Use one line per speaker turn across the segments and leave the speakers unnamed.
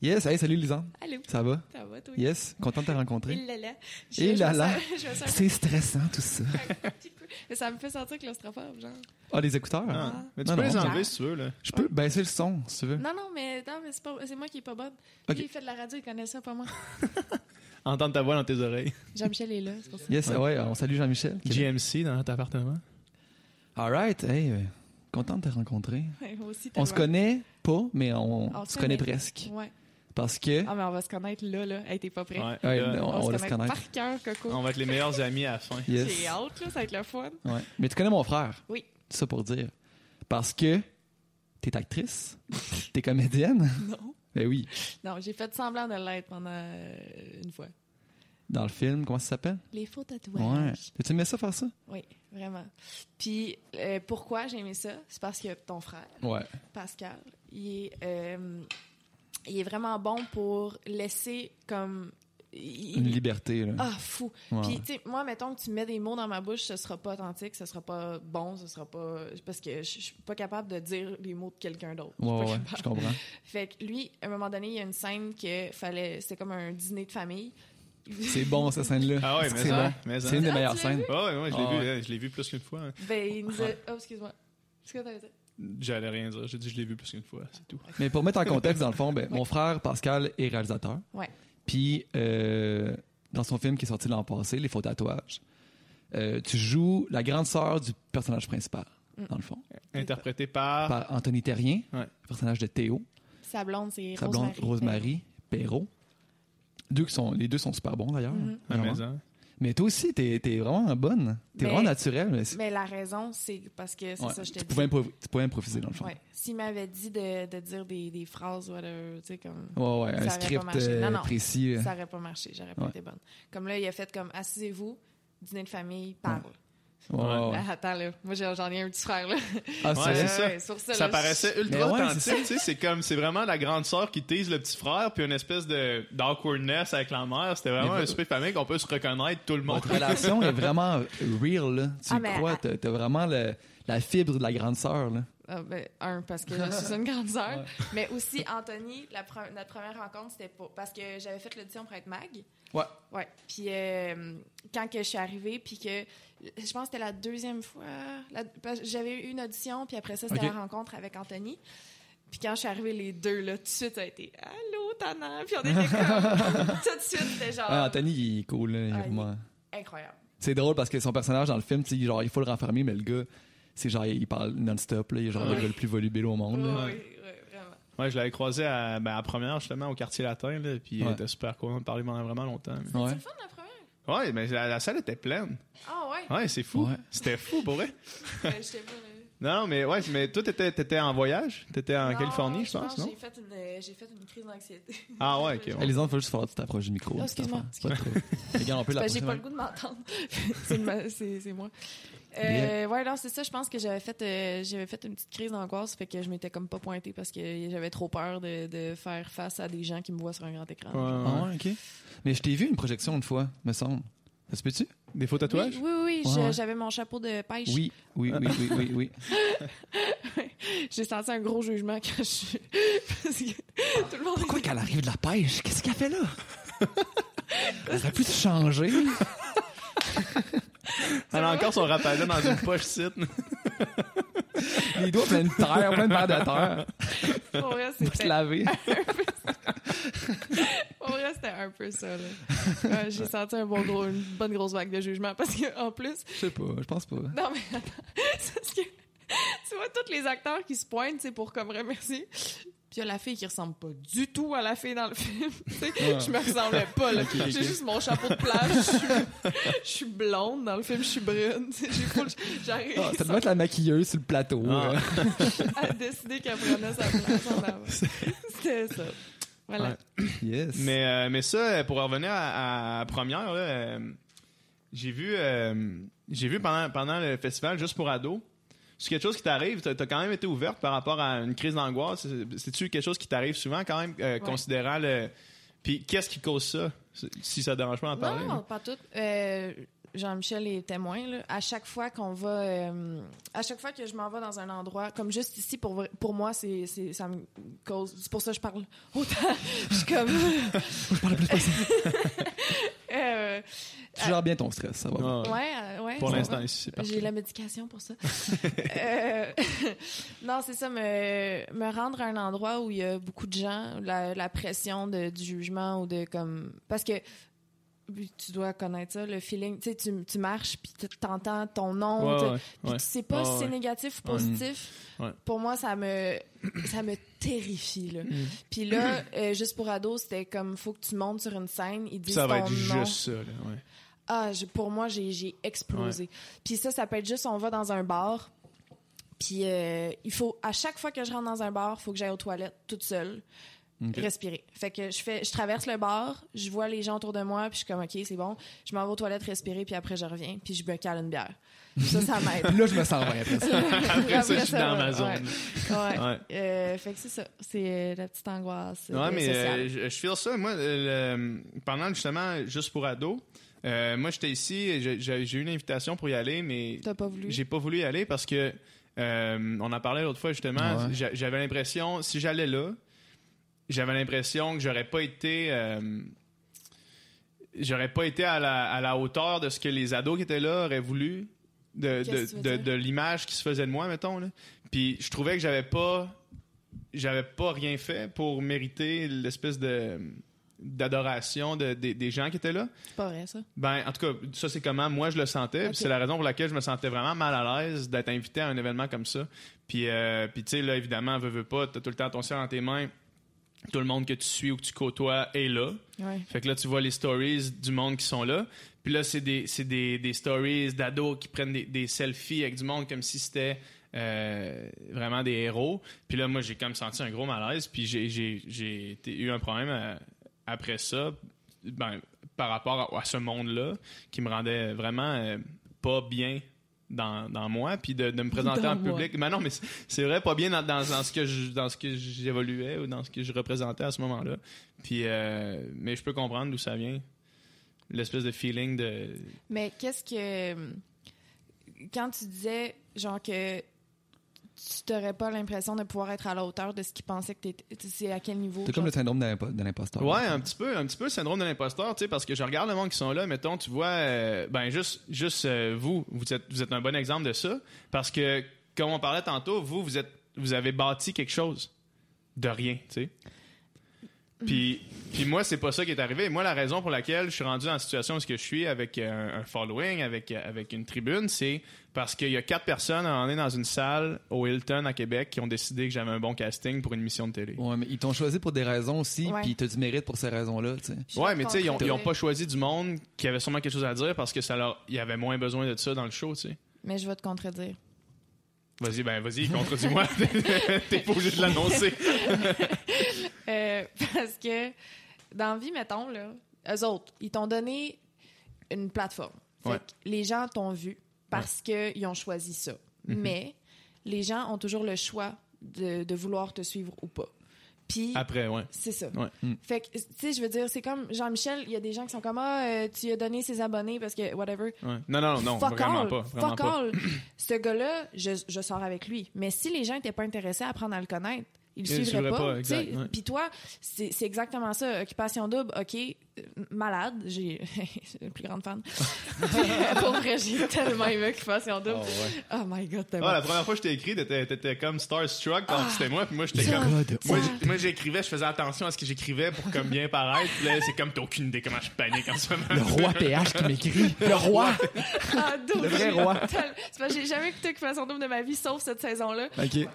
Yes, hey, salut Lisa.
Allô.
Ça va?
Ça va, toi?
Yes, content de te rencontrer.
Il là là. Je-
Et
je
là
me
là,
sens- je me sens
c'est stressant tout ça.
un petit peu- Mais ça me fait sentir claustrophobe, genre.
Ah, les écouteurs?
Ah. Mais tu
Non,
peux
non.
les enlever si tu veux, là.
Je peux baisser le son, si tu veux.
Non, non, mais, non, mais c'est, pas, c'est moi qui est pas bonne.
Ok.
Lui, il fait de la radio, il connaît ça, pas moi.
Entendre ta voix dans tes oreilles.
Jean-Michel est là, c'est pour ça.
Yes, ouais, on salue Jean-Michel.
GMC dans ton appartement.
All right, hey, euh, content de te rencontrer.
Ouais, moi aussi,
On se
tellement.
connaît pas, mais on,
On
se
se
connaît
connaît.
presque.
Ouais.
Parce que...
Ah, mais on va se connaître là, là. Hey, t'es pas prêt.
Ouais.
Ouais,
Là,
on,
va
on laisse connaître. Ah,
par cœur, Coco.
Euh, on va être les meilleurs amis à la fin.
Yes.
J'ai hâte, là, ça va être le fun.
Ouais. Mais tu connais mon frère.
Oui.
C'est ça pour dire. Parce que t'es actrice, t'es comédienne.
Non.
Ben oui.
Non, j'ai fait semblant de l'être pendant euh, une fois.
Dans le film, comment ça s'appelle?
Les faux tatouages.
Tu aimé ça faire ça?
Oui, vraiment. Puis euh, pourquoi j'ai aimé ça? C'est parce que ton frère,
Ouais.
Pascal, il est, euh, il est vraiment bon pour laisser comme. il-
Une liberté, là.
Ah, fou!
Ouais.
Puis, tu sais, moi, mettons que tu mets des mots dans ma bouche, ce sera pas authentique, ce sera pas bon, ce sera pas. Parce que je je suis pas capable de dire les mots de quelqu'un d'autre. Je suis
Ouais,
pas
ouais, ouais,
capable.
je comprends.
Fait que lui, à un moment donné, il y a une scène que fallait. C'était comme un dîner de famille.
C'est bon, cette scène-là.
Ah ouais, mais
c'est
ça,
bon.
mais ça.
C'est une des
Ah,
meilleures
tu l'as
scènes.
Ouais, ouais, ouais, je l'ai
Ah
vu,
ouais.
hein, je l'ai vu plus qu'une fois. hein.
Ben, il nous a. Oh, excuse-moi. C'est quoi t'avais dit?
J'allais rien dire, j'ai dit je l'ai vu plus qu'une fois, c'est tout.
Mais pour mettre en contexte, dans le fond, ben,
Ouais.
mon frère Pascal est réalisateur.
Ouais.
Puis, euh, dans son film qui est sorti l'an passé, Les faux tatouages, euh, tu joues la grande sœur du personnage principal,
Mm.
dans le fond,
Interprété par.
par Anthony Terrien,
Ah. Ouais.
personnage de Théo,
Sa blonde, c'est
sa blonde
Rosemary.
Rosemary Perrault. Deux qui sont, les deux sont super bons d'ailleurs.
Mhm.
la
Vraiment.
maison.
Mais toi aussi, t'es es vraiment bonne. T'es
Mais-
vraiment naturelle. Mais c'est-
Mais la raison, c'est parce que c'est
ouais,
ça, je te
tu,
dis.
pouvais improv- tu pouvais improviser dans le fond.
Ouais. S'il m'avait dit de, de dire des, des phrases, whatever, tu sais, comme.
Ouais, ouais,
Ça
un
aurait
script
pas marché.
euh,
Non, non.
précis. euh.
Ça aurait pas marché, j'aurais pas
Ouais.
été bonne. Comme là, il a fait comme assisez-vous, dîner de famille, parle.
Ouais, ouais, ouais.
Ah, attends, là, moi j'ai- j'en ai un petit frère, là.
Ah,
Ouais,
c'est
c'est
vrai?
ça.
sur ça,
Ça
là,
paraissait ultra
Mais ouais, c'est
authentique, tu sais, c'est comme, c'est vraiment la grande sœur qui tease le petit frère, puis une espèce de d'awkwardness avec la mère, c'était vraiment
Mais-
un super famille qu'on peut se reconnaître tout le monde.
Votre relation est vraiment real, là. Tu
Ah,
y
mais-
crois, t'as t'as vraiment le- la fibre de la grande sœur, là.
Ah, ben, un, parce que je suis une grande sœur. Mais aussi, Anthony, la pre- notre première rencontre, c'était pas. Parce que j'avais fait l'audition pour être mag.
Ouais.
Ouais. Puis euh, quand que je suis arrivée, puis que je pense que c'était la deuxième fois, la- parce que j'avais eu une audition, puis après ça c'était
Ok.
la rencontre avec Anthony. Puis quand je suis arrivée les deux là, tout de suite ça a été allô Tana, puis on était comme tout de suite c'était genre
Ah, Anthony, il est cool, là. il est
Ah, il-
vraiment-
incroyable.
C'est drôle parce que son personnage dans le film, tu sais, genre, il faut le renfermer, mais le gars, c'est genre, il parle non-stop, là. Il est genre le
Ouais.
gars le plus volubile au monde, là.
Oui, oui, oui, vraiment.
Ouais, je l'avais croisé à, ben, à première, justement, au quartier latin, là, puis
Ouais.
elle était super cool, on parlait pendant vraiment longtemps. mais-
Ouais.
C'est le fun la première.
Ouais, mais la, la salle était pleine.
Ah ouais.
Ouais, c'est fou.
Ouais.
C'était fou, pour vrai.
Euh, J'étais pas. euh,
Non, mais ouais, mais toi, t'étais, t'étais en voyage? T'étais en
non, euh,
Californie, je pense, non?
J'ai fait une euh, j'ai fait une crise d'anxiété.
Ah ouais, ok.
Et
ouais.
les autres, il faut juste falloir que tu t'approches du micro.
Oh,
cette
excuse-moi.
affaire. C'est pas trop. Regarde, on peut
C'est parce que Ben, j'ai pas
l'approcher.
le goût de m'entendre. c'est, de ma- c'est- c'est moi. Euh,
Bien.
Ouais, non, c'est ça. Je pense que j'avais fait, euh, j'avais fait une petite crise d'angoisse, fait que je m'étais comme pas pointée parce que j'avais trop peur de, de faire face à des gens qui me voient sur un grand écran.
Ouais, ouais, ouais.
Ah ouais, ok. Mais je t'ai vu une projection une fois, me semble. Ça se peut-tu?
Des faux tatouages?
Oui, oui, oui,
Ouais,
je-
ouais.
j'avais mon chapeau de pêche.
Oui, oui, oui, oui, oui, oui.
J'ai senti un gros jugement quand je suis. Parce que tout le monde.
Pourquoi qu'elle arrive de la pêche? Qu'est-ce qu'elle fait là? Elle aurait pu se changer.
Elle a Ah encore son rapadin dans une poche site.
Les doigts pleins de terre, plein de verres de terre.
Pour vrai,
Pour se
c'était
laver.
pour vrai, c'était un peu ça. là. Ouais, j'ai senti un bon gros, une bonne grosse vague de jugement parce qu'en plus,
Je sais pas, je pense pas.
Non, mais attends. C'est parce que tu vois, tous les acteurs qui se pointent, c'est pour comme remercier. Puis il y a la fille qui ressemble pas du tout à la fille dans le film. Tu sais, Je me ressemblais pas, là.
ok.
J'ai juste mon chapeau de plage. Je suis- Je suis blonde. Dans le film, je suis brune. Tu sais, J'ai full- J'arrive
Ah, ça doit être la maquilleuse sur le plateau.
Ah.
euh.
à décider qu'elle prenait sa place en avant. C'était ça. Voilà.
Ouais.
Yes.
Mais, euh, mais ça, pour en revenir à, à première, là, euh, j'ai vu, euh, j'ai vu pendant, pendant le festival juste pour ados. C'est quelque chose qui t'arrive, t'as t'as quand même été ouverte par rapport à une crise d'angoisse. C'est- C'est-tu quelque chose qui t'arrive souvent quand même, euh, considérant le. Puis qu'est-ce qui cause ça, si ça te dérange pas d'en parler?
Non, pas toutes. Euh, Jean-Michel est témoin. là. À chaque fois qu'on va, euh, à chaque fois que je m'en vais dans un endroit, comme juste ici pour vrai- pour moi, c'est c'est- ça me cause. C'est pour ça que je parle autant. je suis comme.
Je parle le plus possible.
euh,
tu gères bien ton stress, ça va.
Ah, ouais.
ouais, euh, ouais.
Pour
ça
l'instant,
va.
ici, c'est parfait.
J'ai la médication pour ça. Euh, non, c'est ça, me, me rendre à un endroit où il y a beaucoup de gens, la, la pression de- du jugement ou de comme. Parce que tu dois connaître ça, le feeling. Tu sais, tu, tu marches puis tu t'entends ton nom.
Ouais,
tu-
ouais,
puis
ouais.
Tu sais pas
Ouais,
si c'est
ouais.
négatif ou
Ouais.
positif.
Mm. Ouais.
Pour moi, ça me, ça me terrifie. Là.
Mm.
Puis là, euh, juste pour ados, c'était comme faut que tu montes sur une scène, ils disent
Ça va
ton
être
nom.
juste ça, là, ouais.
Ah, j'ai- pour moi, j'ai j'ai explosé. Puis ça, ça peut être juste, on va dans un bar. Puis euh, il faut, à chaque fois que je rentre dans un bar, il faut que j'aille aux toilettes toute seule,
Ok.
respirer. Fait que je, fais, je traverse le bar, je vois les gens autour de moi, puis je suis comme, OK, c'est bon. Je m'en vais aux toilettes respirer, puis après, je reviens, puis je me cale une bière. Ça, ça m'aide.
Puis là, je me sens bien après ça.
Après ça, je suis dans ma
ouais.
zone.
Ouais.
Ouais.
Euh, fait que c'est ça. C'est euh, la petite angoisse. euh,
Ouais, mais
sociale.
euh, je, je feel ça. Moi, euh, le- pendant justement, juste pour ado, euh, moi, j'étais ici, et j'ai- j'ai j'ai eu une invitation pour y aller, mais
T'as pas voulu.
j'ai pas voulu y aller parce que, euh, on en parlait l'autre fois justement,
Ouais.
j'a- j'avais l'impression, si j'allais là, j'avais l'impression que j'aurais pas été. euh, J'aurais pas été à la, à la hauteur de ce que les ados qui étaient là auraient voulu, de,
Qu'est-ce que tu
de,
veux
de,
dire?
de l'image qui se faisait de moi, mettons. Là. Puis je trouvais que j'avais pas j'avais pas rien fait pour mériter l'espèce de d'adoration de- des- des gens qui étaient là.
C'est pas vrai, ça.
Ben, en tout cas, ça, c'est comment moi je le sentais.
Ok.
puis C'est la raison pour laquelle je me sentais vraiment mal à l'aise d'être invité à un événement comme ça. Puis, euh, puis tu sais, là, évidemment, veux, veux pas, t'as tout le temps ton ciel dans tes mains. Tout le monde que tu suis ou que tu côtoies est là.
Ouais.
Fait que là, tu vois les stories du monde qui sont là. Puis là, c'est des, c'est des, des stories d'ados qui prennent des, des selfies avec du monde comme si c'était euh, vraiment des héros. Puis là, moi, j'ai comme senti un gros malaise. Puis j'ai, j'ai, j'ai été- eu un problème euh, après ça ben, par rapport à, à ce monde-là qui me rendait vraiment euh, pas bien. Dans, dans moi, puis de, de me présenter
Dans
en
moi.
public. Mais non, mais c'est- c'est vrai, pas bien dans, dans, dans ce que je- dans ce que j'évoluais ou dans ce que je représentais à ce moment-là. Puis, euh, mais je peux comprendre d'où ça vient. L'espèce de feeling de.
Mais qu'est-ce que. Quand tu disais, genre, que tu t'aurais pas l'impression de pouvoir être à la hauteur de ce qu'ils pensaient que t'étais. tu sais, à quel niveau.
T'as comme le syndrome de l'impo- de l'imposteur.
Ouais, un petit peu, un petit peu le syndrome de l'imposteur, tu sais, parce que je regarde le monde qui sont là, mettons, tu vois, euh, ben juste, juste euh, vous, vous êtes, vous êtes un bon exemple de ça, parce que comme on parlait tantôt, vous, vous êtes, vous avez bâti quelque chose de rien, tu sais. Puis, puis moi, c'est pas ça qui est arrivé. Moi, la raison pour laquelle je suis rendu dans la situation où est-ce que je suis avec euh, un, un following, avec, euh, avec une tribune, c'est parce qu'il y a quatre personnes à en est dans une salle au Hilton à Québec qui ont décidé que j'avais un bon casting pour une mission de télé.
Ouais, mais ils t'ont choisi pour des raisons aussi,
Ouais.
puis t'as du mérite pour ces raisons-là, tu sais.
Je
Ouais, mais tu sais, ils ont,
comprends.
ils ont pas choisi du monde qui avait sûrement quelque chose à dire parce que ça leur, il y avait moins besoin de ça dans le show, tu sais.
Mais je vais te contredire.
Vas-y, ben vas-y, contredis-moi. T'es pas obligé de l'annoncer.
Euh, parce que, dans la vie, mettons, là, eux autres, ils t'ont donné une plateforme. Fait
Ouais.
que les gens t'ont vu parce qu'ils ont choisi ça.
Mhm.
Mais les gens ont toujours le choix de, de vouloir te suivre ou pas. Puis.
Après, ouais.
C'est ça.
Ouais.
Mm.
Fait que, tu sais, je veux dire, c'est comme Jean-Michel, il y a des gens qui sont comme, ah, euh, tu lui as donné ses abonnés parce que, whatever.
ouais. Non, non, non,
Fuck
vraiment
all.
pas. Vraiment
Fuck
pas.
all. Ce gars-là, je, je sors avec lui. Mais si les gens n'étaient pas intéressés à apprendre à le connaître, ils
Ils le
le suivraient
suivraient pas,
pas. tu sais.
exact, ouais.
Puis toi, c'est c'est exactement ça. Occupation double, OK, euh, malade. J'ai la plus grande fan. Pour vrai, j'ai tellement aimé Occupation
Ah,
double. Oh, my God, t'as
Ah, la première fois que je t'ai écrit, t'étais t'étais comme starstruck parce
Ah.
que c'était moi, puis moi j'étais
Putain.
comme.
God.
Moi, j- moi, j'écrivais, je faisais attention à ce que j'écrivais pour comme bien paraître. Puis là, c'est comme t'as aucune idée comment je panique en ce moment.
Le roi PH qui m'écrit. Le roi.
Ah, double.
Le vrai roi.
Tel- C'est parce que j'ai jamais écouté Occupation double de ma vie, sauf cette saison-là.
OK.
Hey,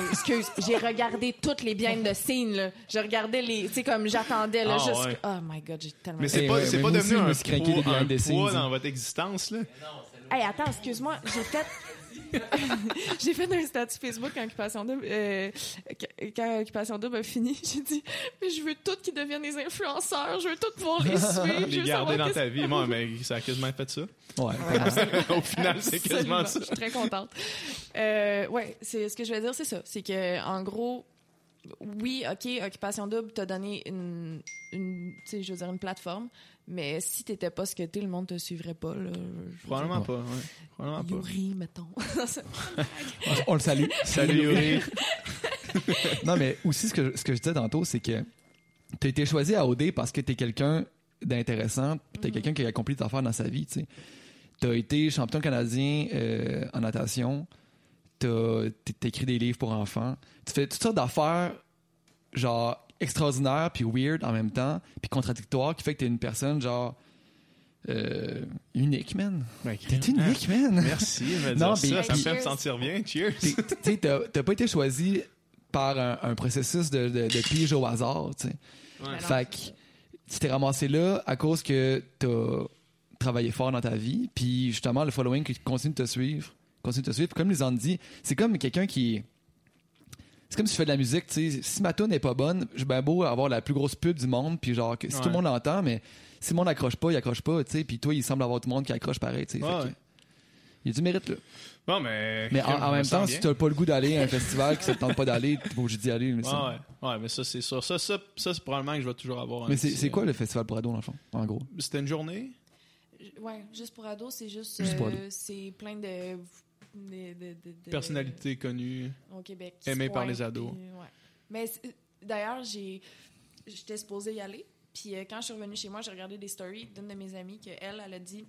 Euh, excuse, j'ai regardé toutes les behind de scene là. Je regardais les, tu sais comme j'attendais là
Ah,
jusqu'-
ouais.
Oh my god, j'ai tellement.
Mais c'est
Eh
pas,
ouais,
c'est
mais
pas
moi aussi,
devenu
je me
un
suis craqué les
poids, un
behind the
poids
scenes.
dans votre existence, là.
Hey, attends, excuse-moi, j'ai fait j'ai fait un statut Facebook quand Occupation Double euh, qu- quand Occupation Double a fini, j'ai dit mais je veux toutes qui deviennent des influenceurs, je veux toutes pouvoir les suivre, je
Les
veux
garder
savoir
dans
qu'est-ce-
ta vie. Moi, mais ça a quasiment fait ça.
Ouais.
Ouais, absolument.
Au final, c'est quasiment
Absolument.
ça.
Je suis très contente. Euh, ouais, c'est ce que je vais dire, c'est ça. C'est que en gros, oui, OK, Occupation Double t'a donné une, une tu sais, je veux dire, une plateforme, mais si t'étais pas ce que t'es, le monde te suivrait pas. Là, Je veux dire,
Probablement pas, ouais. Probablement pas.
Yuri, mettons.
On, on le salue.
Salut Yuri.
non, mais aussi, ce que, ce que je disais tantôt, c'est que t'as été choisi à OD parce que t'es quelqu'un d'intéressant, puis t'es quelqu'un qui a accompli des affaires dans sa vie, tu sais. T'as été champion canadien euh, en natation, t'as t'é- t'écris des livres pour enfants, tu fais toutes sortes d'affaires, genre, extraordinaires, puis weird en même temps, puis contradictoires, qui fait que t'es une personne, genre, euh, unique, man. T'es unique, man.
Merci, de me
Non,
dire
mais-
ça, ça me fait me
Cheers.
sentir bien. Cheers.
T'es- t'es- t'sais, t'as t'as pas été choisi par un, un processus de, de, de pige au hasard, tu sais.
Ouais.
Alors,
Fait que tu t'es ramassé là à cause que t'as travaillé fort dans ta vie, puis justement, le following qui continue de te suivre, continue de te suivre. Puis comme les gens dit, c'est comme quelqu'un qui... C'est comme si je fais de la musique, tu sais. Si ma tune n'est pas bonne, j'ai bien beau avoir la plus grosse pub du monde, puis genre, que si tout
Ouais.
le monde l'entend, mais si le monde n'accroche pas, il accroche pas, tu sais. Puis toi, il semble avoir tout le monde qui accroche pareil, tu sais. Fait
Ouais,
que
ouais.
Il y a du mérite, là.
Bon, mais.
Mais en,
crème,
en
je me
même
sens
temps,
bien.
si t'as pas le goût d'aller à un festival qui se tente pas d'aller, t'es pas obligé d'y aller. Mais,
Ouais,
ça-
ouais. Ouais, mais ça, c'est sûr. Ça, ça, ça c'est probablement que je vais toujours avoir un
mais c'est,
petit,
c'est quoi
euh,
le festival pour ados, dans le fond, en gros?
C'était une journée?
j- ouais, juste pour ados, c'est juste.
Juste pour
euh,
ados.
c'est plein de. de, de- de- de-
Personnalité connue.
au Québec. qui
Aimé
se
par
pointent,
les ados.
puis, ouais. Mais c'est- d'ailleurs, j'ai, j'étais supposée y aller. Puis euh, quand je suis revenue chez moi, j'ai regardé des stories d'une de mes amies que elle, elle a dit,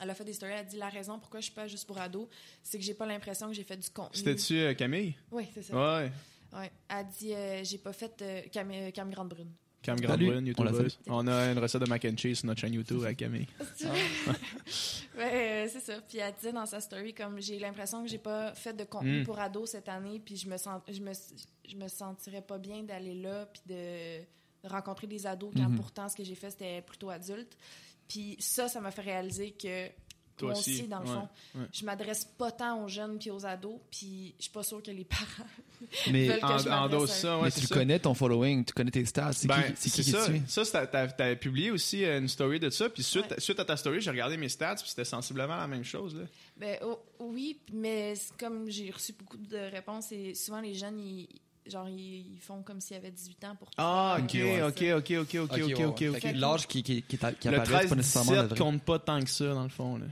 elle a fait des stories. Elle a dit la raison pourquoi je suis pas juste pour ados, c'est que j'ai pas l'impression que j'ai fait du contenu.
C'était-tu Ah. euh, Camille?
Oui, c'est ça.
Ouais.
Ouais. Elle a dit euh, j'ai pas fait euh, Cam, euh, Cam Grande Brune.
Cam
Salut.
Grandbrun,
On la
YouTubeuse. On, a une recette de mac and cheese sur notre chaîne YouTube à Camille.
Ouais, euh, c'est ça. Puis elle disait dans sa story comme j'ai l'impression que j'ai pas fait de contenu
Mm.
pour ados cette année, puis je me sens, je me, je me sentirais pas bien d'aller là puis de de rencontrer des ados quand
Hmm.
Mhm.
pourtant ce que j'ai fait c'était plutôt adulte. Puis ça, ça m'a fait réaliser que
Toi
moi
aussi,
aussi, dans le
ouais,
fond,
ouais.
je m'adresse pas tant aux jeunes puis aux ados, puis je suis pas sûre que les parents.
Mais,
veulent- que
En,
je
en dose
m'adresse à-
ça, ah ouais,
mais
c'est
tu
ça.
connais ton following, tu connais tes stats, c'est
Ben,
qui, c'est qui
c'est
qui te
ça.
suit?
Ça, c'est- t'as- t'avais publié aussi euh, une story de ça. Puis suite,
Ouais.
suite à ta story, j'ai regardé mes stats. Puis c'était sensiblement la même chose. Là.
Ben, oh, oui, mais c'est comme j'ai reçu beaucoup de réponses et souvent les jeunes ils genre ils, ils font comme s'il y avait 18 ans pour
Ah, ok,
Ok, ouais.
ok, ok, ok,
Ok,
ok, ok,
ouais,
ok,
ouais.
ok.
Fait que L'âge qui, qui, qui, t'a- qui
Le
apparaît, c'est pas
13
nécessairement le vrai.
compte pas tant que ça, dans le fond. Là.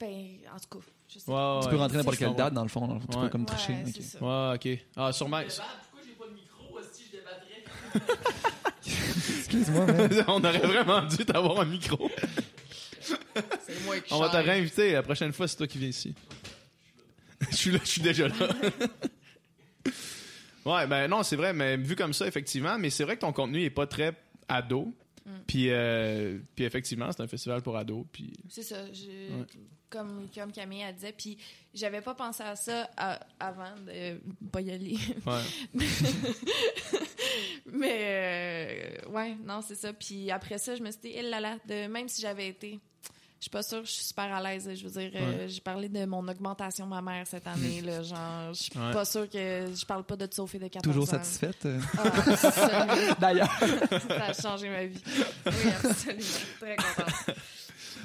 Ben, en tout cas, je sais
Ouais, ouais,
Tu
ouais.
peux rentrer n'importe
Je
quelle
comprends.
date, dans le fond, dans le fond, tu
Ouais.
peux comme
Ouais,
tricher.
c'est
ok.
ça.
Ouais, ok. Ah, sûrement.
Pourquoi j'ai pas de micro aussi je débattrais?
Excuse-moi, man.
On aurait vraiment dû t'avoir un micro.
C'est moi qui
Oh,
On va te réinviter. La prochaine fois, c'est toi qui viens ici. je suis là, je suis déjà là. ouais, ben non, c'est vrai, mais vu comme ça, effectivement, mais c'est vrai que ton contenu est pas très ado.
Mm.
Puis, euh, puis effectivement, c'est un festival pour ados. Puis
C'est ça, je-
Ouais.
comme, comme Camille elle disait. Puis j'avais pas pensé à ça à- avant de pas y aller.
ouais.
Mais euh, ouais, non, c'est ça. Puis après ça, je me suis dit, il là là, de, même si j'avais été, je suis pas sûre, je suis super à l'aise. Je veux dire, euh, j'ai parlé de mon augmentation ma mère cette année. là, genre, je suis
Ouais.
pas sûre que je parle pas de te sauver de 14
Toujours
ans.
satisfaite? euh,
Ah, absolument.
D'ailleurs.
ça a changé ma vie. Oui, absolument. Très contente.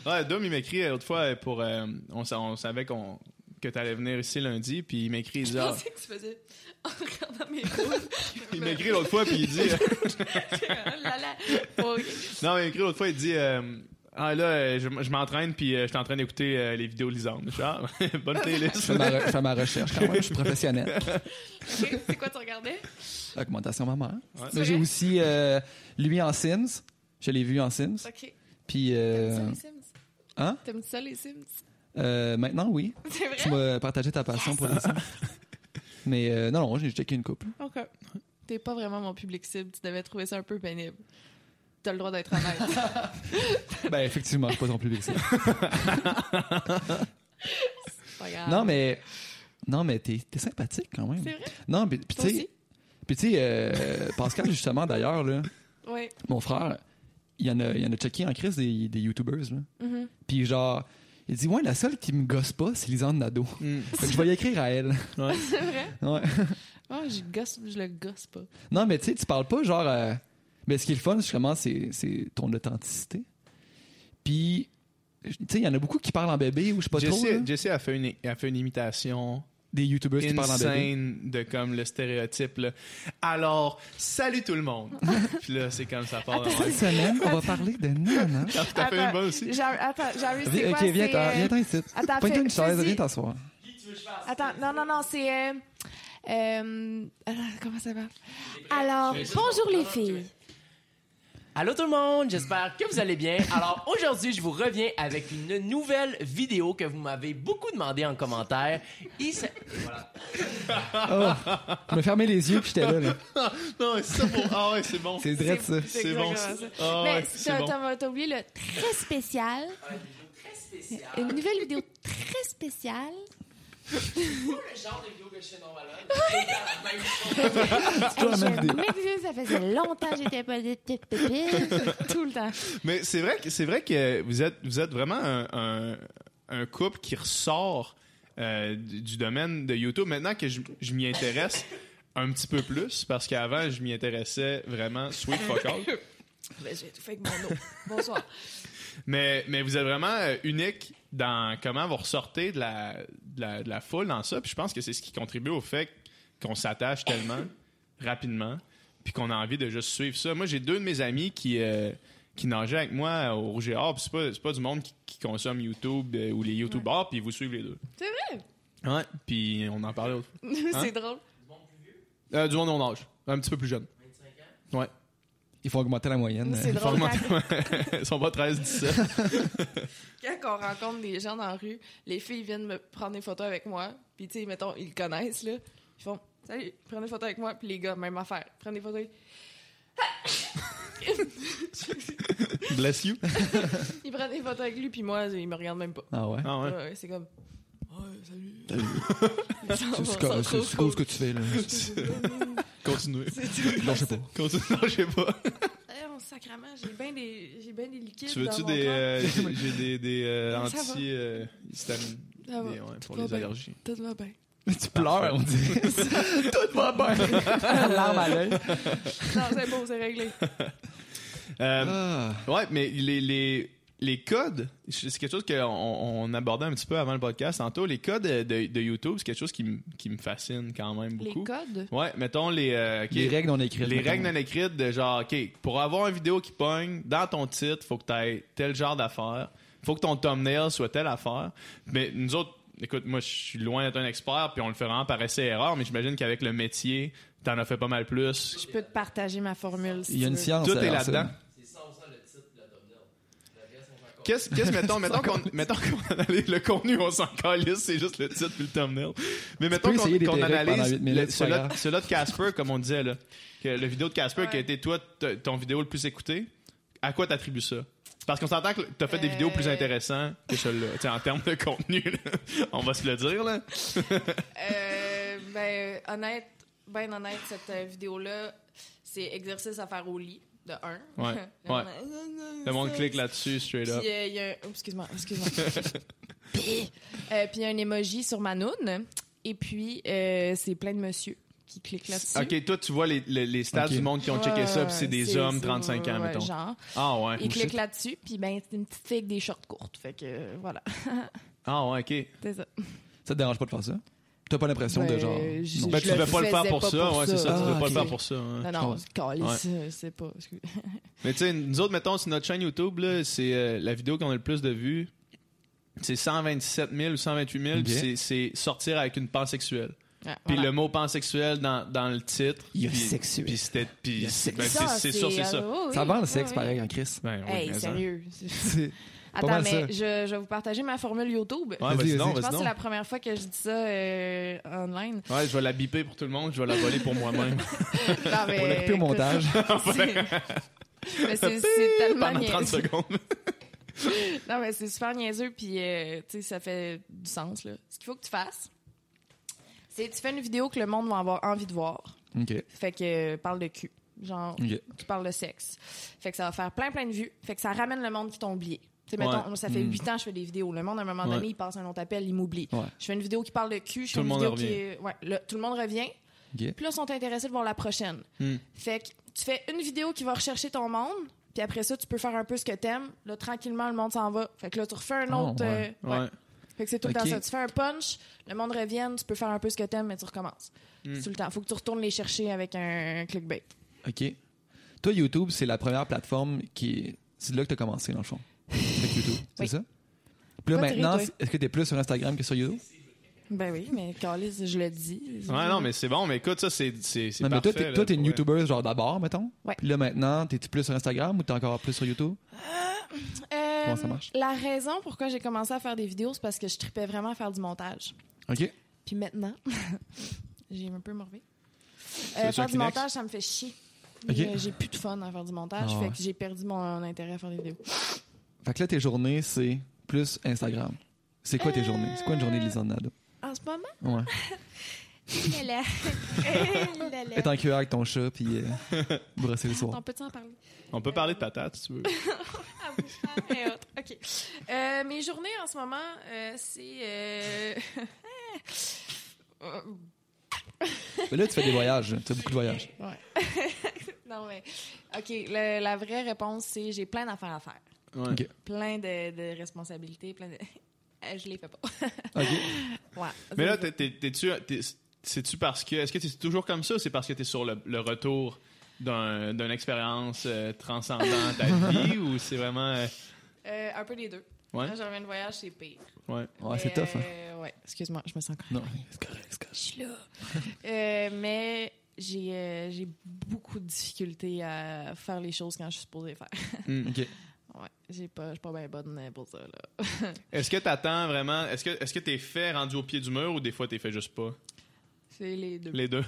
Ouais, Dom, il m'écrit euh, autrefois euh, pour. euh, on, sa- on savait qu'on que t'allais venir ici lundi, puis il m'écrit, il dit,
Je
ah,
pensais que tu faisais en regardant mes coudes.
il m'écrit l'autre fois, puis il dit, euh,
oh là là. Oh, Ok.
non, il m'écrit l'autre fois, il dit, euh, ah là, euh, je, je m'entraîne, puis euh, je suis en train d'écouter euh, les vidéos lisantes. Je suis, Ah, bonne
Je
playlist.
fais ma, re- je fais ma recherche quand même, je suis professionnel.
Ok, C'est quoi tu regardais?
Augmentation maman.
Ouais.
J'ai aussi euh, lui en Sims. Je l'ai vu en Sims.
Ok.
Puis
T'aimes
euh,
ça les Sims?
hein?
T'aimes ça les Sims?
euh, maintenant, oui.
C'est vrai?
Tu m'as partagé ta passion pour les Sims. Mais euh, non, non, j'ai checké une couple.
Ok. T'es pas vraiment mon public cible. Tu devais trouver ça un peu pénible. T'as le droit d'être honnête.
Ben, effectivement, je suis pas ton public. ça.
C'est pas grave.
Non, mais. Non, mais t'es t'es sympathique quand même.
C'est vrai?
Non, mais puis
Toi
tu
aussi?
sais. Puis tu sais, euh, Pascal, justement, d'ailleurs, là,
Oui.
mon frère, il y en a, il y en a checké en crise des, des YouTubers. là.
Mhm.
Puis genre, il dit Ouais, la seule qui me gosse pas, c'est Lisanne Nadeau.
Mm.
Fait que je vais y écrire à elle.
C'est vrai?
Ouais.
Oh, je, gosse, je le gosse pas.
Non, mais tu sais, tu parles pas genre. euh, Mais ce qui est le fun, justement, c'est c'est ton authenticité. Puis, tu sais, il y en a beaucoup qui parlent en bébé ou je sais pas trop.
Jesse,
là.
Jesse a, fait une, a fait une imitation
des YouTubers qui parlent en bébé.
insane de comme le stéréotype. là. Alors, salut tout le monde. Puis là, c'est comme ça part.
Cette semaine, on va parler de nanas.
T'as t'as fait une bonne aussi.
J'ai- Attends, Jarry, c'est
Ok,
quoi? c'est,
viens, t'en,
euh,
viens t'en ici.
attends,
Pointe-toi
fais-
une chaise,
fais-y.
viens t'asseoir.
Guy, tu veux que je fasse?
Attends, non, non, non, c'est... euh, euh, alors, comment ça va? Alors, bonjour les filles.
Allô tout le monde, j'espère que vous allez bien. Alors aujourd'hui, je vous reviens avec une nouvelle vidéo que vous m'avez beaucoup demandé en commentaire. Il s-
Je me fermais les yeux puis j'étais là. là.
Non, c'est ça pour. Ah ouais, c'est bon.
C'est vrai ça.
C'est bon.
exactement ça.
Ah
Mais
ouais,
t'as-
c'est bon.
t'as t'as oublié le très spécial.
Très spécial.
Une nouvelle vidéo très spéciale.
Pas le genre de vidéo que je fais normalement. C'est la même chose.
C'est toujours la même idée.
m'excuse, ça faisait longtemps que j'étais pas des petites pépites. Tout le temps.
Mais c'est vrai que c'est vrai que vous êtes vous êtes vraiment un, un- un couple qui ressort euh, du du domaine de YouTube. Maintenant que je, je m'y intéresse un petit peu plus, parce qu'avant je m'y intéressais vraiment sweet fuck all.
Ben, j'ai tout fait avec mon eau. Bonsoir.
Mais, mais vous êtes vraiment euh, unique dans comment vous ressortez de la, de la, de la foule dans ça. Puis je pense que c'est ce qui contribue au fait qu'on s'attache tellement rapidement, puis qu'on a envie de juste suivre ça. Moi, j'ai deux de mes amis qui, euh, qui nageaient avec moi euh, au Rouge et Or, puis c'est pas, c'est pas du monde qui, qui consomme YouTube euh, ou les YouTubers, puis ils vous suivent les deux.
C'est vrai?
Ouais. Puis on en parlait autrefois.
C'est drôle.
Euh, du monde on nage, un petit peu plus jeune.
Il faut augmenter la moyenne.
C'est
euh.
Ils
drôle. Quand,
sont pas 13-17.
quand on rencontre des gens dans la rue, les filles viennent me prendre des photos avec moi. Puis, tu sais, mettons, ils le connaissent, là. Ils font Salut, prenez des photos avec moi. Puis les gars, même affaire. Prenez des photos.
Bless you.
Ils prennent des photos avec lui. Puis moi, ils me regardent même pas.
Ah ouais.
Ah ouais.
Ouais, ouais, c'est comme. Ouais, salut.
Salut.
Ils s'en
C'est
vont,
c'est-
sont
c'est-
trop
c'est
cool.
cool ce que tu fais là.
Continuez.
C'est tout.
Non, je sais pas.
Continuez. Non, je sais pas.
Eh, mon sacrement, j'ai bien des, j'ai ben des liquides.
Tu veux-tu
dans mon
des,
corps.
euh, j'ai- j'ai des, des euh,
Non, ça va.
anti euh, histamines
Ça va,
des- ouais, pour
va
les
bien.
allergies.
tout va bien.
tu pleures, on dirait. Tout va bien. Larme à l'œil.
Non, c'est bon, c'est réglé.
Euh,
Ah.
ouais, mais les, les, les codes, c'est quelque chose qu'on on abordait un petit peu avant le podcast tantôt. Les codes euh, de, de YouTube, c'est quelque chose qui, me- qui me fascine quand même beaucoup.
Les codes?
Ouais, mettons les, euh, ok,
Les règles non écrites.
les
mettons.
règles non écrites de genre, OK, pour avoir une vidéo qui pogne, dans ton titre, faut que tu aies tel genre d'affaires. faut que ton thumbnail soit telle affaire. Mais nous autres, écoute, moi, je suis loin d'être un expert, puis on le fait vraiment par essai-erreur, mais j'imagine qu'avec le métier, t'en as fait pas mal plus.
Je peux te partager ma formule si
Il y a
tu
une
veux.
science.
Tout est
derrière ça.
là-dedans. Qu'est-ce, qu'est-ce mettons, mettons qu'on, mettons qu'on analyse le contenu, on s'en calisse, c'est juste le titre puis le thumbnail. Mais mettons
peux
qu'on,
essayer des
qu'on
perruques pendant
analyse
huit minutes,
le-
c'est pas
celui-là
grave.
celui-là de Casper, comme on disait, là, que le vidéo de Casper
Ouais.
qui a été, toi, t- ton vidéo le plus écoutée, à quoi t'attribues ça? Parce qu'on s'entend que t'as fait des
Euh.
vidéos plus intéressantes que celle-là, Tu sais, en termes de contenu, là. on va se le dire, là.
Euh, ben, honnête, ben honnête, cette euh, vidéo-là, c'est exercice à faire au lit, de un.
Ouais, ouais. Le monde clique là-dessus, straight up.
Puis euh, il y a un... oh, excuse-moi, excuse-moi. puis euh, puis il y a un emoji sur ma noune. Et puis, euh, c'est plein de monsieur qui cliquent là-dessus.
Ok, toi, tu vois les, les, les stats
Ok.
du monde qui ont checké ça, puis c'est
Ouais,
des hommes 35 ans,
ouais,
mettons.
Genre.
Ah ouais.
Ils
Oh,
cliquent
shit.
là-dessus, puis ben, c'est une petite fille avec des shorts courtes. Fait que, euh, voilà,
Ah ouais, ok.
c'est ça.
Ça te dérange pas de faire ça? T'as pas l'impression de
Ben,
genre.
je-
non.
Ben, tu
le
devais pas le faire
faisais
pour
pas
ça,
pour Bah.
ouais, c'est ça,
ça.
tu devais
Ah,
pas le
ok.
faire pour ça. ouais.
Non, non, calisse, euh, c'est pas... excuse-
Mais tu sais, nous autres, mettons, sur notre chaîne YouTube, là, c'est euh, la vidéo qu'on a le plus de vues. C'est 127 000 ou 128 000,
Ok.
puis c'est- c'est sortir avec une pansexuelle.
Ah,
Puis
voilà.
le mot pansexuel dans, dans le titre.
Il y a
puis-
sexuel.
Puis c'était. puis
Il y a
c'est ben,
sexuel.
c'est- c'est sûr, c'est
euh,
ça.
oui,
Ça
oui,
vend le
oui,
sexe
oui.
pareil en Chris.
Ben oui,
Hey,
mais ça.
sérieux.
C'est-
Attends,
mal
mais
ça.
je, je vais vous partager ma formule YouTube.
Ouais,
Vas-y,
vas-y donc,
je pense
vas-y
que c'est
donc.
la première fois que je dis ça euh, online.
Ouais, je vais la biper pour tout le monde, je vais la voler pour moi-même.
Non, mais,
On a coupé au
Ben, écoute,
montage.
c'est- mais c'est c'est tellement
Pendant 30
niaiseux.
secondes.
Non, mais c'est super niaiseux, puis euh, tu sais, ça fait du sens. Là. Ce qu'il faut que tu fasses, c'est tu fais une vidéo que le monde va avoir envie de voir.
Ok.
Fait que euh, parle de cul. Genre,
Ok.
tu parles de sexe. Fait que ça va faire plein, plein de vues. Fait que ça ramène le monde qui t'ont oublié. Tu sais,
Ouais.
mettons, ça fait
Mm.
huit ans que je fais des vidéos. Le monde, à un moment
Ouais.
donné, il passe un autre appel, il m'oublie.
Ouais.
Je fais une vidéo qui parle de cul. Je fais
Tout le
une
monde
vidéo
revient.
qui est- ouais, là, tout le monde revient.
Ok.
Puis là, ils sont intéressés de voir la prochaine.
Mm.
Fait que tu fais une vidéo qui va rechercher ton monde. Puis après ça, tu peux faire un peu ce que t'aimes. Là, tranquillement, le monde s'en va. Fait que là, tu refais un
Ah,
autre.
ouais.
euh, ouais.
Oh, Ouais.
Fait que c'est tout le
Ok.
temps ça. Tu fais un punch, le monde revient, tu peux faire un peu ce que t'aimes, mais tu recommences.
Mm.
C'est tout le temps. Faut que tu retournes les chercher avec un clickbait.
OK. Toi, YouTube, c'est la première plateforme qui. C'est là que tu as commencé, dans le fond. Avec YouTube. C'est
Oui.
ça? Puis là,
Pas terrible,
maintenant,
oui.
c'est- est-ce que tu es plus sur Instagram que sur YouTube?
Ben oui, mais Carlis, je le dis. Euh,
Ouais, non, mais c'est bon, mais écoute, ça, c'est c'est c'est
Non, mais
parfait.
toi, t'es,
là,
toi, t'es une
pour vrai.
YouTuber, genre d'abord, mettons.
Ouais.
Puis là, maintenant, t'es-tu plus sur Instagram ou t'es encore plus sur YouTube?
Euh,
Comment ça marche?
La raison pourquoi j'ai commencé à faire des vidéos, c'est parce que je tripais vraiment à faire du montage.
OK.
Puis maintenant, j'ai un peu morvé. Euh,
veux dire
faire du
Kleenex?
montage, ça me fait chier.
Ok.
J'ai- J'ai plus de fun à faire du montage,
Ah ouais.
fait que j'ai perdu mon intérêt à faire des vidéos.
Fait que là, tes journées, c'est plus Instagram. C'est quoi tes
Euh,
journées? C'est quoi une journée de Lisanne Nadeau?
En ce moment,
Ouais.
là, là. Eh, là, là.
Être en cuillère avec ton chat, puis euh, brosser le soir.
On peut en parler?
On peut parler de patates, si tu veux.
Ah, vous, ah, et autres. OK. Euh, mes journées en ce moment, euh, c'est... euh, euh,
Mais là, tu fais des voyages. Tu fais beaucoup de voyages.
non, mais... OK, le- la vraie réponse, c'est j'ai plein d'affaires à faire.
Ouais.
Ok.
Plein de, de responsabilités, plein de... Euh, Je les fais pas.
OK.
Ouais.
Mais là,
C'est-
t'es- t'es- t'es-tu. t'es- C'est-tu parce que. Est-ce que t'es toujours comme ça ou c'est parce que t'es sur le, le retour d'un- d'une expérience euh, transcendante à vie ou c'est vraiment. euh,
Euh, un peu les deux.
Ouais.
Quand je reviens de voyage, c'est pire.
ouais.
Ouais, c'est
Mais,
tough. hein.
euh, ouais, excuse-moi, je me sens encore.
Non, c'est correct, c'est correct.
Je suis là. Euh, mais j'ai euh, j'ai beaucoup de difficultés à faire les choses quand je suis supposée faire.
Mm.
OK.
Ouais, j'ai pas, je suis pas bien bonne pour ça. Là.
Est-ce que t'attends vraiment. Est-ce que est-ce que t'es fait rendu au pied du mur ou des fois t'es fait juste pas
C'est les deux.
Les deux.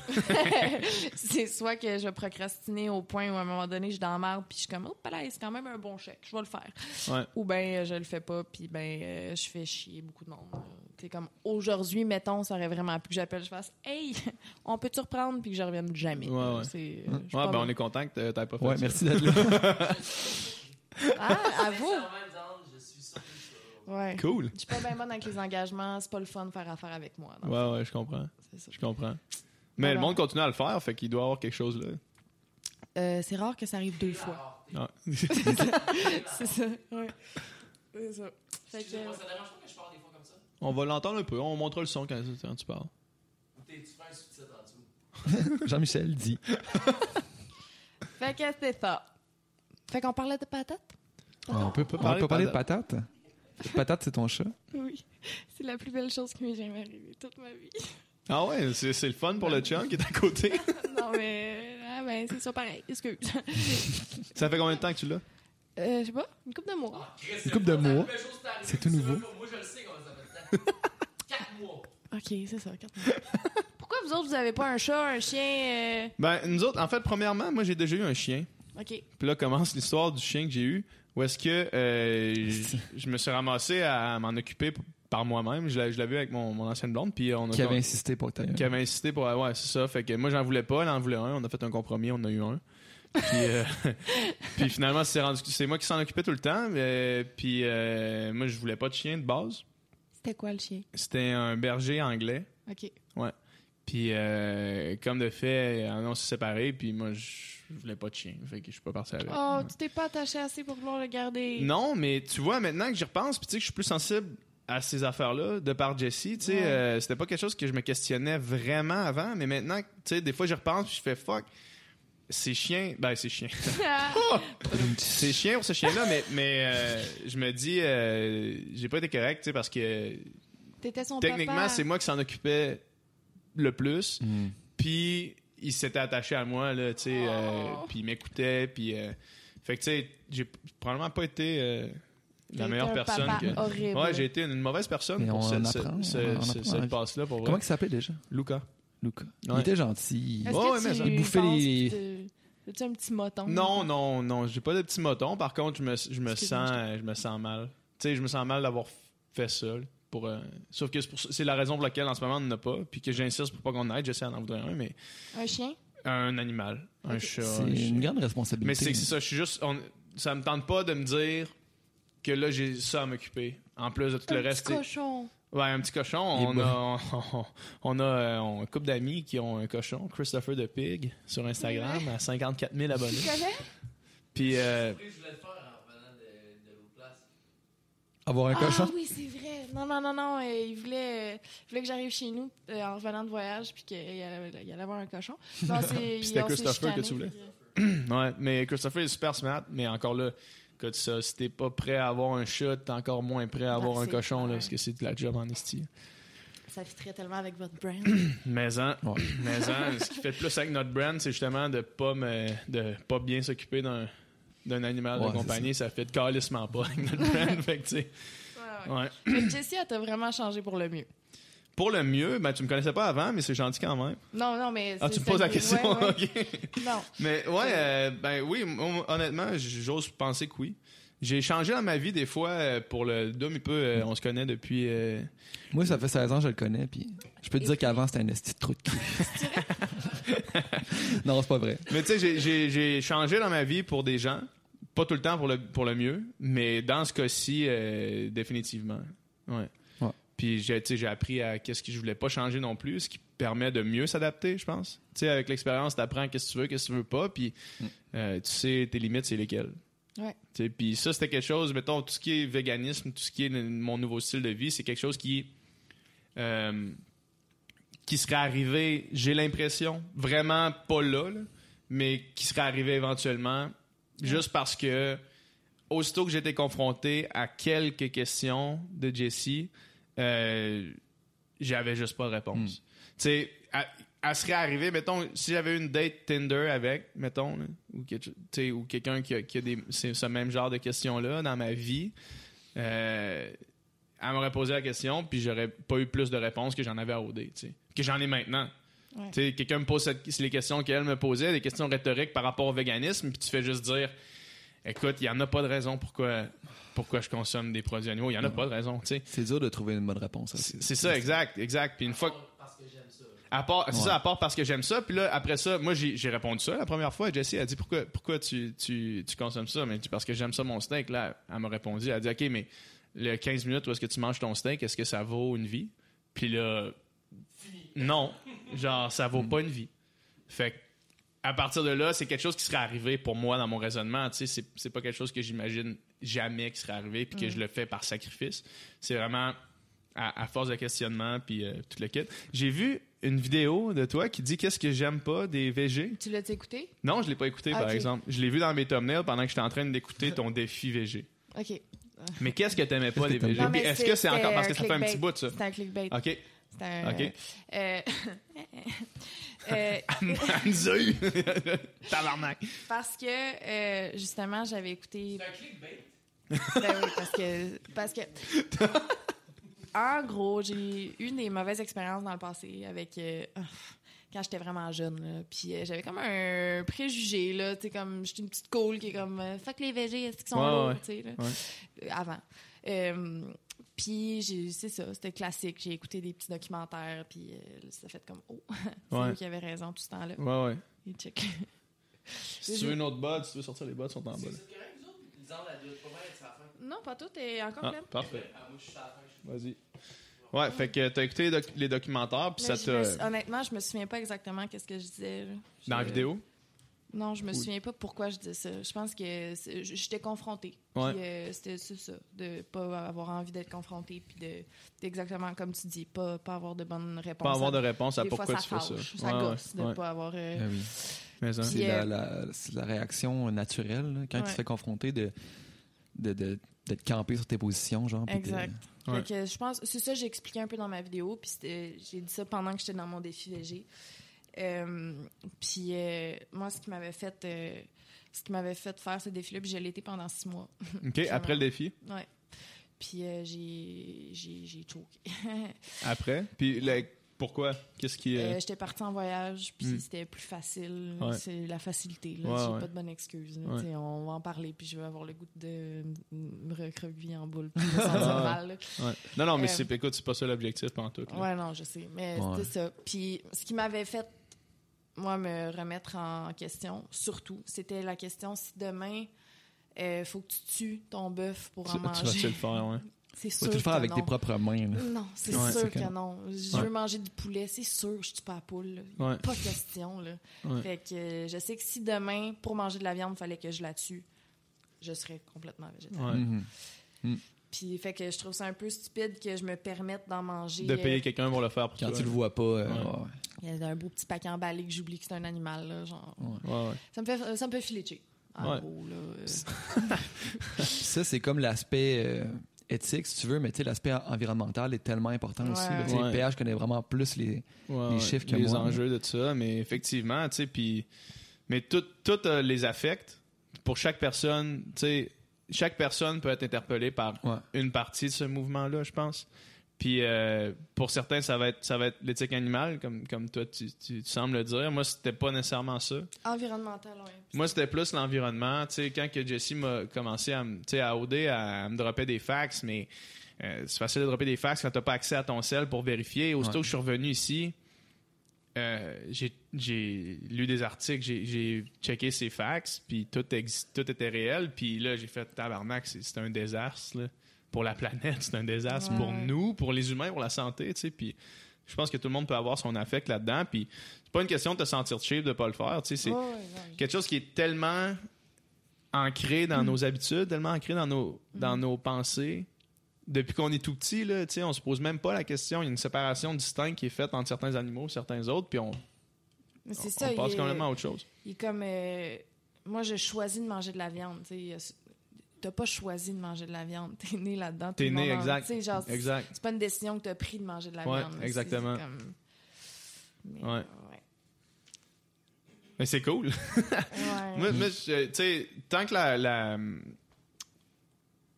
c'est soit que je vais procrastiner au point où à un moment donné, je suis dans la merde puis je suis comme, oh, là, c'est quand même un bon chèque, je vais le faire.
Ouais.
Ou ben euh, je le fais pas puis ben euh, je fais chier beaucoup de monde. C'est comme aujourd'hui, mettons, ça aurait vraiment pu que j'appelle, je fasse, hey, on peut te reprendre puis que je revienne jamais.
Ouais, ouais.
C'est, euh,
Ouais,
je suis
Ouais,
pas
ben
bonne.
on est content que t'a- t'aies pas fait
Ouais,
ça.
merci d'être là.
Ah, à vous.
Je suis sûr.
Ouais.
Cool.
Je suis pas bien bonne avec les engagements, c'est pas le fun de faire affaire avec moi. non.
Ouais, ouais, je comprends.
C'est ça.
Je comprends. Mais
Alors.
le monde continue à le faire, fait qu'il doit avoir quelque chose là.
Euh, c'est rare que ça arrive deux fois.
Ah.
C'est ça, ouais. C'est ça. Fait que,
Excusez-moi, ça dérange pas que je parle des fois comme ça?
on va l'entendre un peu, on montre le son quand, quand tu parles.
Ou t'es- tu fais un sous-titre en dessous?
Jean-Michel dit.
fait que c'est ça. Fait qu'on parlait de patates?
on peut pas
parler
parler de patate. Patate, c'est ton chat.
Oui. C'est la plus belle chose qui m'est jamais arrivée toute ma vie.
Ah ouais, c'est c'est le fun pour le chum qui est à côté.
non, mais... Ah ben, c'est ça pareil. Excuse.
Ça fait combien de temps que tu l'as?
Euh, je sais pas, une coupe de mois.
Une coupe de mois. C'est tout nouveau.
Moi, je le sais comment ça fait. Quatre mois.
OK, c'est ça, quatre mois. Pourquoi vous autres, vous avez pas un chat, un chien... euh,
Ben, nous autres, en fait, premièrement, moi j'ai déjà eu un chien.
OK.
Puis là commence l'histoire du chien que j'ai eu, où est-ce que euh, je- je me suis ramassé à m'en occuper p- par moi-même. Je l'ai- je l'avais vu avec mon, mon ancienne blonde, puis on a
Qui avait insisté pour que t'ailles.
qui avait insisté pour ouais c'est ça fait que moi j'en voulais pas elle en voulait un on a fait un compromis on en a eu un puis, euh, puis finalement c'est rendu c'est moi qui s'en occupais tout le temps mais- puis euh, moi je voulais pas de chien de base
C'était quoi, le chien?
c'était un berger anglais
OK.
puis euh, comme de fait euh, on s'est séparés puis moi je voulais pas de chien fait que je suis pas parti avec
Oh, tu t'es pas attaché assez pour vouloir le garder.
non mais tu vois maintenant que j'y repense puis tu sais que je suis plus sensible à ces affaires-là de par Jessie, tu sais,
Ouais.
euh, c'était pas quelque chose que je me questionnais vraiment avant, mais maintenant, tu sais, des fois j'y repense puis je fais fuck, ces chiens, ben ces chiens,
Ah!
C'est chien pour ce chien-là, mais, mais euh, je me dis, euh, j'ai pas été correct, tu sais, parce que
T'étais son
techniquement,
papa.
c'est moi qui s'en occupais le plus.
Mm.
Puis il s'était attaché à moi, là, tu sais, euh,
Oh.
puis il m'écoutait, puis. euh, fait que, tu sais, j'ai probablement pas été euh, la
T'étais
meilleure
un
personne
papa
que.
horrible.
Ouais, j'ai été une mauvaise personne
Mais
pour
on
ce,
en
ce-
apprend,
ce-
on en
ce-
apprend dans la
cette
vie.
passe-là, pour
Comment
vrai.
il s'appelait déjà?
Luca.
Lucas. Il
Ouais.
était gentil.
Est-ce
Oh, ouais, mais
que
ça-
tu
Il
lui
bouffait
penses
les-
que t'es- T'as-tu un petit moton?
Non, non, non, j'ai pas de petit moton. Par contre, je me, je me
Excuse-moi,
sens
je
euh, je me sens mal. Tu sais, je me sens mal d'avoir f- fait ça. là, Pour, euh, sauf que c'est pour ça- c'est la raison pour laquelle en ce moment on n'en a pas, puis que j'insiste pour pas qu'on en ait, j'essaie d'en voudrais un, mais
Un chien?
un animal, un chat.
C'est
un chien.
une grande
Mais
responsabilité.
c'est c'est ça, je suis juste, on- ça me tente pas de me dire que là j'ai ça à m'occuper. En plus de tout le
un
reste,
petit
c'est-
cochon.
ouais, un petit cochon.
Il est
On
bon.
a, on, a euh, on- un couple d'amis qui ont un cochon, Christopher the Pig, sur Instagram, à 54 000 abonnés.
Tu connais?
Puis euh,
Après, je voulais le faire en revenant de, de vos places.
avoir un
hein?
cochon.
Ah oui, c'est vrai. Non, non, non, non. euh, il, voulait, euh, il voulait que j'arrive chez nous euh, en revenant de voyage puis qu'il allait, il allait avoir un cochon. Non, c'est- ils
c'était
ont- c'est
Christopher
chicané,
que tu voulais?
fait que-
Ouais, mais Christopher est super smart, mais encore là, écoute ça, si t'es pas prêt à avoir un chat, t'es encore moins prêt à avoir
Ah,
un
c'est
cochon, là,
clair.
parce que c'est de la job en esti.
Ça fitterait tellement avec votre brand.
Maison,
Ouais.
maison, hein, ce qui fait le plus avec notre brand, c'est justement de pas, me- de pas bien s'occuper d'un d'un animal
Ouais,
de
c'est
compagnie, ça. fait calissement pas avec notre brand, fait que tu sais,
Ouais, ouais.
ouais.
Mais Jessie, elle t'a vraiment changé pour le mieux.
Pour le mieux, ben tu me connaissais pas avant, mais c'est gentil quand même.
Non, non, mais.
Ah,
c'est-
tu me
c'est-
poses la question,
ouais, ouais.
ok.
Non.
Mais ouais, euh, ben oui, hon- honnêtement, j- j'ose penser que oui. J'ai changé dans ma vie des fois euh, pour le Dom, il peut, euh, on se connaît depuis. euh,
Moi, ça fait 16 ans que je le connais, puis je peux te dire qu'avant, c'était un esti de trou de cul. non, c'est pas vrai.
Mais tu sais, j'ai- j'ai- j'ai changé dans ma vie pour des gens, pas tout le temps pour le, pour le mieux, mais dans ce cas-ci, euh, définitivement. Ouais.
Ouais.
Puis j'ai tu sais, j'ai appris à qu'est-ce que je voulais pas changer non plus, ce qui permet de mieux s'adapter, je pense. Tu sais, avec l'expérience, t'apprends qu'est-ce que tu veux, qu'est-ce que tu veux pas, puis euh, tu sais tes limites, c'est lesquelles.
Ouais.
Tu sais, Puis ça, c'était quelque chose, mettons, tout ce qui est véganisme, tout ce qui est le- mon nouveau style de vie, c'est quelque chose qui, euh, qui serait arrivé, j'ai l'impression, vraiment pas là, là, mais qui serait arrivé éventuellement, juste parce que, aussitôt que j'étais confronté à quelques questions de Jessie, euh, j'avais juste pas de réponse. Tu sais, à- elle serait arrivée, mettons, si j'avais une date Tinder avec, mettons, là, ou, quelque- tu sais, ou quelqu'un qui a, qui a des, c'est ce même genre de questions-là dans ma vie, euh, elle m'aurait posé la question, puis j'aurais pas eu plus de réponses que j'en avais à OD, tu sais, que j'en ai maintenant.
Ouais.
Tu sais, Quelqu'un me pose cette- c'est les questions qu'elle me posait, des questions rhétoriques par rapport au véganisme, puis tu fais juste dire écoute, il n'y en a pas de raison pourquoi, pourquoi je consomme des produits animaux. Il n'y en a pas de raison, tu sais.
C'est dur de trouver une bonne réponse. aussi.
C'est ça, exact, exact. Puis une fois que-
Parce que j'aime ça.
à part, c'est
Ouais.
ça, à part parce que j'aime ça. Puis là, après ça, moi, j'ai j'ai répondu ça la première fois. Jessie a dit pourquoi, pourquoi tu, tu, tu consommes ça Mais je dis, parce que j'aime ça mon steak. Là, elle m'a répondu. Elle a dit ok, mais le 15 minutes où est-ce que tu manges ton steak, est-ce que ça vaut une vie Puis là, non, genre ça vaut pas une vie. Fait que, à partir de là, c'est quelque chose qui serait arrivé pour moi dans mon raisonnement. Tu sais, c'est- c'est pas quelque chose que j'imagine jamais qui serait arrivé puis que je le fais par sacrifice. C'est vraiment à, à force de questionnement puis euh, tout le kit. J'ai vu une vidéo de toi qui dit qu'est-ce que j'aime pas des VG.
Tu l'as écouté?
Non, je l'ai pas écouté
Ah,
par
ok.
exemple. Je l'ai vu dans mes thumbnails pendant que j'étais en train d'écouter ton défi VG.
OK.
Mais qu'est-ce que t'aimais pas
Qu'est-ce
des
que t'aimes
VG
pas?
Non,
Puis
mais
Est-ce que c'est
c'était
encore parce
un
que ça fait un
clickbait.
petit bout ça
C'était un clickbait.
Ok,
C'était un.
Ah, ok.
euh, euh,
Elle nous a eu. Tabarnak.
parce que, euh, justement, j'avais écouté
C'est un clickbait.
Ben oui, parce que. Parce que en gros, j'ai eu des mauvaises expériences dans le passé avec. euh, quand j'étais vraiment jeune, là. Puis euh, j'avais comme un préjugé, là. Tu sais, comme. J'étais une petite cool qui est comme. euh, Fuck les VG, est-ce qu'ils sont
Ouais,
lourds,
ouais.
tu sais, là. Euh, avant. Euh, puis j'ai- c'est ça, c'était classique. J'ai écouté des petits documentaires, puis euh, ça fait comme. Oh, c'est
Ouais.
lui qui avait raison tout ce temps-là.
Ouais, ouais.
Et check.
Si tu veux une autre botte, si tu veux sortir les bottes, sont en bas. là.
C'est correct, vous autres, les ans, la durée, pas mal, c'est la fin.
Non, pas tout, t'es encore
Ah,
pleine.
parfait.
Ah, moi, je suis à la fin. je suis-
Vas-y. Ouais, fait que t'as écouté les, doc- les documentaires, puis
Mais
ça
je me sou-
t'a.
Honnêtement, je me souviens pas exactement qu'est-ce que je disais. là.
Dans la
Je-
vidéo?
Non, je me
Cool.
souviens pas pourquoi je disais ça. Je pense que c'est- j- j'étais confrontée.
Ouais.
Puis, euh, c'était c'est ça, de pas avoir envie d'être confrontée, puis de d'exactement comme tu dis, pas pas avoir de bonnes réponses.
Pas avoir
à-
de réponse à
des
pourquoi
fois,
tu fais ça.
fâche, Ça
Ouais,
gosse de
ouais.
pas avoir. euh,
Ben
Ah oui.
Mais ça.
Puis,
C'est la,
euh,
la- c'est la réaction naturelle là, quand tu
Ouais.
te fais confronter de, de, de- d'être campé sur tes positions, genre. puis de-
Exact.
Ouais.
Fait que je pense, c'est ça que j'ai expliqué un peu dans ma vidéo, puis c'était- j'ai dit ça pendant que j'étais dans mon défi léger. Euh, puis euh, moi, ce qui m'avait fait, euh, ce qui m'avait fait faire ce défi-là, puis je l'ai été pendant six mois.
OK, après le défi.
Ouais. Puis euh, j'ai, j'ai, j'ai choqué.
euh, Après. Puis là, pourquoi? Qu'est-ce qui. euh,
Euh, j'étais partie en voyage, puis
Mm.
c'était plus facile.
Ouais.
C'est la facilité. Là.
Ouais,
j'ai
ouais.
pas de bonne excuse. là.
Ouais.
Tu sais, On va en parler, puis je vais avoir le goût de me recroqueviller en boule, puis de me sentir
Ouais.
mal. là.
ouais. Non, non, mais
euh,
c'est, écoute, c'est pas ça l'objectif pendant tout.
Ouais, non, je sais. Mais
Ouais.
c'était ça. Puis ce qui m'avait fait, moi, me remettre en question, surtout, c'était la question si demain, euh, faut que tu tues ton bœuf pour
Tu,
en
tu vas-tu
manger.
le faire, ouais.
C'est
Faut
sûr.
tout le faire
que
avec
non.
tes propres mains. là.
Non, c'est
Ouais,
c'est
sûr que
correct.
non. Je
Ouais.
veux manger du poulet, c'est sûr, je tue pas la poule. là.
Ouais.
Pas question, là.
Ouais.
Fait que euh, je sais que si demain, pour manger de la viande, il fallait que je la tue, je serais complètement végétarienne.
Ouais.
Mhm.
Puis fait que je trouve ça un peu stupide que je me permette d'en manger. euh,
de payer quelqu'un pour le faire pour
Quand
toi.
tu le vois pas. euh,
Ouais.
ouais, ouais.
Il y a un beau petit paquet emballé que j'oublie que c'est un animal, là, genre.
Ouais, ouais.
Ça me fait, euh, ça me fait filer cheap. En
Ouais.
gros, là. euh,
Puis ça, c'est comme l'aspect euh, éthique, si tu veux, mais tu sais, l'aspect en- environnemental est tellement important aussi.
Ouais.
là. Tu sais,
Ouais.
Le pH connaît vraiment plus les.
Ouais,
Les
ouais,
chiffres que
les
moi.
enjeux de tout ça mais effectivement tu sais puis mais tout tout, euh, les affecte pour chaque personne tu sais chaque personne peut être interpellée par
Ouais.
une partie de ce mouvement là je pense puis euh, pour certains ça va être ça va être l'éthique animale comme comme toi tu, tu- tu sembles le dire moi c'était pas nécessairement ça
environnemental, ouais.
moi c'était plus l'environnement tu sais quand que Jessie m'a commencé à me- tu sais à OD à, à me dropper des fax mais euh, c'est facile de dropper des fax quand t'as pas accès à ton cell pour vérifier. Aussitôt
Ouais.
que je suis revenu ici, euh, j'ai j'ai lu des articles, j'ai- j'ai checké ces fax, puis tout, exi- tout était réel. Puis là, j'ai fait tabarnak, c'est c'est un désastre là. pour la planète, c'est un désastre
Ouais.
pour nous, pour les humains, pour la santé, tu sais. Puis je pense que tout le monde peut avoir son affect là-dedans. Puis c'est pas une question de te sentir cheap de pas le faire, tu sais. c'est-
Ouais, ouais, ouais.
quelque chose qui est tellement ancré
Mm.
dans nos habitudes, tellement ancré dans nos, dans nos pensées. Depuis qu'on est tout petit, là, tu sais, on se pose même pas la question. Il y a une séparation distincte qui est faite entre certains animaux, certains autres, puis on,
Mais
on
c'est ça. il
passe
est-
complètement à autre chose.
Il est comme. euh, moi, j'ai choisi de manger de la viande. Tu sais. T'as pas choisi de manger de la viande. T'es né là-dedans.
T'es
tout le
né,
monde en-
exact.
tu sais, genre, c'est-
Exact.
C'est pas une décision que t'as prise de manger de la
Ouais,
viande. c'est-
exactement.
c'est comme- Mais,
Ouais.
ouais.
Mais c'est cool.
Ouais.
Moi- moi, je- tu sais, tant que la, la-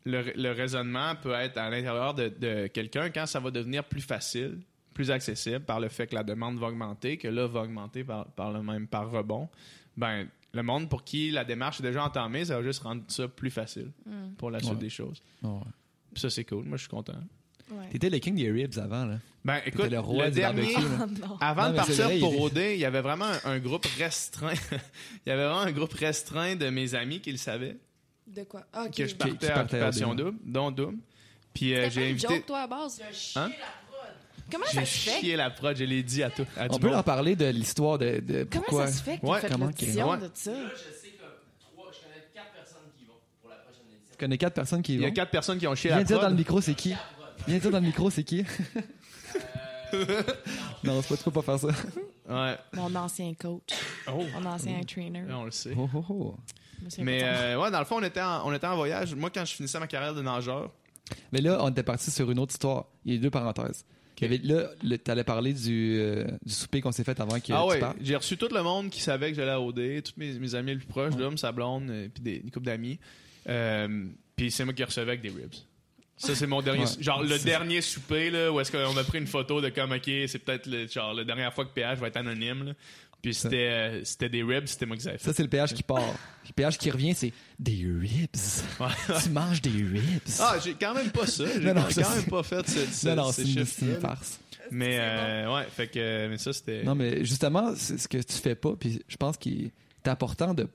le, le raisonnement peut être à l'intérieur de, de quelqu'un, quand ça va devenir plus facile, plus accessible par le fait que la demande va augmenter, que là va augmenter par, par le même par rebond, ben le monde pour qui la démarche est déjà entamée, ça va juste rendre ça plus facile
Mm,
pour la suite
Ouais.
des choses.
Non, ouais.
Puis ça c'est cool, moi je suis content.
ouais.
T'étais le king des ribs avant, là.
Ben écoute,
le roi
le
du
dernier,
barbecue.
Ah, non.
Avant
Non,
de
mais c'est
partir
vrai, il
pour
est-
OD, il y avait vraiment un, un groupe restreint. il y avait vraiment un groupe restreint de mes amis qui le savaient,
De quoi? Ah, ok.
que je
par-
partais
qui
à
partaient à
Occupation
OD.
Double, dont Double. Puis euh,
T'as
j'ai
fait une
invité...
joke, toi, à base?
Hein?
Comment
J'ai
ça se fait?
chié la prod, je l'ai dit à tout. à
On
tout
peut
le
en
monde.
parler de l'histoire de, de
Comment
pourquoi.
ça se fait que
Ouais,
tu fais
comment
l'audition
que-
de ça?
Hein?
Là, je sais que trois, je connais quatre personnes qui vont pour la prochaine édition.
Je connais quatre personnes qui y
Il y
vont.
a quatre personnes qui ont chié
Viens
la
dire dans le
prod.
micro, c'est qui Viens dire dans le micro, c'est qui
Euh,
Non, c'est pas, tu peux pas faire ça.
Ouais.
Mon ancien coach,
Oh,
mon ancien trainer.
on le sait.
Oh, oh, oh.
Monsieur
Mais
Coton.
euh, ouais, dans le fond, on était, en, on était en voyage. Moi, quand je finissais ma carrière de nageur,
Mais là, on était parti sur une autre histoire. Il y a deux parenthèses. Il
Ok.
y avait- là, le- t'allais parler du, euh, du souper qu'on s'est fait avant que
ah
tu
ouais,
parles.
j'ai reçu tout le monde qui savait que j'allais à OD, tous mes, mes amis les plus proches, l'homme, sa blonde, euh, puis des, une couple d'amis. Euh, puis c'est moi qui recevais avec des ribs. Ça, c'est mon dernier.
Ouais.
Genre, le dernier souper, là, où est-ce qu'on m'a pris une photo de comme, OK, c'est peut-être le, genre la dernière fois que PH va être anonyme, là. Puis c'était, euh, c'était des ribs, c'était moi qui les avais
Ça,
fait.
c'est le pH qui part. Le pH qui revient, c'est des ribs. tu manges des ribs.
Ah, j'ai quand même pas ça. J'ai
Non, non,
quand
ça,
quand même
c'est-
pas fait ce, ce,
non, non,
ces
c'est une, c'est une
chiffres-là.
farce.
Mais, euh, ouais, fait que, euh, mais ça, c'était.
Non, mais justement, c'est ce que tu fais pas, puis je pense qu'il est important de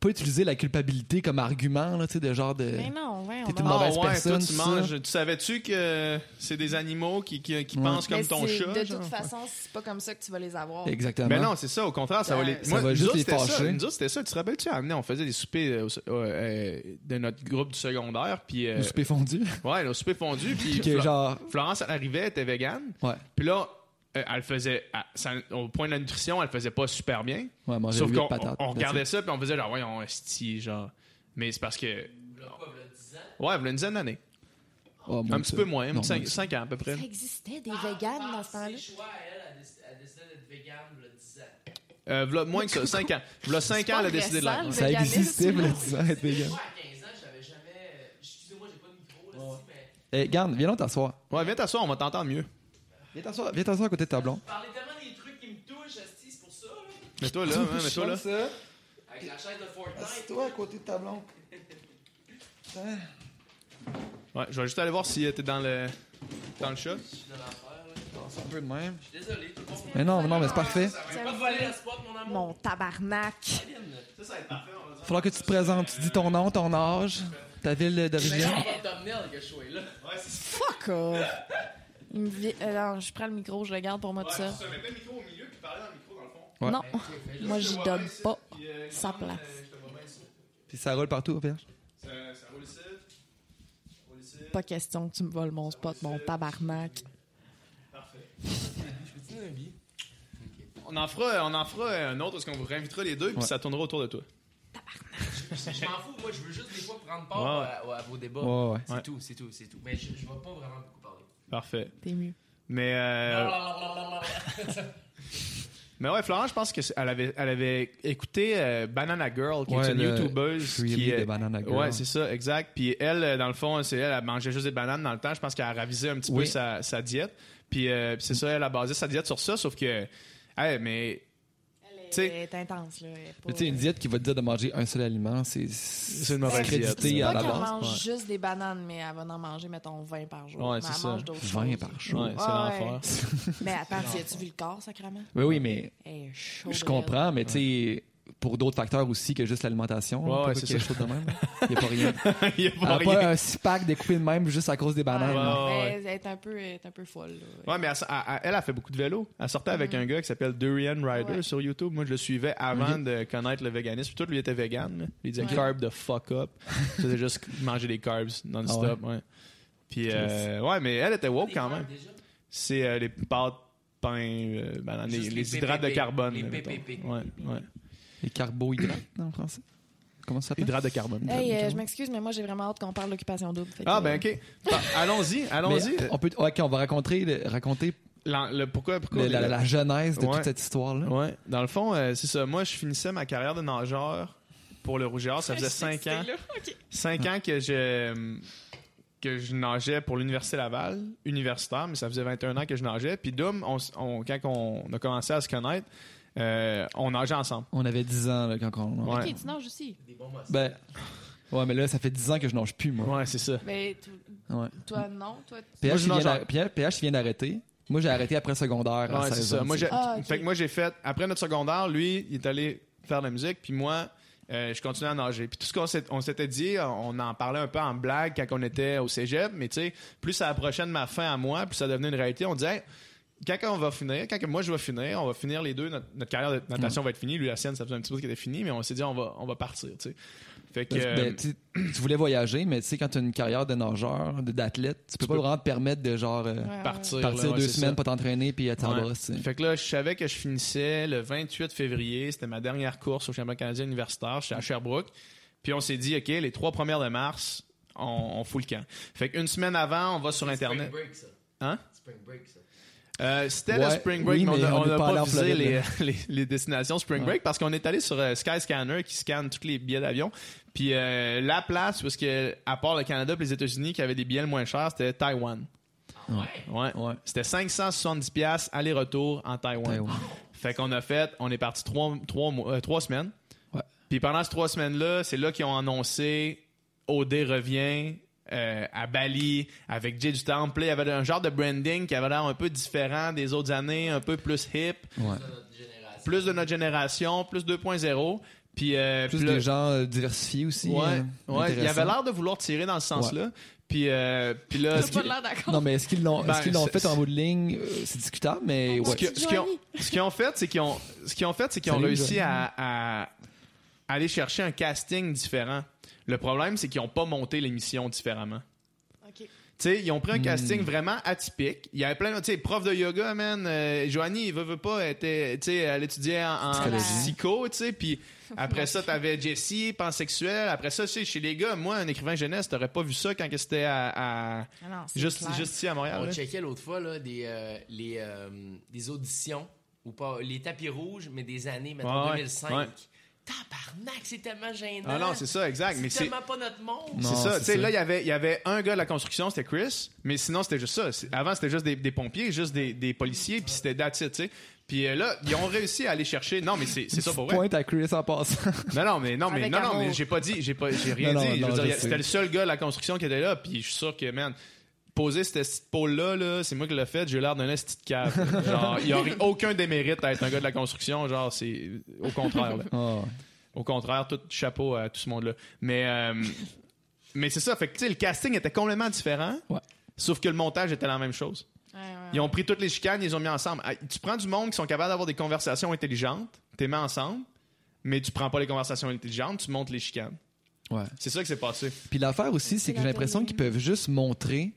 pas utiliser la culpabilité comme argument, là, tu sais, de genre de.
Mais non, ouais, on
t'es une
va-
mauvaise
Ah ouais,
personne,
toi, tu
ça.
manges. Tu savais-tu que c'est des animaux qui, qui, qui
Ouais.
pensent
Mais
comme ton
c'est-
chat?
De
genre?
toute façon, c'est pas comme ça que tu vas les avoir.
Exactement.
Ben non, c'est ça, au contraire, ça va les.
Ça
va
nous
juste
autres,
les
c'était ça.
fâcher.
Nous autres, c'était ça. Tu te rappelles-tu, amené, on faisait des soupers euh, au- euh, euh, de notre groupe du secondaire, puis. euh,
Le souper fondu.
Ouais, nos soupers fondus, puis.
que
Fla-
genre.
Florence, elle arrivait, elle était végane,
Ouais,
puis là, euh, elle faisait. elle- ça- au point de la nutrition, elle faisait pas super bien.
ouais, manger
Sauf
huit
qu'on
patates.
on- on
That's it.
regardait ça, puis on faisait genre, ouais, on esti, genre. Mais c'est parce que. Ouais, il y a une dizaine d'années.
Oh, mon
Un petit
Dieu.
peu moins, un
Non,
petit
moi,
cinq
ça.
cinq ans à peu près.
Ça existait, des véganes dans ce temps-là.
choix, Ah, elle, elle, déc- elle décidait d'être végane le 10 ans.
Euh, v'là moins que ça, 5 ans. V'là 5 ans, elle a décidé de
récent,
l'être.
le
Ouais.
Ça
Véganisme,
existait,
sinon.
mais tu sens être vegan.
Moi, à 15 ans, j'avais jamais. Excusez-moi, j'ai pas de micro là, si, mais.
Eh, garde, viens donc t'asseoir.
Ouais, viens t'asseoir, on va t'entendre mieux.
Viens t'asseoir, viens t'asseoir à côté de ta blonde.
Vous parlez tellement des trucs qui me touchent, esti, c'est pour ça, là.
Mais toi là, hein, mais toi là.
Avec la chaîne de Fortnite.
Assis-toi à côté de ta blonde.
Ouais, je vais juste aller voir si euh, t'es dans le dans le shot.
Je suis dans l'enfer, là.
C'est un peu de même.
Je suis désolé, tout le monde.
Mais non, non, mais c'est parfait.
J'ai pas volé la spot, mon amour.
Mon tabarnak.
Ça, ça va être parfait, on va dire.
Faudra que tu te présentes, tu dis ton nom, ton âge, ta ville
C'est
d'origine.
un thumbnail que je sois là.
Ouais, c'est
Fuck off. Il me vit- euh, non, je prends le micro, je le garde pour moi tout seul.
mettais le micro au milieu puis parlais dans le micro dans le fond.
Ouais.
Non, moi
je
j'y
te vois
donne
bien,
pas.
Puis, euh,
Sa
sinon,
place.
euh, je te vois bien ici.
Puis ça roule partout, Pierre.
Ça ça roule ici. Ça roule ici.
pas question que tu me voles mon spot, mon tabarnak.
On en fera, on en fera un autre parce qu'on vous réinvitera les deux puis
Ouais.
ça tournera autour de toi.
Je m'en fous, moi, je veux juste des fois prendre part
Ouais.
à- à, vos débats.
Ouais, ouais.
C'est
Ouais.
tout, c'est tout, c'est tout. Mais je, je vais pas vraiment beaucoup parler.
Parfait.
T'es mieux.
Mais euh, mais ouais, Florence, je pense qu'elle avait, elle avait écouté euh, Banana Girl, qui
Ouais,
est une
le
YouTubeuse
Freely
qui
de
euh,
Banana Girl.
Ouais, c'est ça, exact. Puis elle, euh, dans le fond, c'est elle, elle mangeait juste des bananes dans le temps. Je pense qu'elle a ravisé un petit peu
Oui.
sa, sa diète. Puis, euh, puis c'est ça, elle a basé sa diète sur ça, sauf que, hey, mais
Elle
T'sais-
est, intense, là. elle est pas-
Mais tu sais, une diète qui va te dire de manger un seul aliment, c'est c'est
une mauvaise diète.
crédité
C'est
à
pas
la
qu'elle
base.
mange
Ouais.
juste des bananes, mais elle va en manger, mettons, 20 par jour.
Ouais,
Mais
c'est
elle
ça.
mange d'autres
20
choses.
par
ouais,
jour.
c'est
Ouais.
l'enfer.
Mais attends, tu as-tu vu le corps, sacrément?
Oui, oui, mais
Elle est chaude.
je comprends, mais tu sais, pour d'autres facteurs aussi que juste l'alimentation,
Ouais,
là,
ouais,
pourquoi
c'est
qu'il y a
ça.
quelque chose de même. Il n'y a pas rien.
Il y a
Elle
pas
a
rien.
pas un six pack découpé de même juste à cause des
Ouais,
bananes. là.
ouais,
mais Elle est un peu, elle est un peu folle, là.
Ouais, mais elle, s- elle- elle, elle a fait beaucoup de vélo. Elle sortait avec un gars qui s'appelle Durian Rider
Ouais.
sur YouTube. Moi, je le suivais avant de connaître le véganisme. Puis tout, lui était vegan. là. Il disait
Ouais.
carb de fuck up. Il faisait juste manger des carbs non-stop. ouais. Puis, euh, ouais, mais elle était woke quand même. C'est euh, les pâtes, pain, euh, ben, les,
Juste
les
les
hydrates de
PPP,
carbone.
les
là, mettons.
PPP.
Ouais, ouais.
Les carbohydrates, en français. Comment ça s'appelle?
Hydrates de carbone.
Hey, euh, je m'excuse, mais moi, j'ai vraiment hâte qu'on parle d'occupation double. Fait que,
Ah, ben, OK. Bah, allons-y,
Mais euh,
allons-y.
on peut, ok, on va raconter, le- raconter
L'en- le- pourquoi, pourquoi
le- la, la genèse de
Ouais.
toute cette histoire-là.
Ouais, dans le fond, euh, c'est ça. Moi, je finissais ma carrière de nageur pour le Rouge et Or. Ça faisait 5 ans. 5 ans que je que je nageais pour l'Université Laval, universitaire, mais ça faisait 21 ans que je nageais. Puis Doom, on, s- on- quand on a commencé à se connaître, euh, on nageait ensemble.
On avait 10 ans là, quand on.
Ouais,
OK, tu nages aussi.
Des bons massages.
Ben, ouais, mais là, ça fait 10 ans que je nage plus, moi.
ouais c'est ça.
Mais tu-
Ouais.
Ben, toi, non. Toi, tu-
PH,
Moi, je
il vient
nage en-
d'ar- Pierre- PH, il vient d'arrêter. Moi, j'ai arrêté après secondaire. à
Ouais, c'est
16
ça.
ans,
Moi,
tu sais.
j'ai-
Ah, ok.
Fait que moi, j'ai fait, après notre secondaire, lui, il est allé faire de la musique, puis moi, euh, je continuais à nager. Puis tout ce qu'on s'est- on s'était dit, on en parlait un peu en blague quand on était au cégep, mais tu sais, plus ça approchait de ma fin à moi, plus ça devenait une réalité, on disait, Hey, quand on va finir, quand que moi je vais finir, on va finir les deux, notre, notre carrière de
Mm.
natation va être finie, lui, la sienne, ça faisait un petit peu qu'elle était finie, mais on s'est dit, on va, on va partir, tu sais. Fait que.
Ben, tu tu voulais voyager, mais tu sais, quand tu as une carrière de nageur, de- d'athlète, tu peux pas
peux-
vraiment te permettre de genre euh,
Ouais, ouais.
partir,
partir
là, ouais,
deux
c'est
semaines,
ça.
pas t'entraîner, puis être en
Ouais.
brosse, tu sais.
Fait que là, je savais que je finissais le 28 février. C'était ma dernière course au championnat canadien universitaire. J'étais à Sherbrooke. Puis on s'est dit, OK, les trois premières de mars, on, on fout le camp. Fait qu'une semaine avant, on va sur
C'est
Internet.
Spring break, ça.
Hein?
Spring break, ça.
Euh, C'était le
Ouais,
Spring Break,
oui,
mais on
mais
a-
on
on
n'est
n'a
pas allé
pas
en
visé les,
Floride,
les- les destinations Spring
Ouais.
Break parce qu'on est allé sur euh, Skyscanner qui scanne tous les billets d'avion. Puis euh, la place, parce que à part le Canada et les États-Unis qui avaient des billets le moins chers, c'était Taïwan.
Ouais.
Ouais.
Ouais.
C'était 570$ piastres aller-retour en Taïwan.
Taïwan.
Fait qu'on a fait, on est parti trois, trois, mois- euh, trois semaines.
Ouais.
Puis pendant ces trois semaines-là, c'est là qu'ils ont annoncé OD revient euh, à Bali avec Jay du Temple. Il y avait un genre de branding qui avait l'air un peu différent des autres années, un peu plus hip,
Ouais.
De notre génération.
plus de notre génération, plus 2.0. Puis, euh,
Plus
puis là-
des gens euh, diversifiés aussi.
Ouais,
euh,
ouais, il
intéressants.
avait l'air de vouloir tirer dans ce sens-là. Puis, euh, puis là,
T'as pas l'air d'accord.
Non, mais est-ce qu'ils l'ont
Ben,
est-ce qu'ils l'ont
c'est-
fait en bout de ligne Euh, C'est discutable, mais
Ce
ouais.
que- ce qu'ils ont, ce qu'ils ont fait, c'est qu'ils ont, ce qu'ils ont fait, c'est qu'ils ont
Salut,
réussi
Johnny.
à, à aller chercher un casting différent. Le problème, c'est qu'ils n'ont pas monté l'émission différemment.
OK.
Tu sais, ils ont pris un
Hmm.
casting vraiment atypique. Il y avait plein de, tu sais, prof de yoga, man. euh, Joanie, il veut, veut pas, elle était, tu sais, elle étudiait en, en
Psychologie.
psycho, tu sais, puis après ça, t'avais Jessie, pansexuel. Après ça, tu sais, chez les gars, moi, un écrivain jeunesse, t'aurais pas vu ça quand que c'était à, à-
Ah non, c'est
juste,
clair.
juste ici à Montréal.
On
là.
checkait l'autre fois là, des, euh, les, euh, des auditions, ou pas, les tapis rouges, mais des années, maintenant
Ouais,
2005.
ouais.
Tabarnak, c'est tellement gênant.
Ah non, c'est ça, exact. Mais
C'est
c'est,
tellement pas notre monde.
Non,
C'est ça,
c'est
tu sais,
ça.
là, il y avait- il y avait un gars de la construction, c'était Chris, mais sinon, c'était juste ça. C'est- Avant, c'était juste des, des pompiers, juste des, des policiers, puis c'était that's it, tu sais. Puis euh, là, ils ont réussi à aller chercher. Non, mais c'est c'est ça pour vrai.
Pointe à Chris en passant.
Non, non, mais non, mais
Avec
non, non,
amour.
mais j'ai pas dit, j'ai pas, j'ai rien
Non, non,
dit. Je veux
non,
dire,
je
y a-
sais.
c'était le seul gars de la construction qui était là, puis je suis sûr que, man, poser cette petite pôle-là, là, c'est moi qui l'ai fait, j'ai l'air d'un esti de cave. Genre, il n'y aurait aucun démérite à être un gars de la construction, genre, c'est au contraire, là.
Oh.
Au contraire, tout chapeau à tout ce monde-là. Mais, euh, mais c'est ça. Fait que, tu sais, le casting était complètement différent.
Ouais.
Sauf que le montage était la même chose.
Ouais, ouais,
Ils ont pris toutes les chicanes, ils les ont mis ensemble. Ah, Tu prends du monde qui sont capables d'avoir des conversations intelligentes, t'es mis ensemble, mais tu prends pas les conversations intelligentes, tu montes les chicanes.
Ouais.
C'est ça qui s'est passé.
Puis l'affaire aussi, c'est
C'est
que j'ai
la
l'impression
télé.
qu'ils peuvent juste montrer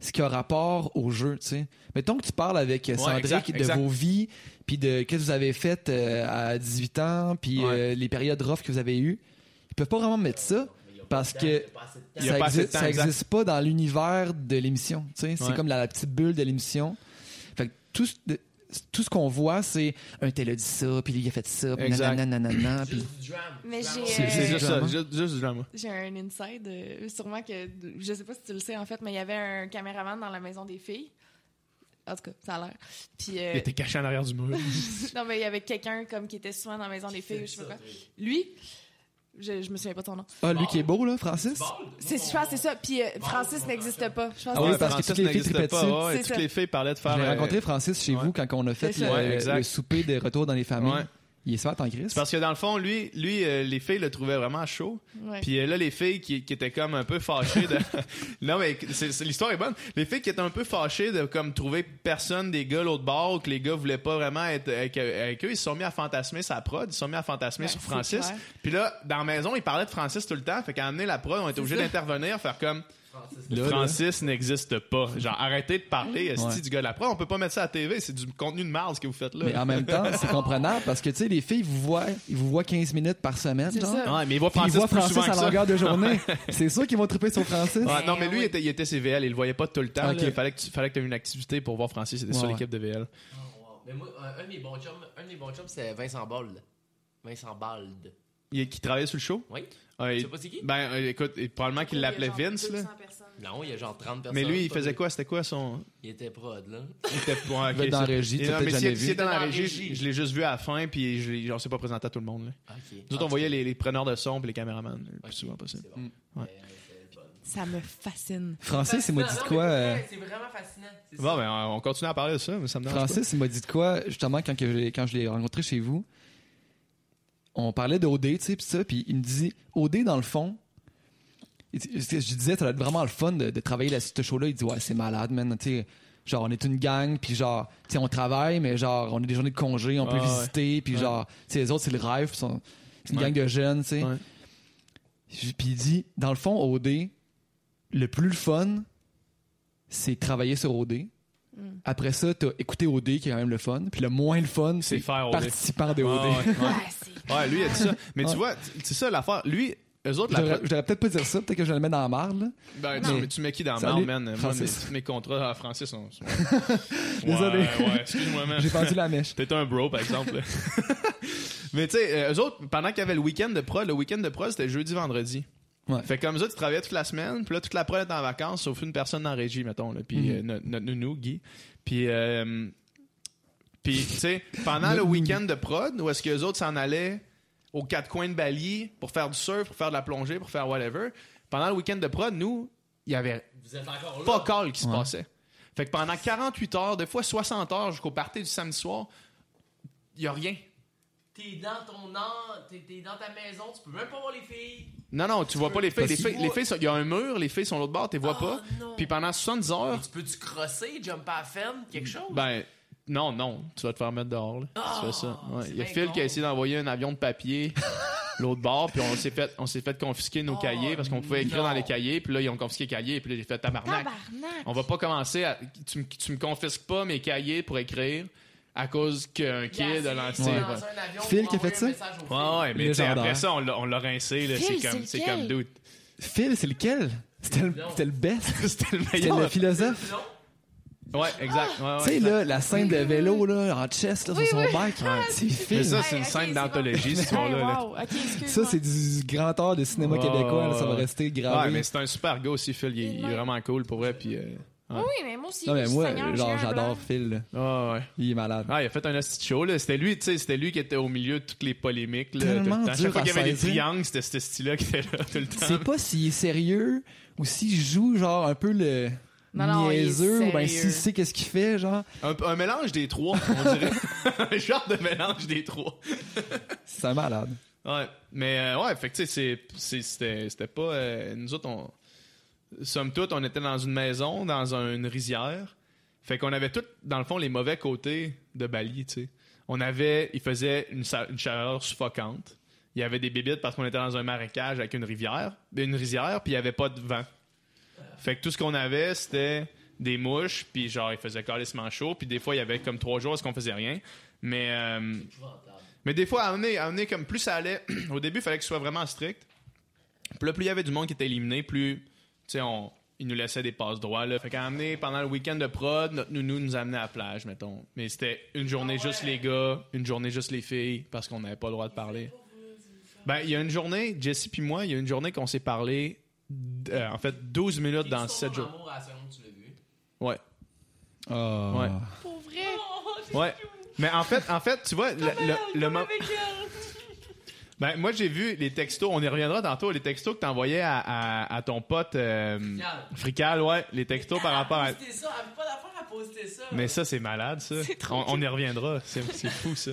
ce qui a rapport au jeu, tu sais. Mettons que tu parles avec euh,
Ouais,
Cendrick
exact,
de
exact.
vos vies, puis de qu'est-ce que vous avez fait euh, à 18 ans, puis
Ouais.
euh, les périodes rough que vous avez eues. Ils peuvent pas vraiment mettre ça parce que
Il y a
ça
pas assez de
existe-
temps,
ça
exact.
existe pas dans l'univers de l'émission, tu sais. C'est
Ouais.
comme la, la petite bulle de l'émission. Fait que tout ce- de- tout ce qu'on voit, c'est un tel a dit ça, puis lui, il a fait ça, puis
Exact.
nanana, nanana, puis
Mais j'ai,
C'est- c'est
euh,
C'est juste ça,
drama.
juste, juste du drama.
J'ai un inside, euh, sûrement que je sais pas si tu le sais en fait, mais il y avait un caméraman dans la maison des filles. En tout cas, ça a l'air. Puis euh,
Il était caché en arrière du mur.
non, mais il y avait quelqu'un comme qui était souvent dans la maison des filles, ou je sais pas quoi. Lui, je, je me souviens pas de son nom.
Ah, lui qui est beau, là, Francis?
C'est, je pense que c'est ça. Puis euh, Francis n'existe pas. Je pense
Ah oui,
que c'est
parce que
Francis
toutes les filles
n'existait
tripaient
pas,
dessus.
ouais,
C'est
toutes
ça.
les filles parlaient de faire.
J'ai
euh,
rencontré Francis chez
ouais.
vous quand on a fait
C'est
le,
ça.
Ouais, exact.
le souper des retours dans les familles.
Ouais.
Il est smart en crise.
C'est parce que dans le fond, lui, lui euh, les filles le trouvaient vraiment chaud.
Ouais.
Puis euh, là, les filles qui, qui étaient comme un peu fâchées de. non, mais c'est- c'est- l'histoire est bonne. Les filles qui étaient un peu fâchées de comme trouver personne des gars l'autre bord, ou que les gars voulaient pas vraiment être avec, avec eux, ils se sont mis à fantasmer sa prod, ils se sont mis à fantasmer
Ben,
sur
c'est
Francis.
clair.
Puis là, dans la maison, ils parlaient de Francis tout le temps. Fait qu'à amener la prod, on était obligé
ça.
d'intervenir, faire comme.
Là, là.
Francis n'existe pas. Genre, arrêtez de parler, esti,
Ouais.
du gars de la prod. On peut pas mettre ça à la TV, c'est du contenu de marde ce que vous faites là.
Mais en même temps, c'est comprenable parce que, tu sais, les filles vous voient, ils vous voient 15 minutes par semaine.
C'est
genre.
ça.
Ouais, mais il voit
Puis
Francis,
ils voient
plus
Francis
souvent que
à
ça.
longueur de journée. c'est sûr qu'ils vont triper sur Francis.
Ouais, Ah, non, mais
Ben
lui,
oui.
il, était, il était CVL, il le voyait pas tout le temps.
Ok.
là. Il fallait que tu fallait que aies une activité pour voir Francis, c'était
Ouais,
sur
ouais.
l'équipe de VL.
Oh, Mais moi, un, un de mes bons chums, un de mes bons chums, c'est Vincent Bald. Vincent Bald.
Il, qui travaillait sur le show.
Oui.
Ouais,
Tu
il-
sais pas c'est qui?
Ben, euh, écoute, il- probablement qu'il l'appelait Vince, là.
Non, il y a genre 30 personnes.
Mais lui, il
Pas
faisait
de-
quoi C'était quoi son.
Il était prod, là.
Il était ouais, ok,
Il va être dans la
c'est-
régie,
Et
t'as
non,
peut-être
mais s'il-
jamais vu.
s'il était dans la
Dans la
régie,
régie.
je l'ai juste vu à la fin, puis je l'ai- on s'est pas présenté à tout le monde. Là.
Ok.
Ah, Nous autres, on voyait les, les preneurs de son puis les caméramans le plus
Ok,
souvent possible. Mm.
c'est bon.
Ouais.
Mais, euh, c'est
Ça
bon.
me fascine.
Francis, il m'a dit de quoi? euh,
C'est vraiment fascinant. c'est
Bon,
ça.
ben, on on continue à parler de ça, mais ça me dérange pas.
Francis, il m'a dit de quoi, justement, quand, que je l'ai- quand je l'ai rencontré chez vous. On parlait d'OD, tu sais, pis ça, puis il me dit, OD, dans le fond, il dit- je je disais, ça doit être vraiment le fun de, de travailler là, ce show-là. Il dit, ouais, c'est malade, man, tu sais. Genre, on est une gang, puis genre, tu sais, on travaille, mais genre, on a des journées de congé, on peut
Ah, ouais.
visiter, puis
Ouais.
genre, tu sais, les autres, c'est le rêve, pis sont- c'est une
Ouais.
gang de jeunes, tu sais.
Ouais.
Puis il dit, dans le fond, OD, le plus le fun, c'est travailler sur OD.
Mm.
Après ça, t'as écouté OD, qui est quand même le fun. Puis le moins le fun,
C'est
c'est
faire OD.
participant de
Ouais,
OD.
ouais, ouais.
Ah, c'est
Ouais, lui, il a dit ça. Mais
Ouais.
tu vois, tu- c'est ça l'affaire. Lui, eux autres,
Je
la
devrais- je devrais peut-être pas dire ça, peut-être que je le mets dans la marde. là.
Ben, tu,
Non.
mais tu mets qui dans la
Salut,
merde, man? Moi,
Francis.
mes, mes contrats à Francis sont. sont-
Désolé.
Ouais, ouais, excuse-moi, man.
J'ai pendu la mèche.
T'es un bro, par exemple. mais tu sais, euh, eux autres, pendant qu'il y avait le week-end de pro, le week-end de pro, c'était jeudi, vendredi.
Ouais.
Fait que comme ça, tu travaillais toute la semaine, puis là, toute la pro était en vacances, sauf une personne en régie, mettons, là, puis
Mhm.
euh, notre- notre nounou, Guy. Puis. euh, puis, tu sais, pendant le
Notre
week-end de prod, où est-ce que les autres s'en allaient aux quatre coins de Bali pour faire du surf, pour faire de la plongée, pour faire whatever, pendant le week-end de prod, nous, il y avait
Vous êtes encore là.
pas call qui se
Ouais.
passait. Fait que pendant 48 heures, des fois 60 heures jusqu'au party du samedi soir, il y a rien.
T'es dans ton an, t'es t'es dans ta maison, tu peux même pas voir les filles.
Non, non, tu vois pas les filles.
Parce
Les
qu'il
filles,
voit-
les filles sont- il y a un mur, les filles sont l'autre bord, tu les vois
Oh,
pas.
non.
Puis pendant 70
Mais
heures,
tu peux-tu crosser, jump à femme, quelque chose?
Ah. ben, non, non, tu vas te faire mettre dehors. là. tu fais ça.
Oh,
Ouais.
c'est
Il y a
bien
Phil qui a
con.
essayé d'envoyer un avion de papier l'autre bord, puis on s'est fait, on s'est fait confisquer nos
Oh,
cahiers parce qu'on pouvait écrire
non.
dans les cahiers, puis là, ils ont confisqué les cahiers, puis là, j'ai fait tabarnak.
tabarnak.
On va pas commencer à. Tu, me- tu me confisques pas mes cahiers pour écrire à cause qu'un kid a lancé.
Ouais.
Ouais.
Phil qui a fait ça?
Ouais, ouais, mais tu sais,
Légendaire.
après ça, on l'a, on l'a rincé, là, c'est
Phil,
comme, c'est
c'est
comme
lequel?
dude.
Phil, c'est lequel? C'était le,
Non.
c'était le best.
C'était le
C'était
meilleur.
le philosophe.
Ouais, exact. Ah, Ouais, ouais,
tu sais,
exact.
là, la scène de vélo, là, en chest, là, sur son bike. C'est
Mais
Phil.
ça,
Ça,
c'est une
Hey, ok,
scène
c'est
d'anthologie, ce soir-là.
Hey,
là.
wow. Ok, excuse-moi.
c'est du grand art de cinéma
Ouais,
québécois. là, ça va
Ah, ouais.
rester
Ouais,
gravé.
mais c'est un super gars aussi, Phil. Il, est- il est vraiment cool, pour vrai. Puis, euh,
Oui, Ah oui, mais moi aussi.
non, mais
je suis
moi,
Seigneur,
genre,
j'ai un
j'adore
blanc.
Phil. là.
ah, ouais.
Il est malade.
Ah, il a fait un hostie de show, là. C'était lui, tu sais, c'était lui qui était au milieu de toutes les polémiques, là.
Tellement
tout le temps. À
dur
chaque fois
à
qu'il y avait des
saisir.
triangles, c'était ce style-là qui était là tout le
Je sais
temps.
pas s'il est sérieux ou s'il joue genre un peu le
Non, non, il est
niaiseux ou bien
sérieux.
s'il sait qu'est-ce qu'il fait genre
Un, un mélange des trois, on dirait. un genre de mélange des trois.
c'est un malade.
Ouais, mais euh, ouais, fait que tu sais, c'est- c'est- c'était c'était pas. euh, nous autres, on. Somme toute, on était dans une maison, dans un- une rizière. Fait qu'on avait tout, dans le fond, les mauvais côtés de Bali, tu sais. On avait. Il faisait une, sa- une chaleur suffocante. il y avait des bébites parce qu'on était dans un marécage avec une rivière, une rizière, puis il n'y avait pas de vent. Fait que tout ce qu'on avait, c'était des mouches, puis genre, il faisait carrément chaud, puis des fois, il y avait comme trois jours, parce qu'on faisait rien. Mais, euh, mais des fois, à amener, comme plus ça allait, au début, il fallait que ce soit vraiment strict. Puis là, plus il y avait du monde qui était éliminé, plus, tu sais, on, ils nous laissaient des passes droits, là. Fait qu'à amener, pendant le week-end de prod, notre nounou nous amenait à la plage, mettons. Mais c'était une journée juste les gars, une journée juste les filles, parce qu'on n'avait pas le droit de parler. Ben, il y a une journée, Jesse puis moi, il y a une journée qu'on s'est parlé, d- euh, en fait, 12 minutes dans 7 jours.
Amour à la seconde, tu l'as vu.
Ouais.
Ah.
Ouais.
Pour vrai.
Ouais. Mais en fait, en fait, tu vois, le, le- le mo- Ben, moi, j'ai vu les textos, on y reviendra tantôt, les textos que t'envoyais à, à, à ton pote euh,
Frical.
Frical, ouais, les textos par rapport à.
Poster ça, elle avait pas d'affaire à poster ça.
Mais ça, c'est malade, ça.
C'est trop
On, on y reviendra. C'est c'est fou, ça.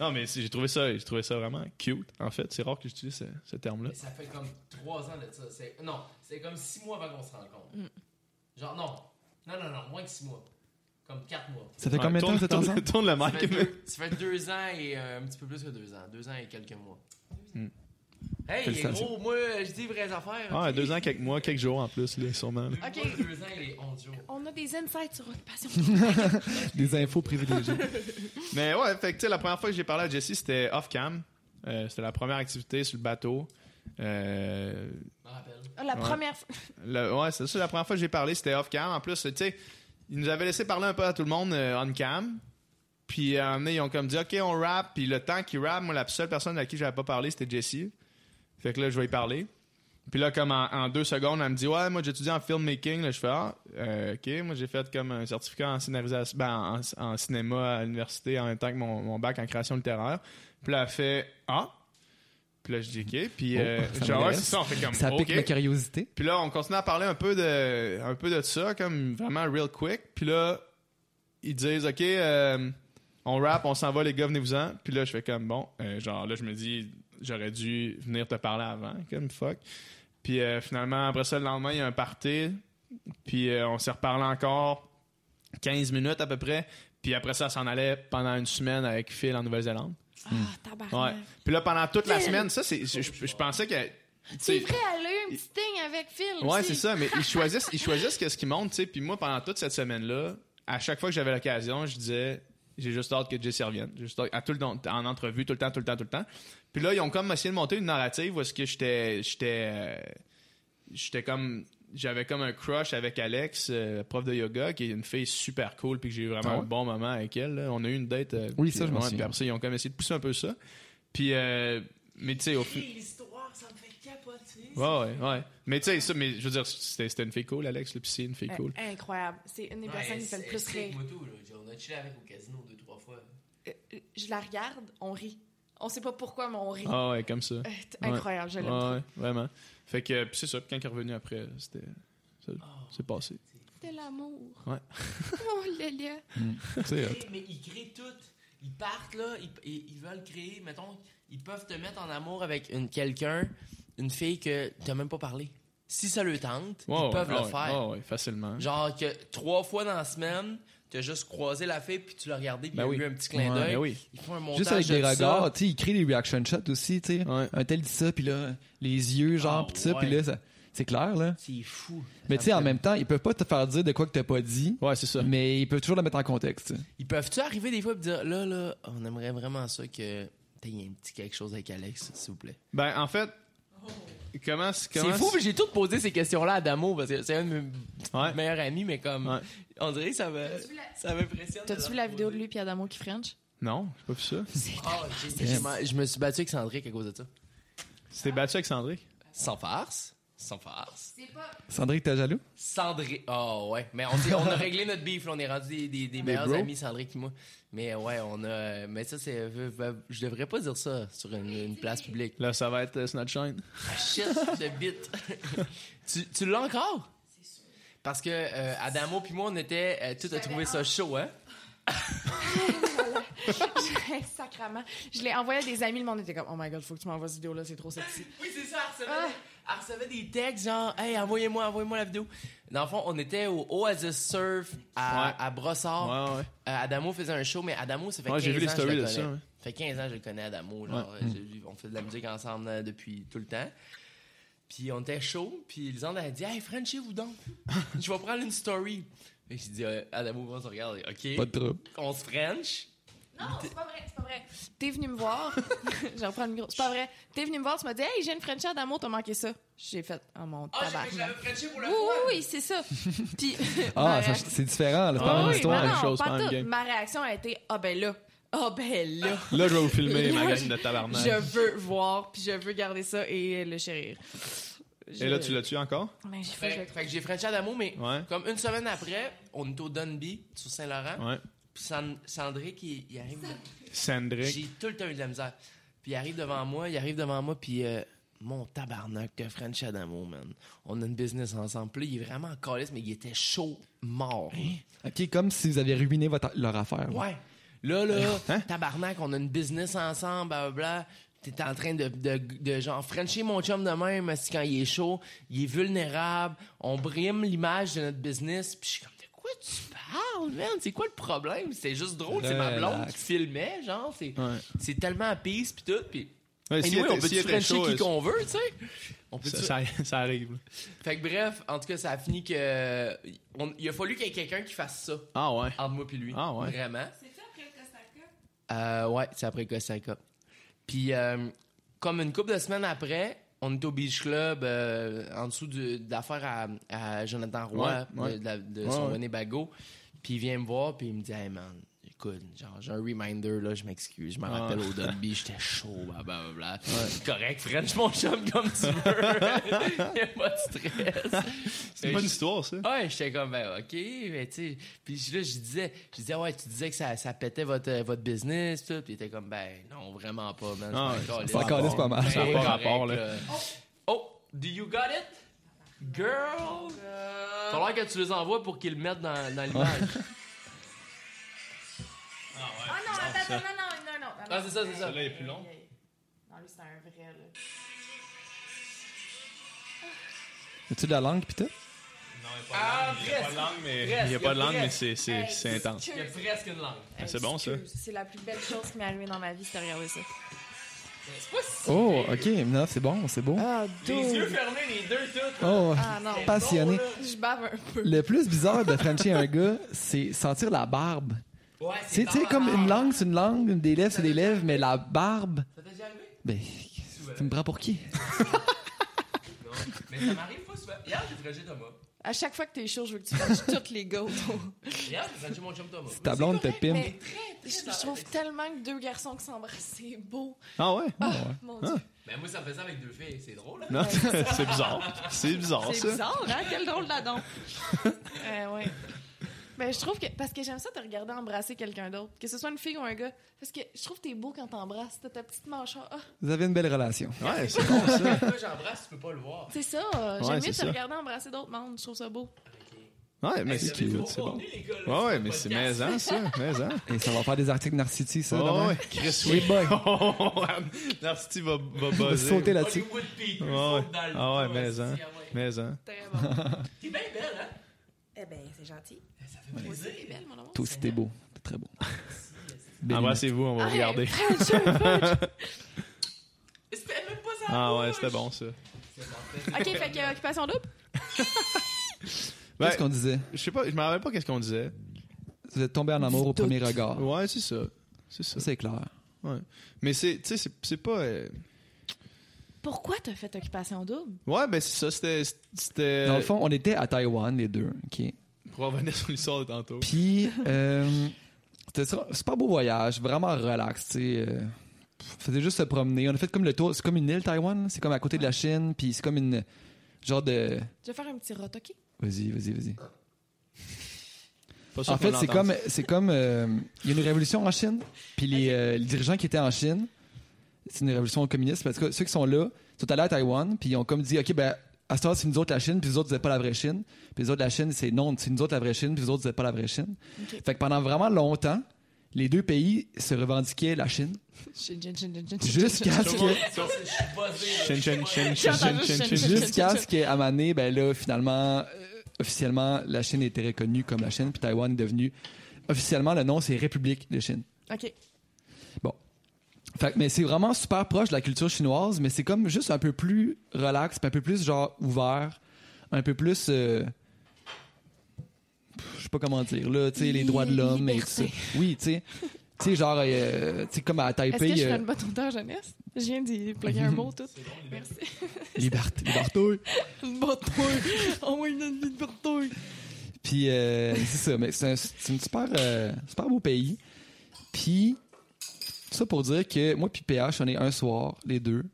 non, mais c'est- j'ai trouvé, ça- j'ai trouvé ça vraiment cute, en fait. C'est rare que j'utilise ce, ce terme-là.
Mais ça fait comme trois ans de ça. C'est- Non, c'est comme six mois avant qu'on se rencontre. Genre, non. Non, non, non, moins que six mois. Comme quatre mois.
Ça fait combien de temps que
Ouais,
vous êtes
tourne-
ensemble?
Tourne le
Ça
mic.
fait, deux, ça fait deux ans et euh, un petit peu plus que deux ans. Deux ans et quelques mois.
Hmm.
Hey, il est
Félicitations.
gros, moi, je dis vraies affaires.
Ah,
ok?
deux ans, quelques mois, quelques jours en plus, là, sûrement. là.
Deux mois,
Ok.
Deux ans et onze jours.
On a des insights sur votre passion.
Des infos privilégiées.
Mais ouais, fait que, tu sais, la première fois que j'ai parlé à Jessie, c'était off-cam. Euh, c'était la première activité sur le bateau. Euh,
Je me rappelle.
Ah, la
Ouais.
première fois.
Le- ouais, c'est ça. La première fois que j'ai parlé, c'était off-cam. En plus, tu sais, ils nous avaient laissé parler un peu à tout le monde euh, on-cam. Puis, à un moment donné, ils ont comme dit, OK, on rap. Puis, le temps qu'ils rap, moi, la seule personne à qui j'avais pas parlé, c'était Jessie. Fait que là, je vais y parler. Puis là, comme en, en deux secondes, elle me dit, Ouais, moi, j'étudie en filmmaking. Là, je fais, Ah, euh, OK, moi, j'ai fait comme un certificat en scénarisation, ben, en, en cinéma à l'université en même temps que mon, mon bac en création littéraire. Puis là, elle fait, Ah. Puis là, je dis, OK. Puis,
Oh,
euh,
ça
genre, ouais,
m'intéresse.
c'est ça, on fait comme,
Ça pique
OK.
ma curiosité.
Puis là, on continue à parler un peu de, un peu de ça, comme vraiment real quick. Puis là, ils disent, OK, euh, on rap, on s'en va, les gars, venez-vous-en. Puis là, je fais comme, bon, euh, genre là, je me dis, j'aurais dû venir te parler avant, comme fuck. Puis euh, finalement, après ça, le lendemain, il y a un party. Puis euh, on s'est reparlé encore 15 minutes à peu près. Puis après ça, elle s'en allait pendant une semaine avec Phil en Nouvelle-Zélande.
Ah,
Mm.
Ouais.
tabarnak.
Puis là, pendant toute la
Phil!
semaine, ça, c'est, je, je- je pensais que.
C'est
tu sais,
vrai, elle a eu un petit thing avec Phil.
Ouais,
aussi.
c'est ça, mais ils choisissent, ils choisissent qu'est-ce qu'ils montent, tu sais. Puis moi, pendant toute cette semaine-là, à chaque fois que j'avais l'occasion, je disais, j'ai juste hâte que Jesse revienne. J'ai juste hâte- à tout le temps, en entrevue, tout le temps, tout le temps, tout le temps. Puis là, ils ont comme essayé de monter une narrative où est-ce que j'étais, j'étais, euh, j'étais comme, j'avais comme un crush avec Alex, euh, prof de yoga, qui est une fille super cool, puis que j'ai eu vraiment
Ah ouais?
un bon moment avec elle. là. On a eu une date. euh,
Oui,
puis,
ça, je m'en
ouais,
souviens.
Puis après ça, ils ont comme essayé de pousser un peu ça. Puis, euh, mais tu sais, au fil-
Hey, L'histoire, ça me fait capoter.
Ouais, ouais, ouais. Mais tu sais, ça, mais je veux dire, c'était c'était une fille cool, Alex, le psy, une fille
Euh,
cool.
Incroyable. C'est une des personnes qui fait le plus rire.
Moto, là. On a chillé avec au casino deux, trois fois.
Euh, Je la regarde, on rit. On sait pas pourquoi, mais on rit.
Ah ouais, comme ça.
Euh, c'est Incroyable, je
Ouais,
l'aime. trop.
ouais, vraiment. Fait que, puis c'est ça, puis quand il est revenu après, c'était. ça-
Oh.
C'est passé.
De l'amour.
Ouais.
oh, Lélia.
C'est hot.
Créer, mais ils créent tout. Ils partent là, ils, ils- ils veulent créer, mettons, ils peuvent te mettre en amour avec une quelqu'un, une fille que t'as même pas parlé. Si ça le tente,
Ouais, ouais,
ils peuvent
ouais,
le faire.
ouais, ouais, facilement.
Genre que trois fois dans la semaine, t'as juste croisé la fille puis tu l'as regardée puis
Ben
il y a
oui.
eu un petit clin
Ouais,
d'œil.
ben oui.
Ils font un montage
Juste avec des
de
regards,
ça.
tu sais, il crée les reaction shots aussi, tu sais.
Ouais.
Un tel dit ça, puis là, les yeux, genre,
Ah,
puis ça, puis
ouais.
là, ça- c'est clair, là.
C'est fou.
Mais
Ça
tu sais,
me
en
fait-
même temps, ils peuvent pas te faire dire de quoi que t'as pas dit,
Ouais, c'est ça.
mais ils peuvent toujours le mettre en contexte. tu sais.
Ils peuvent-tu arriver des fois et dire là là, on aimerait vraiment ça que t'aies un petit quelque chose avec Alex, s'il vous plaît.
Ben, en fait, comment. C'est
C'est fou, mais j'ai tout posé ces questions-là à Damo parce que c'est un de mes
Ouais.
meilleurs amis, mais comme
Ouais.
on dirait que ça me
T'as-tu vu la-
ça m'impressionne.
T'as-tu vu la vidéo de lui et Adamo qui French?
Non, j'ai pas vu ça.
Ah, j'ai- j'ai- j'ai- Je me suis battu avec Sandrick à cause de ça.
C'était battu avec Sandrick.
Sans farce, sans farce.
C'est pas.
Sandrine, t'es jaloux?
Sandrick. Oh ouais, mais on, s'est- on a réglé notre beef, là. on est rendu des, des- des meilleurs
bros.
amis Sandrick et moi. Mais ouais, on a mais ça c'est je devrais pas dire ça sur une, une place publique.
Là, ça va être euh, Snapchat.
Shit de bite. tu tu l'as encore Parce que euh, Adamo puis moi on était euh, tout a trouvé ça chaud hein.
Sacrement. Je l'ai envoyé à des amis, le monde était comme, oh my god, faut que tu m'envoies cette vidéo-là, c'est trop sexy.
Oui, c'est ça, elle recevait, elle recevait des textes genre Hey, envoyez-moi, envoyez-moi la vidéo. Dans le fond, on était au Oasis Surf à,
Ouais.
à Brossard.
Ouais, ouais.
Euh, Adamo faisait un show, mais Adamo, ça fait
Ouais,
15
j'ai vu les
ans que Ah, je
stories
le
de
connais.
ça. ouais.
fait 15 ans que je le connais, Adamo. Genre, euh, j'ai- on fait de la musique ensemble euh, depuis tout le temps. Puis on était chaud, puis Lisande a dit Hey, Frenchie-vous donc. je vais prendre une story. Et j'ai dit Euh, Adamo, on se regarde. OK.
Pas de trouble.
On se French.
Non, c'est pas vrai, c'est pas vrai. T'es venu me voir. je reprends le micro. C'est pas vrai. T'es venu me voir, tu m'as dit, hey, j'ai une Frenchie d'amour, t'as manqué ça. J'ai fait, oh mon
Ah, j'ai fait
tabac.
que je l'avais Frenchie pour
Oui,
la
oui,
fois.
oui, c'est ça. Puis. ma
Ah, ça,
réaction-
c'est différent, là, c'est pas
Ben, Ah
la même
oui,
histoire.
non, non,
chose,
pas
pas une
tout.
game.
Ma réaction a été, ah ben là, ah ben là.
Là, je vais vous filmer,
Là,
magazine de
Je
tabarnak.
veux voir, puis je veux garder ça et le chérir. Je-
Et là, tu l'as tué encore?
Ben, j'ai fait, je
Fait,
le
fait que j'ai Frenchie Adamo, mais
Ouais.
comme une semaine après, on est au Dunby, sur Saint-Laurent.
Ouais.
Puis Sand- Sandrick, il, il arrive.
Sandrick.
J'ai tout le temps eu de la misère. Puis il arrive devant moi, il arrive devant moi, puis euh, mon tabarnak, t'as French Adamo, man. On a une business ensemble. Puis là, il est vraiment en calice, mais il était chaud mort.
Hein?
Ok, comme si vous aviez ruiné votre, leur affaire. là.
Ouais. Là,
Ben,
là,
hein?
tabarnak, on a une business ensemble, blablabla. T'es en train de, de, de, genre Frencher mon chum de même parce que quand il est chaud, il est vulnérable, on brime l'image de notre business. Puis je suis comme, de quoi tu parles, man? C'est quoi le problème? C'est juste drôle, c'est ma blonde qui
Relax.
filmait, genre, c'est
Ouais.
c'est tellement à pisse puis tout, puis
Ouais,
Anyway,
s'il était-
on peut
s'il
tu
était
frencher
chaud,
qui
euh,
qu'on veut, tu sais. On peut
ça, ça- ça arrive. là.
Fait que bref, en tout cas, ça a fini que on- il a fallu qu'il y ait quelqu'un qui fasse ça
Ah ouais.
entre moi puis lui.
Ah ouais.
Vraiment.
C'est ça après Costa Rica?
Euh, ouais, c'est après le Costa Rica. Puis euh, comme une couple de semaines après, on est au Beach Club euh, en dessous du- d'affaires à, à Jonathan Roy
Ouais, ouais.
de, de la- de
Ouais,
son
ouais.
Winnebago. Puis il vient me voir puis il me dit "Hey man, écoute, genre j'ai un reminder là, je m'excuse, je me
Ah.
rappelle au Dunby, j'étais chaud, blablabla. Correct, French mon chum comme tu veux. Il a pas de stress."
C'est une bonne histoire, ça.
Ouais, j'étais comme, ben, OK, mais tu sais. Puis je- là, je disais, je disais, ouais, tu disais que ça, ça pétait votre, euh, votre business, tout. Puis il était comme, ben, non, vraiment pas, man.
Ah,
Je m'en calisse.
ça s'en calisse pas mal.
Ben,
Ça a pas
correct,
rapport, là.
Oh. do you got it? Girl!
Euh,
Faudra que tu les envoies pour qu'ils le mettent dans, dans l'image.
Ah non, attends, non, non, non, non, non.
Ah, c'est ça, c'est ça.
Celui-là est plus
Non,
long.
lui, c'est un vrai, là.
As-tu de la langue, pis tout?
Ah,
Il n'y a pas de
presque.
langue, mais,
Presque,
il y a pas de langue,
presque.
mais c'est- c'est
Hey,
c'est intense. Ben,
Il y a
excuse.
presque une langue.
Hey,
c'est bon, ça.
excuse. C'est la plus belle chose qui m'est arrivée dans ma vie, c'est de regarder ça.
C'est pas si.
Oh, ok, non, c'est bon, c'est beau.
Ah,
Les yeux fermés, les deux, tout.
Oh,
Ah non.
passionné.
Je bave un peu.
Le plus bizarre de Frencher un gars, c'est sentir la barbe.
Ouais,
C'est tu sais, comme une langue, c'est une langue, une des lèvres, c'est des lèvres, mais la barbe,
Ça t'est déjà arrivé?
ben, tu me prends pour qui?
Non. Mais ça m'arrive pas souvent. Hier, j'ai frangé Thomas.
À chaque fois que t'es chaud, je veux que tu fasses toutes les gars autour.
Hier, j'ai frangé mon chum Thomas.
Ta blonde te pime.
Mais je, je trouve tellement que deux garçons qui s'embrassent, c'est beau.
Ah ouais?
Ah, mon Dieu.
Mais Ben, moi, ça me faisait avec deux filles. C'est drôle, hein?
Non, c'est bizarre. C'est bizarre,
C'est
ça.
bizarre, hein? Quel drôle d'adon. euh, ouais. Ben, je trouve que. Parce que j'aime ça te regarder embrasser quelqu'un d'autre. Que ce soit une fille ou un gars. Parce que je trouve que t'es beau quand t'embrasses. T'as ta petite manche. Ah,
Vous avez une belle relation.
Ouais, c'est bon, ça.
Là, j'embrasse, tu peux pas le voir.
c'est ça. euh,
Ouais,
J'aime
c'est
mieux te
ça.
regarder embrasser d'autres membres. Je trouve ça beau.
Ouais, mais c'est
c'est
cute,
bon.
c'est bon.
les gars,
Ouais, ouais, mais c'est maison, ça. Maison.
Et ça va faire des articles Narcity, ça,
Oh,
demain?
ouais, Chris,
Oui,
oui. Oh,
boy.
Narcity va, va
On va
buzzer.
sauter là-dessus.
Hollywood Peak.
Ouais, ouais. Ah ouais, maison. Maison.
Très bon.
T'es bien belle, hein?
eh ben, c'est gentil.
Ça fait plaisir.
C'est belle, mon amour.
Toi aussi, t'es beau. T'es très beau.
Ah,
Belle
Embrassez-vous,
Ah,
on va vous garder.
C'était même pas ça.
Ah ouais, c'était bon, ça.
ok, fait que euh, occupation double.
image.
Ben,
Qu'est-ce qu'on disait?
je sais pas, je me rappelle pas qu'est-ce qu'on disait.
Vous êtes tombé en amour au
Dites
premier
tout.
regard.
Ouais, c'est ça. Ah. C'est ça.
Ça, c'est clair.
Ouais. Mais c'est, tu sais, c'est- c'est pas. euh,
Pourquoi t'as fait occupation double?
Ouais, ben c'est ça. C'était. c'était-
Dans le fond, on était à Taïwan, les deux, OK?
Pour revenir sur l'histoire de tantôt.
Puis, euh, c'était sur- super beau voyage, vraiment relax, tu sais. euh, pff, faisait juste se promener. On a fait comme le tour. C'est comme une île, Taïwan. là. C'est comme à côté de la Chine. Puis c'est comme une genre de...
Je vais faire un petit rot, ok?
Vas-y, vas-y, vas-y.
Pas sûr
En fait,
qu'on
c'est
l'entende.
comme, c'est comme, euh, il y a une révolution en Chine, puis les, euh, les dirigeants qui étaient en Chine, c'est une révolution communiste, parce que ceux qui sont là sont allés à Taïwan, puis ils ont comme dit, ok, ben à ce heure, c'est nous autres la Chine, puis vous autres, vous êtes pas la vraie Chine, puis les autres la Chine, c'est non, c'est nous autres la vraie Chine, puis vous autres, vous êtes pas la vraie Chine.
Ok.
Fait que pendant vraiment longtemps, les deux pays se revendiquaient la Chine jusqu'à ce que
Je suis buzzé. là.
Chin, chin, chin, chin, chin, chin, chin.
Jusqu'à ce qu'à un moment donné, ben là, finalement, euh, officiellement, la Chine était reconnue comme la Chine, puis Taïwan est devenue. Officiellement, le nom, c'est République de Chine.
Ok.
Bon. Fait que- mais c'est vraiment super proche de la culture chinoise, mais c'est comme juste un peu plus relax, puis un peu plus genre ouvert, un peu plus. euh, pff, Je sais pas comment dire, là, tu sais, les droits de l'homme et tout ça. Oui, tu sais. Tu sais, genre, euh, tu sais, comme à
Est-ce que
Taipei,
je fais
euh,
une bonne odeur jeunesse? Je viens d'y plugger un mot tout. Merci.
liberté, liberté.
Une bonne odeur. On va une envie de bretouille.
Puis, euh, c'est ça, mais c'est un, c'est un super, euh, super beau pays. Puis, tout ça pour dire que moi, puis PH, on est un soir, les deux,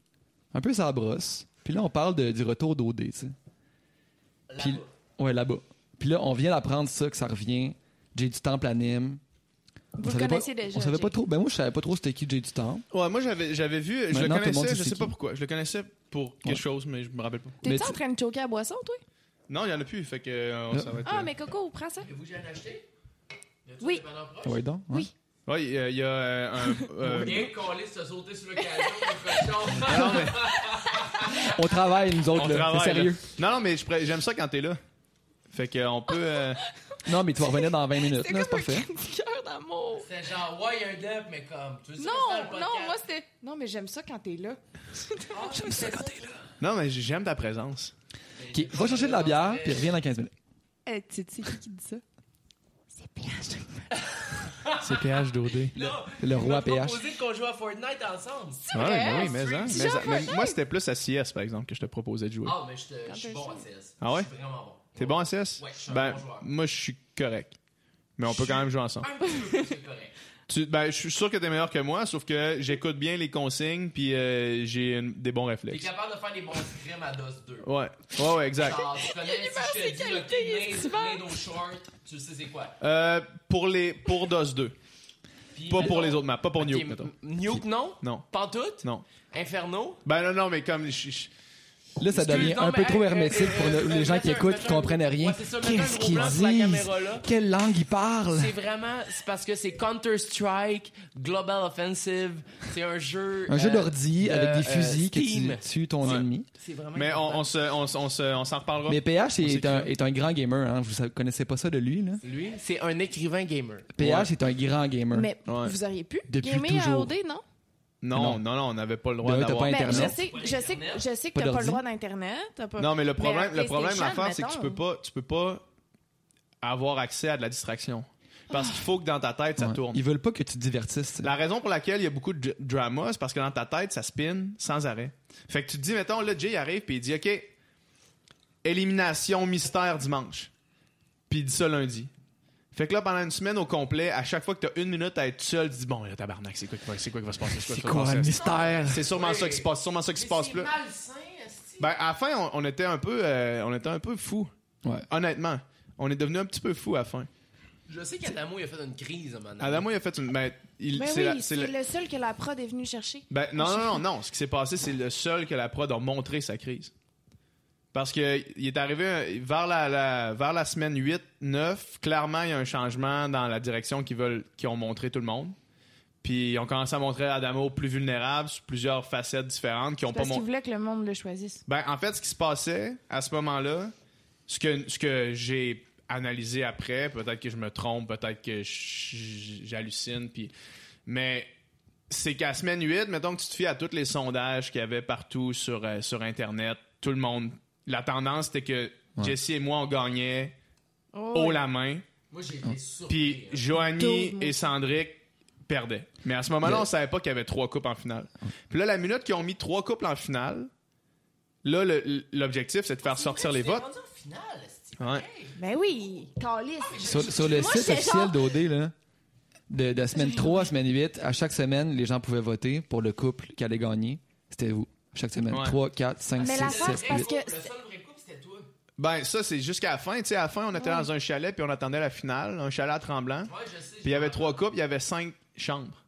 un peu ça brosse. Puis là, on parle de- du retour d'OD, tu sais. Puis, ouais, là-bas. Puis là, on vient d'apprendre ça, que ça revient. J'ai du temple à Nîmes.
Vous
On
le
savait pas-
connaissez déjà.
On savait pas
Jake.
trop. Ben, moi, je savais pas trop c'était qui J'ai du temple.
Ouais, moi j'avais j'avais vu, je
Maintenant, tout
le
le monde
connaissais,
sait
je
c'est
sais pas
qui.
pourquoi. Je le connaissais pour quelque
Ouais.
chose, mais je me rappelle pas.
Mais
T'es-tu
tu-
en train de choquer à boisson, toi?
Non, il y en a plus, fait que euh,
Ah.
ça va être.
Ah,
euh,
mais Coco, prends ça.
Vous, j'ai acheté?
Oui.
Ouais, donc. hein.
Oui.
Ouais, il y a- il y a euh, un. euh,
Bien collé, se sauter sur l'occasion, le cochon.
non, mais-
On travaille, nous autres,
on
là.
travaille,
C'est
là.
sérieux.
Non, non, mais je pré- j'aime ça quand t'es là. Fait que euh, on peut. euh,
Non, mais tu vas revenir dans 20 minutes.
C'est
là, C'est
comme un
parfait.
cri du cœur d'amour.
C'était genre, ouais, il y a un dub, mais comme. Tu veux dire que c'est dans
Non,
le
non,
podcast?
moi c'était. Non, mais j'aime ça quand t'es là.
Ah, j'aime ça quand t'es là.
Non, mais j'aime ta présence.
Ok, va chercher de la bière, puis reviens dans 15 minutes.
Eh, tu sais tu sais qui qui dit ça? C'est PH.
C'est PH d'OD.
Là,
Le roi
Il m'a
PH.
proposé qu'on joue à Fortnite ensemble.
Ouais,
vrai?
mais oui, mais, hein,
Tu
mais,
joues
ça-
à
mais
Fortnite?
moi c'était plus à CS par exemple que je te proposais de jouer.
Ah, mais je te- je suis
t'es
bon à
chaud.
CS.
Ah ouais?
Je suis vraiment bon.
T'es bon à CS?
Ouais, je suis un
ben,
bon joueur.
moi je suis correct. Mais on peut quand même jouer ensemble.
Un petit peu plus, c'est correct.
Tu- ben, je suis sûr que t'es meilleur que moi, sauf que j'écoute bien les consignes puis euh, j'ai une- des bons
T'es
réflexes.
capable de faire des bons scrims à DOS 2.
Ouais, ouais, ouais, exact.
Genre, tu connais, si je te dis le
qualités, il se
Kinect,
vante.
Nado Short, tu sais c'est quoi.
Euh, pour les pour DOS 2,
Puis,
pas
mettons-
pour les autres maps, pas pour
Ok,
Nuke,
m-
mettons.
Nuke, non?
Non,
Pantoute?
non.
Inferno?
Ben non, non, mais comme je- je-
Là, ça devient
Excuse, non,
un peu
mais,
trop
hey,
hermétique
hey,
pour
hey,
le-
hey,
les gens qui
mettez un-
écoutent,
mettez
qui
un-
comprennent rien.
Ouais, c'est ça, mettez un
Qu'est-ce
gros
qu'ils
plan sur la
disent?
caméra, là.
Quelle langue ils parlent?
C'est vraiment, c'est parce que c'est Counter-Strike, Global Offensive, c'est un jeu.
Un jeu
euh,
d'ordi
de,
avec des
euh,
fusils que
Steam.
tu tues ton
Ouais.
ennemi.
C'est vraiment.
mais on,
important.
on se on, se- on se- on s'en reparlera.
Mais PH
On s'écrit.
est un, est un grand gamer, hein. vous sa- connaissez pas ça de lui. Là.
Lui, c'est un écrivain gamer.
PH est un grand gamer.
Mais
Ouais.
vous auriez pu
Depuis
gamer à
toujours.
OD, non?
Non,
Non.
non, non, on n'avait pas le droit
Ben oui, t'as
d'avoir.
pas
Ben, je
Internet.
sais, je sais, que- je sais que
Pas
t'as pas le
d'ordi.
droit d'Internet. t'as pas-
Non, mais le problème,
Mais
le problème
PlayStation,
l'affaire, c'est que tu
mettons.
peux pas, tu peux pas avoir accès à de la distraction, parce qu'il faut que dans ta tête ça
Ouais.
tourne.
Ils veulent pas que tu te divertisses. tu sais.
La raison pour laquelle il y a beaucoup de dr- drama, c'est parce que dans ta tête ça spin sans arrêt. Fait que tu te dis, mettons, là Jay arrive puis il dit, ok, élimination mystère dimanche, puis il dit ça lundi. Fait que là, pendant une semaine au complet, à chaque fois que t'as une minute à être seul, tu dis bon, là, tabarnak, c'est quoi, qui va- c'est quoi qui va se passer?
C'est
qui va se
quoi un
passer?
mystère?
C'est sûrement
Oui.
ça qui se passe, sûrement ça qui se passe
Mais
plus.
C'est malsain, esti.
Ben, à la fin, on, on était un peu, euh, on était un peu fou.
Ouais.
Honnêtement, on est devenu un petit peu fou à la fin.
Je sais qu'Adamo, il a fait une crise, man.
Adamo, il a fait une. Ben, il-
Ben
c'est la-
oui,
c'est
c'est
la-
le seul que la prod est venue chercher.
Ben, non, non, non, non. Ce qui s'est passé, c'est le seul que la prod a montré sa crise. Parce que il est arrivé euh, vers la, la- vers la semaine 8, 9, clairement, il y a un changement dans la direction qu'ils veulent, qu'ils ont montré tout le monde. Puis, ils ont commencé à montrer Adamo plus vulnérable sur plusieurs facettes différentes qui ont pas
Parce
montré.
qu'ils voulaient que le monde le choisisse.
Ben, en fait, ce qui se passait à ce moment-là, ce que, ce que j'ai analysé après, peut-être que je me trompe, peut-être que je- j'hallucine, puis... Mais c'est qu'à semaine 8, mettons que tu te fies à tous les sondages qu'il y avait partout sur, euh, sur Internet, tout le monde... La tendance, c'était que
Ouais.
Jesse et moi, on gagnait
Oh,
haut
ouais.
la main,
Moi, j'ai été surpris.
Hum. puis
hein.
Joanie
Douze mois.
et Sandrick perdaient. Mais à ce moment-là,
Le-
on savait pas qu'il y avait trois couples en finale. Puis là, la minute qu'ils ont mis trois couples en finale, là, le- l'objectif, c'est de faire
C'est
sortir
vrai,
les
tu t'es
votes.
rendu en finale, esti.
Ouais.
Hey,
Ben oui, Calice.
Sur, sur le
Moi,
site
j'étais
officiel
genre-
d'OD, là, de, de semaine 3 à semaine 8, à chaque semaine, les gens pouvaient voter pour le couple qui allait gagner. C'était vous. Chaque semaine.
Ouais.
3, 4, 5,
Mais
6,
l'affaire, c'est
7,
parce
8.
que-
Le seul vrai couple, c'était toi.
Ben, ça, c'est jusqu'à la fin. Tu sais, à la fin, on était dans un chalet, puis on attendait la finale, un chalet à Tremblant.
Ouais, je sais.
Puis il y avait trois couples, il y avait cinq chambres.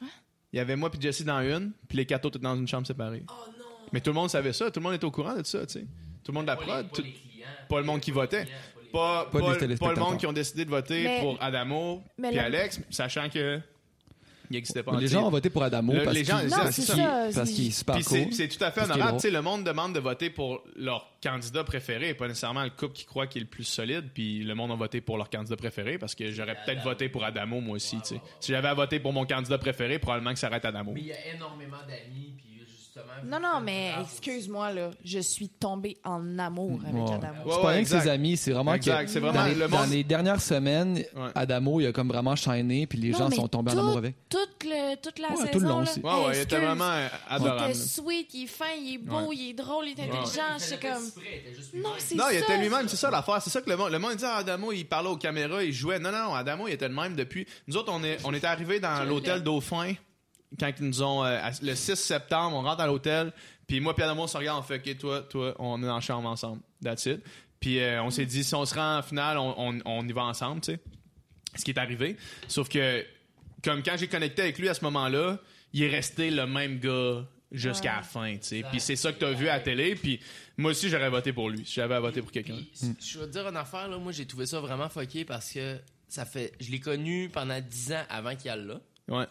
Hein?
Il y avait moi puis Jesse dans une, puis les quatre autres étaient dans une chambre séparée.
Oh non.
Mais tout le monde savait ça, tout le monde était au courant de ça, tu sais. Tout le monde de la
Pas les-
prod,
pas
tout-
les clients,
pas le monde qui votait.
clients, pas les-
Pas,
Pas
pas-
les
pas le
téléspectateurs.
monde qui ont décidé de voter
Mais-
pour Adamo
mais
puis
la-
Alex, sachant que Il n'existait pas.
Les
Tu sais,
gens ont voté pour Adamo
Le-
parce
les gens-
qu'il-
Non,
parce
c'est
qu'il-
ça,
parce
c'est-
qu'il est super
Puis c'est
cool.
c'est tout à
Parce
fait
qu'il est
honorable.
drôle.
Tu sais, le monde demande de voter pour leur candidat préféré, pas nécessairement le couple qui croit qu'il est le plus solide. Puis le monde a voté pour leur candidat préféré parce que j'aurais peut-être voté pour Adamo moi aussi. tu sais. Si j'avais à voter pour mon candidat préféré, probablement que ça arrête Adamo.
Mais il y a énormément d'amis, puis justement.
Non, non, mais excuse-moi, là. Je suis tombée en amour avec
Ouais.
Adamo.
Ouais,
C'est pas rien que
exact.
ses amis, c'est vraiment que
Exact, c'est vraiment
dans, les,
le
dans
monde-
les dernières semaines,
Ouais.
Adamo, il a comme vraiment shiné, puis les
Non,
gens
mais
sont tombés en
tout-
amour avec.
Toute, le- toute la
Ouais,
saison.
tout le long
là.
aussi.
Ouais, ouais, il était
Excuse.
vraiment euh,
Il
adorable.
était sweet, il est fin, il est beau,
Ouais.
il est drôle, il est intelligent. Je sais comme. Non, c'est
Non,
ça.
il était lui-même, c'est ça l'affaire. C'est ça que le monde, le monde dit ah, Adamo, il parlait aux caméras, il jouait. Non, non, non, Adamo, il était le même depuis. Nous autres, on, est, on était arrivés dans l'hôtel Dauphin quand ils nous ont. euh, à- le 6 septembre, on rentre dans l'hôtel, puis moi, puis Adamo, on se regarde, on fait OK, toi, toi, on est dans la chambre ensemble. That's it. Puis euh, on s'est dit, si on se rend en finale, on, on- on y va ensemble, tu sais. Ce qui est arrivé. Sauf que, comme quand j'ai connecté avec lui à ce moment-là, il est resté le même gars jusqu'à la fin, tu sais. Puis c'est ça que t'as vu à la télé, puis moi aussi, j'aurais voté pour lui si j'avais à voter pour quelqu'un. Hum.
Puis, Je veux te dire une affaire, là, moi j'ai trouvé ça vraiment fucké parce que ça fait. Je l'ai connu pendant 10 ans avant qu'il y ait là.
Ouais.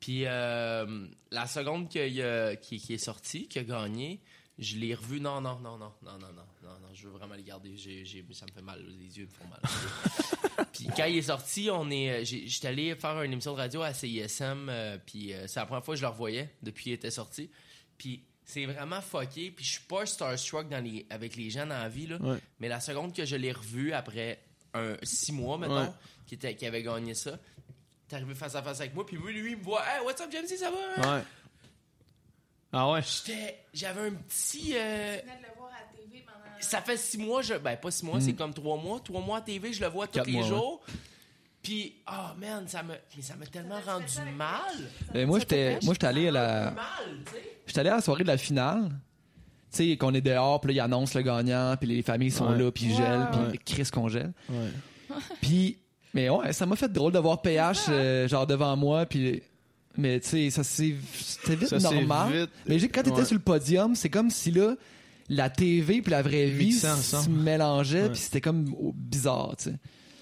Puis euh, la seconde qu'il y a- qui, qui est sortie, qui a gagné, je l'ai revu. Non, non, non, non, non, non, non, non, non, je veux vraiment les garder. J'ai- j'ai- ça me fait mal, les yeux me font mal. puis quand il est sorti, on est, euh, j'ai- j'étais allé faire une émission de radio à CISM, euh, puis euh, c'est la première fois que je le revoyais depuis qu'il était sorti. Puis c'est vraiment fucké, puis je suis pas starstruck dans les, avec les gens dans la vie, là,
Ouais.
mais la seconde que je l'ai revu après un, six mois, mettons,
Ouais.
qui, était, qui avait gagné ça, t'es arrivé face à face avec moi, puis lui, lui, il me voit, hey, what's up, Jamesy, ça va? hein?
Ouais. Ah ouais.
J'étais- J'avais un petit. euh,
venais de le voir à la TV pendant.
ça fait six mois, je. Ben, pas six mois,
Hmm.
c'est comme trois mois. Trois mois à TV, je le vois tous
Quatre
les
mois,
jours. Puis, oh man, ça me, mais ça m'a tellement rendu mal.
Et moi,
Ça te
j'étais,
pêche?
moi, j'étais allé à la,
Mal, tu sais.
j'étais allé à la soirée de la finale. Tu sais, qu'on est dehors, puis là, ils annoncent le gagnant, puis les familles sont
Ouais.
là, puis ils
Ouais,
gèlent,
ouais,
puis Chris qu'on gèle.
Ouais.
Puis, mais ouais, ça m'a fait drôle de voir PH, euh, genre, devant moi, puis... Mais tu sais, ça c'est c'était vite
Ça, c'est
normal.
vite.
Mais j'ai- quand t'étais
Ouais.
sur le podium, c'est comme si là, la TV puis la vraie vie
Mixé
se
ensemble.
mélangeaient,
Ouais.
puis c'était comme oh, bizarre, tu sais.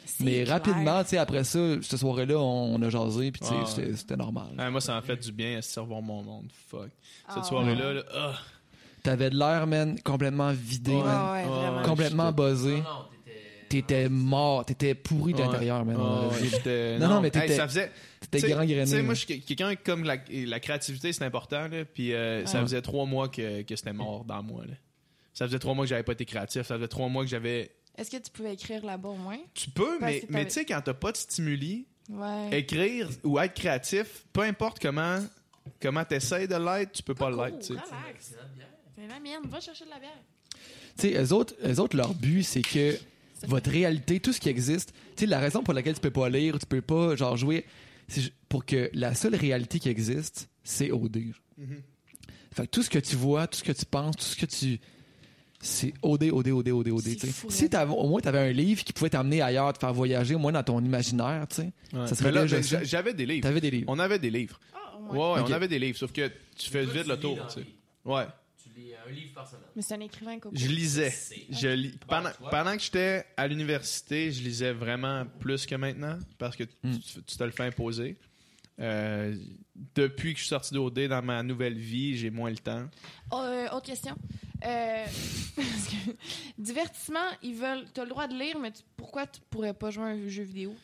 C'est
Mais
clair.
rapidement, tu sais, après ça, cette soirée-là, on, on a jasé, puis tu sais,
Ah ouais.
c'était- c'était normal.
Ouais, moi, ça m'a fait du bien à se revoir mon monde. Fuck.
Ah
Cette
ouais.
soirée-là, là, ah.
T'avais de l'air, man, complètement vidé,
Ouais.
man.
Ah ouais,
Ouais,
vraiment.
ouais.
Complètement buzzé.
Non, non, t'étais.
T'étais mort, t'étais pourri de
Ouais.
l'intérieur, man.
Ah, ouais, j'étais- non, non, mais
t'étais-
ça faisait.
T'étais
T'sais-
grand grainé.
t'sais, moi, je suis quelqu'un comme la, la créativité, c'est important. Là, puis euh, ça
Ouais.
faisait trois mois que, que c'était mort dans moi. Là. Ça faisait trois mois que j'avais pas été créatif. Ça faisait trois mois que j'avais.
Est-ce que tu pouvais écrire là-bas au moins?
Tu peux,
Parce
mais,
que
mais
t'avais-
tu sais, quand t'as pas de stimuli,
Ouais.
écrire ou être créatif, peu importe comment comment t'essayes de l'être, tu peux pas l'être.
Coco,
tu sais.
Relax. C'est la mienne. Va chercher de la bière.
Tu sais, eux autres, eux autres, leur but, c'est que votre réalité, tout ce qui existe, tu sais, la raison pour laquelle tu peux pas lire, tu peux pas, genre, jouer, c'est ju- pour que la seule réalité qui existe, c'est OD.
Mm-hmm.
Fait que tout ce que tu vois, tout ce que tu penses, tout ce que tu. C'est OD, OD, OD, OD, OD.
C'est
tu sais.
fou,
Si
hein.
t'avais- au moins, tu avais un livre qui pouvait t'amener ailleurs, te faire voyager, au moins dans ton imaginaire, tu sais.
Ouais.
Ça
Mais
serait
là,
déjà
ben,
ça.
j'a- j'avais des livres.
T'avais des livres.
On avait des livres.
Ah, au
Ouais,
moins.
ouais,
Ok.
on avait des livres, sauf que tu hein. fais
Toi,
vite
tu
le
lis
tour.
dans la
tu sais.
vie.
Ouais.
Tu lis un livre par semaine.
Mais c'est un écrivain, Coco.
Je lisais.
C'est-
Je lis- pendant,
toi.
pendant que j'étais à l'université, je lisais vraiment plus que maintenant parce que tu-
Mm.
tu, tu te le fais imposer. Euh, depuis que je suis sorti d'OD dans ma nouvelle vie, j'ai moins le temps.
Oh, euh, autre question. Euh, parce que- divertissement, ils veulent. T'as le droit de lire, mais tu- pourquoi tu pourrais pas jouer à un jeu vidéo?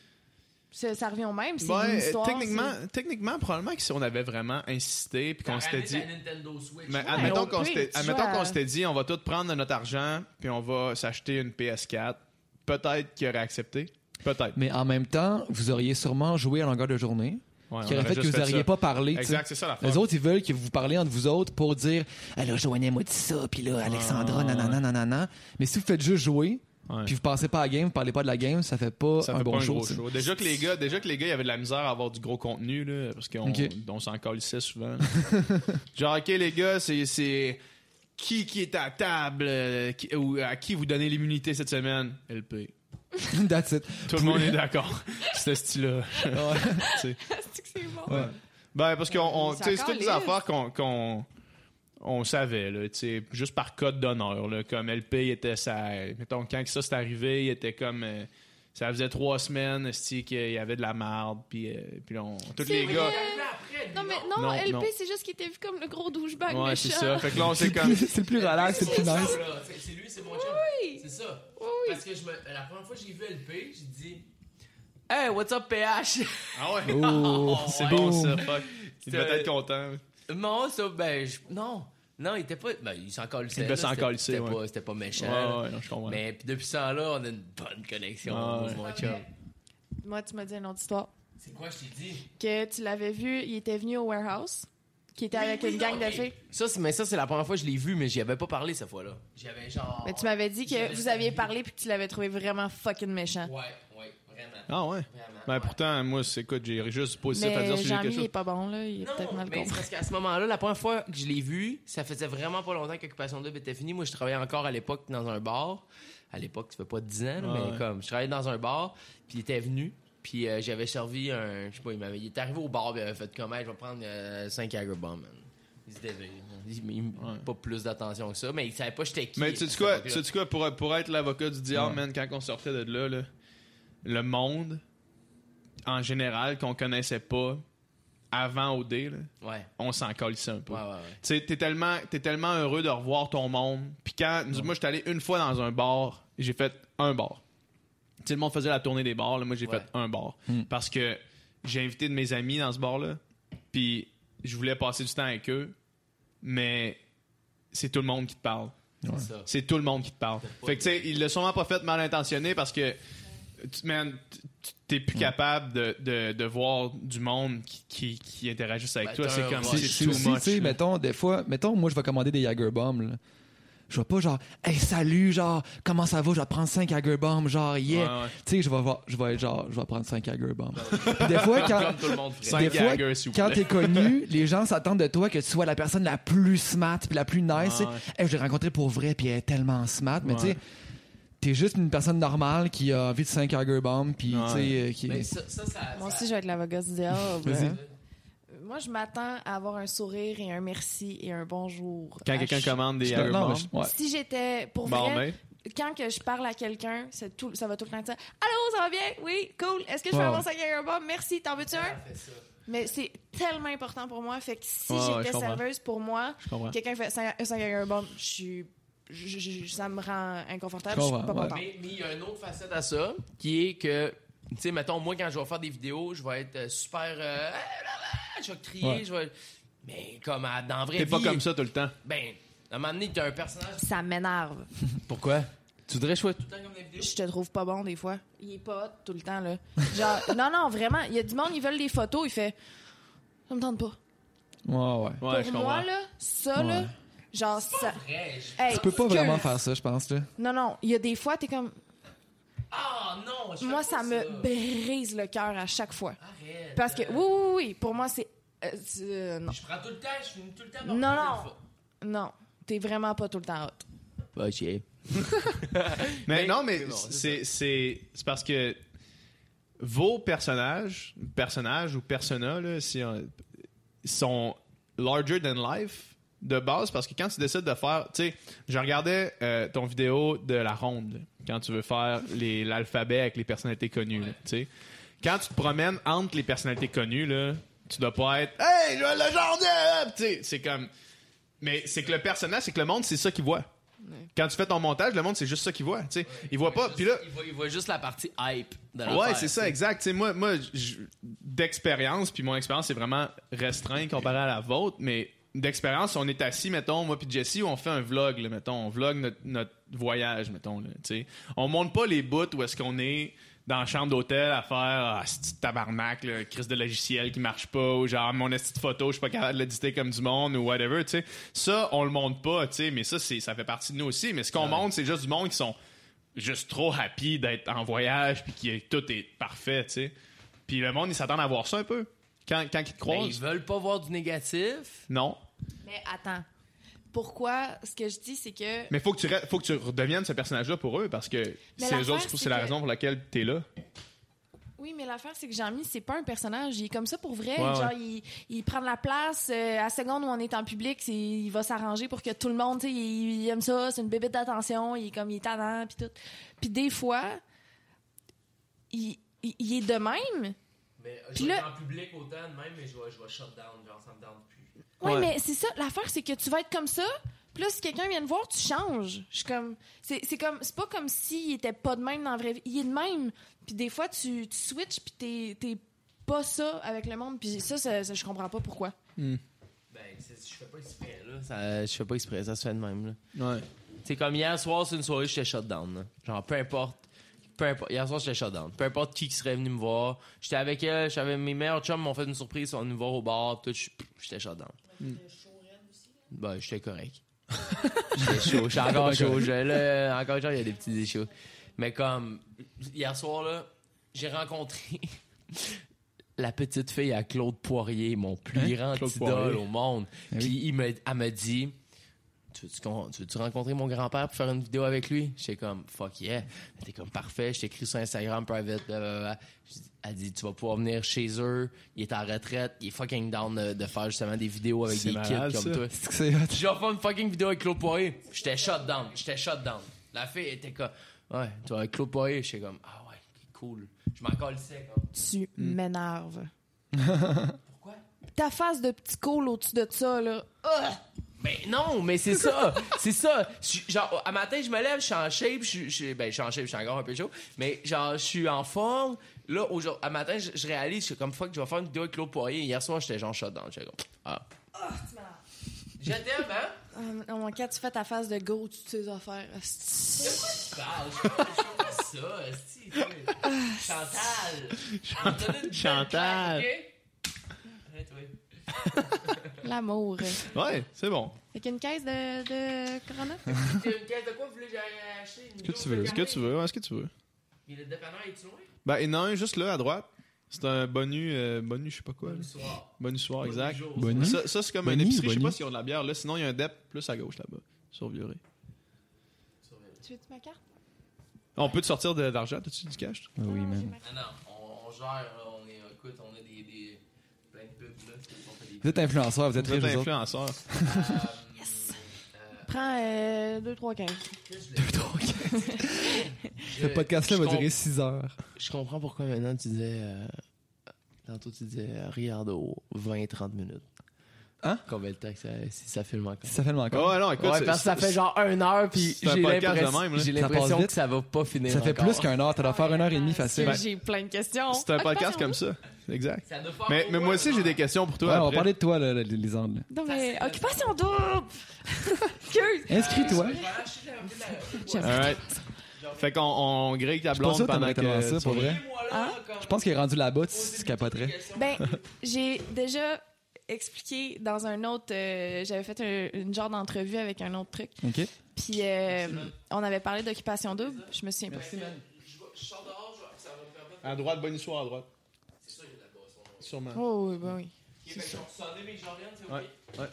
Ça, ça revient au même. C'est
Ouais,
une
euh,
histoire.
techniquement, techniquement, probablement que si on avait vraiment insisté puis qu'on s'était dit.
Nintendo Switch.
Mais ah,
Ouais.
admettons
au
qu'on
pire,
s'était
tu
admettons
vas à-
qu'on s'était dit, on va tout prendre de notre argent puis on va s'acheter une PS4. Peut-être qu'il aurait accepté. Peut-être.
Mais en même temps, vous auriez sûrement joué à longueur de journée,
Ouais,
qui
on
aurait fait que
juste
vous n'auriez
ça.
pas parlé. tu sais.
Exact, c'est ça la
Les autres, ils veulent que vous parlez entre vous autres pour dire Ah, Alors, Joanie m'a dit ça, puis là, Alexandra,
Ah,
nanana, nanana. Mais si vous faites juste jouer, puis vous pensez pas à la game, vous parlez pas de la game, ça fait pas
Ça
un
fait
bon
pas un
show.
gros
tu sais.
show. Déjà que les gars, déjà que les gars, ils avaient de la misère à avoir du gros contenu là, parce qu'on
Ok.
on s'en colissait souvent. là. Genre ok les gars, c'est c'est qui qui est à table euh, qui- ou à qui vous donnez l'immunité cette semaine LP.
That's it.
Tout le monde est d'accord. C'est ce style-là. Tu sais.
C'est que c'est bon.
Ben parce qu'on on-
Ça
tu sais, c'est toutes
calisse.
des affaires qu'on qu'on- on savait là, tu sais, juste par code d'honneur là, comme LP il était ça mettons quand que ça s'est arrivé, il était comme euh, ça faisait trois semaines esti, qu'il y avait de la marde puis euh, puis là, on tous
C'est
les gars
vrai. Non, mais non,
Non,
LP,
non.
c'est juste qu'il était vu comme le gros douchebag
ouais
méchant.
c'est ça fait que là on s'est
C'est
comme
plus, c'est plus
Ah,
relax, c'est plus
ça,
nice.
là. C'est- C'est lui, c'est mon chum.
Oui.
C'est ça.
Oui, oui.
Parce que je me- la première fois que j'ai vu LP, j'ai dit Hey, what's up, PH?
ah ouais
Oh,
c'est
ouais.
bon ça fuck il
C'était-
devait être content
non, ça, ben, je- non. Non, il était pas. Ben, il s'en calissait.
Il devait
là,
s'en
c'était-
calisser,
C'était
ouais.
pas, c'était pas méchant.
ouais
là.
ouais non je comprends
Mais puis depuis ça, là, on a une bonne connexion,
Ouais, ouais.
mon chum.
Moi, tu m'as dit une autre histoire.
C'est quoi, je t'ai dit?
Que tu l'avais vu, il était venu au warehouse, qui était avec
oui,
une gang
ok.
de filles.
Ça, c'est- mais ça, c'est la première fois que je l'ai vu, mais j'y avais pas parlé cette fois-là. J'avais genre.
Mais tu m'avais dit
J'avais
que vous
jamais
aviez
vu.
parlé puis que tu l'avais trouvé vraiment fucking méchant.
Ouais, ouais, vraiment.
ah ouais
Vraiment.
ben
ouais.
pourtant moi c'est écoute j'ai juste du positif à
Mais
dire sur
Jean-Mi,
quelque
il est
chose
pas bon, là. Il est peut-être
Non,
mal
mais c'est
compris.
parce qu'à ce moment-là, la première fois que je l'ai vu, ça faisait vraiment pas longtemps qu'Occupation Double était finie. Moi, je travaillais encore à l'époque dans un bar. À l'époque, ça fait pas 10 ans, là,
Ouais,
mais
ouais.
comme, je travaillais dans un bar, puis il était venu, puis euh, j'avais servi un. Je sais pas, il m'avait. Il est arrivé au bar, puis il avait fait comme, Hey, je vais prendre 5 Bomb, man. Il se déveille. Il, il- Pas plus d'attention que ça, mais il savait pas j'étais qui.
mais
à
tu sais
cette
quoi tu
époque-là.
sais quoi pour pour être l'avocat du diable
Ouais.
man quand on sortait de là, là le monde en général qu'on connaissait pas avant OD là
Ouais,
on s'en colissait un peu
ouais, ouais. ouais.
Tu sais, t'es tellement, t'es tellement heureux de revoir ton monde. Puis quand, moi, j'étais allé une fois dans un bar, j'ai fait un bar. Tu sais, le monde faisait la tournée des bars, là, moi, j'ai
Ouais.
fait un bar.
Mm.
Parce que j'ai invité de mes amis dans ce bar-là, puis je voulais passer du temps avec eux, mais c'est tout le monde qui te parle.
Ouais.
C'est ça.
C'est tout le monde qui te parle.
pas
Fait que, tu sais, ils l'ont sûrement pas fait mal intentionné parce que, tu- man, tu- tu- t'es plus capable de, de- de voir du monde qui, qui, qui interagisse avec
Ben,
toi.
t'as
C'est
un
comme,
C'est-
rush.
c'est
C'est
too
aussi, tu
much,
sais, ben,
là.
mettons, des fois, mettons, moi, je vais commander des Jagerbombs, là. Je vais pas genre, hey, salut, genre, comment ça va, je vais te prendre 5 Jagerbombs, genre, yeah.
Ouais, ouais.
Tu sais, je vais voir- je vais être genre, je vais prendre 5 Jagerbombs. Puis des fois, quand,
Comme tout le monde fait.
Cinq
des fois,
Jaggers, s'il vous
quand
plaît.
t'es connu, les gens s'attendent de toi que tu sois la personne la plus smart puis la plus nice. tu sais.
Ouais.
Hey, je l'ai rencontrée pour vrai puis elle est tellement smart, mais
Ouais.
tu sais, t'es juste une personne normale qui a envie de 5 Jagerbombs puis
Ouais.
tu sais, euh, qui.
Mais ça, ça, ça.
Moi
ça-
aussi, je vais être l'avocat du diable.
Vas-y.
Euh, Moi, je m'attends à avoir un sourire et un merci et un bonjour.
Quand
À
quelqu'un
ch-
commande des
Non,
Jager
non,
Bomb,
mais je- ouais.
Si j'étais, pour
bon,
vrai,
ben,
quand que je parle à quelqu'un, c'est tout, ça va tout le temps dire « Allô, ça va bien? Oui, cool. Est-ce que je peux
Ouais.
avoir ça quelque part? Merci, t'en veux-tu un?
ça fait ça. »
Mais c'est tellement important pour moi. Fait que si
Ouais, ouais, je
j'étais
comprends.
serveuse, pour moi,
je comprends.
quelqu'un fait ça ça quelque part, bon, je suis... je- je- je- ça me rend inconfortable,
Je
je suis
comprends,
pas
ouais.
contente.
Mais mais il y a une autre facette à ça, qui est que, tu sais, mettons, moi, quand je vais faire des vidéos, je vais être euh, super. euh, je vais crier,
Ouais.
je vais. Mais comme à- dans la vraie
T'es pas
vie,
comme ça tout le temps.
Ben, à un moment donné, t'as un personnage.
Ça m'énerve.
Pourquoi? Tu voudrais jouer tout le temps comme des vidéos?
Je te trouve pas bon des fois. Il est pas hot tout le temps, là. Genre, non, non, vraiment. Il y a du monde, ils veulent des photos, il fait. Ça me tente pas.
Ouais, ouais.
Ouais, je
Pour
comprends.
moi, là, ça,
Ouais.
là, genre, ça.
Vrai, je-
Hey,
Tu peux pas
que-
vraiment faire ça, je pense, là.
Non, non, il y a des fois, t'es comme.
Ah non! je fais
Moi,
pas
ça me brise le cœur à chaque fois.
Arrête.
Parce que, oui, oui, oui, pour moi, c'est. euh, c'est- euh, non.
Je prends tout le temps, je finis tout le temps.
Non, non. Non. T'es vraiment pas tout le temps hot.
Bah, chier.
Mais
Mais-
non, mais
mais bon, c'est
c'est c'est- c'est parce que vos personnages, personnages ou persona, là, si on- sont larger than life de base parce que quand tu décides de faire, tu sais, je regardais euh, ton vidéo de la ronde là, quand tu veux faire les- l'alphabet avec les personnalités connues, là, tu sais. Quand tu te promènes entre les personnalités connues là, tu dois pas être hey Joël Legendre, euh, tu sais, c'est comme mais c'est que le personnage, c'est que le monde, c'est ça qu'il voit. Quand tu fais ton montage, le monde, c'est juste ça qu'il voit. tu sais. Il voit pas. Puis là,
Il voit, il voit juste la partie hype de
Ouais,
l'affaire.
c'est ça, exact. Tu sais, moi, moi j- d'expérience, puis mon expérience est vraiment restreinte comparée à la vôtre, mais d'expérience, on est assis, mettons, moi puis Jesse, on fait un vlog, là, mettons, on vlog notre, notre voyage, mettons, là, tu sais. On monte pas les bouts où est-ce qu'on est dans la chambre d'hôtel à faire ah, c'ti de tabarnak, le crise de logiciel qui marche pas, ou genre mon esti de photo, je suis pas capable de l'éditer comme du monde, ou whatever, tu sais. Ça, on le monte pas, tu sais, mais ça, c'est, ça fait partie de nous aussi. Mais ce qu'on monte, c'est juste du monde qui sont juste trop happy d'être en voyage puis qui est- tout est parfait, tu sais. Puis le monde, ils s'attendent à voir ça un peu. Quand, quand ils te
Mais Ben, ils
croisent,
veulent pas voir du négatif.
non.
Mais attends. Pourquoi? Ce que je dis, c'est que.
Mais faut que tu re- faut que tu redeviennes ce personnage-là pour eux parce que c'est eux
l'affaire,
autres, je trouve,
c'est
c'est la
que-
raison pour laquelle t'es là.
Oui, mais l'affaire, c'est que Jean-Mi, c'est pas un personnage. Il est comme ça pour vrai.
Ouais, ouais.
Genre, il, il prend de la place. euh, à la seconde où on est en public, c'est- il va s'arranger pour que tout le monde, tu sais, il, il aime ça. C'est une bébête d'attention. Il est comme, il est tannant, puis tout. Puis des fois, il, il- il est de même.
Mais euh, je
Puis
vais
là-
être en public autant de même, mais je vais, je vais shut down, genre ça me tente plus.
Ouais,
Ouais.
mais c'est ça. L'affaire, c'est que tu vas être comme ça. Puis là, si quelqu'un vient te voir, tu changes. Je suis comme. C'est c'est comme. C'est pas comme s'il était pas de même dans la vraie vie. Il est de même. Puis des fois, tu, tu switches, puis t'es- t'es pas ça avec le monde. Puis ça, ça, ça, je comprends pas pourquoi.
Ben, c'est- je fais pas exprès, là.
Ça, euh, je fais pas exprès, ça se fait de même. Là.
Ouais.
C'est comme hier soir, c'est une soirée, j'étais shut down. là. Genre, peu importe. Peu importe. Hier soir, j'étais shut down. Peu importe qui, qui serait venu me voir. J'étais avec elle, j'avais mes meilleurs chums m'ont fait une surprise, ils sont venus me voir au bar, tout, je- j'étais shut down. Ben, j'étais correct. j'étais chaud, j'étais encore chaud. Je- là, encore chaud, il y a des petits échos. Mais comme, hier soir, là, j'ai rencontré la petite fille à Claude Poirier, mon plus
Hein?
grand
Claude
idole
Poirier.
au monde.
Ah oui.
Puis il me, elle me dit tu veux-tu, qu'on- tu veux-tu rencontrer mon grand-père pour faire une vidéo avec lui? J'étais comme, fuck yeah. Elle était comme, parfait. Je t'écris sur Instagram, private, blablabla. Je dis- Elle dit, tu vas pouvoir venir chez eux. Il est en retraite. Il est fucking down de, de faire justement des vidéos avec
C'est
des
malade,
kids comme
ça.
toi.
C'est que c'est hot.
J'ai fait une fucking vidéo avec Claude Poirier. J'étais shut down. J'étais shut down. La fille était comme, ouais, tu vois, avec Claude Poirier. J'étais comme, ah ouais, cool. Je m'en calissais, comme.
Tu m'énerves.
Pourquoi?
Ta face de petit col au-dessus de ça, là. Ugh!
Mais Ben non, mais c'est ça, c'est ça. Je suis- Genre, à matin, je me lève, je suis en shape, je suis- je suis, ben, je suis en shape, je suis encore un peu chaud, mais genre, je suis en forme. Là, aujourd'hui, à matin, je, je réalise, je suis comme fuck, je vais faire une vidéo avec Claude Poirier. Hier soir, j'étais genre shot down, j'étais comme, ah. Je t'aime, hein?
Euh, non, quand tu fais ta face de go, tu sais affaires.
De quoi tu parles? Ah, Je fais pas ça, esti, toi. Chantal! Chantal!
Chantal.
L'amour.
Ouais, c'est bon.
Fait qu'une caisse de, de Corona.
De quoi vous voulez que j'aille acheter?
Ce que tu veux. Ce que tu veux, ouais, ce que tu veux.
Mais le dépanneur est loin?
Ben, il y en a un juste là, à droite. C'est un bonu, euh, bonu, je sais pas quoi. là.
Le soir.
Bonu soir, exact.
Bonne nuit.
Ça, ça, c'est comme
Bonu,
une épicerie. Je sais
bonu.
pas s'ils ont de la bière là. Sinon, il y a un dep plus à gauche là-bas. Sur Vieux-Ré.
Tu veux-tu ma carte?
On peut te sortir de l'argent, t'as-tu du cash?
Ah oui, man.
Ah non, on, on gère, là, on est, écoute, on a des, des plein de pubs là. c'est- on fait des-
Vous êtes influenceur, vous êtes
Vous êtes
riche, vous autres.
influenceur.
Euh,
Yes.
euh,
Prends euh, deux, trois quinze.
qu'est-ce que je voulais dire?
Le podcast-là
Je
va
com-
durer 6 heures.
Je comprends pourquoi maintenant tu disais. euh, tantôt tu disais euh, Riardo 20-30 minutes.
Hein?
Combien de temps que ça, si ça filme encore?
Ça fait le encore.
Ouais, non, écoute.
ouais,
c'est-
parce que ça
c'est-
fait genre une heure, puis
c'est un
j'ai
podcast de
l'impression-
même, là.
j'ai
Ça passe
l'impression
vite.
que ça va pas finir.
Ça fait
encore.
plus qu'un heure. T'as dois faire une heure et demie facile.
Parce que J'ai plein de questions.
C'est Ah, un
Ah,
podcast
tu
comme
penses
ça. Exact.
Ça doit faire
Mais,
au
mais moi
moins
aussi,
une
j'ai
heure.
des questions pour toi.
Ouais, on va
après.
parler de toi, là, Lisande. là.
à moi? Non, mais
Ça, c'est-
occupation double! Excuse!
Inscris-toi.
Je vais acheter la- la-
Alright. Fait qu'on on grille ta
Je pense
blonde
que
pendant
t'aimerais tellement
que
ça,
tu-
pour vrai.
Moi, là, comme-
Je pense qu'il est rendu là-bas, tu, tu capoterais.
Ben, j'ai déjà expliqué dans un autre. euh, J'avais fait un- une genre d'entrevue avec un autre truc.
OK?
Puis euh, on avait parlé d'occupation double. Je me souviens pas.
Je vais- je sors dehors, je vais- ça va me permettre.
À droite, bonne histoire à droite.
C'est sûr, il y a de la boisson.
Sûrement.
Oh, oui, ben oui.
Ok, fait qu'on s'en est, mais j'en reviens, c'est ok?
Ouais.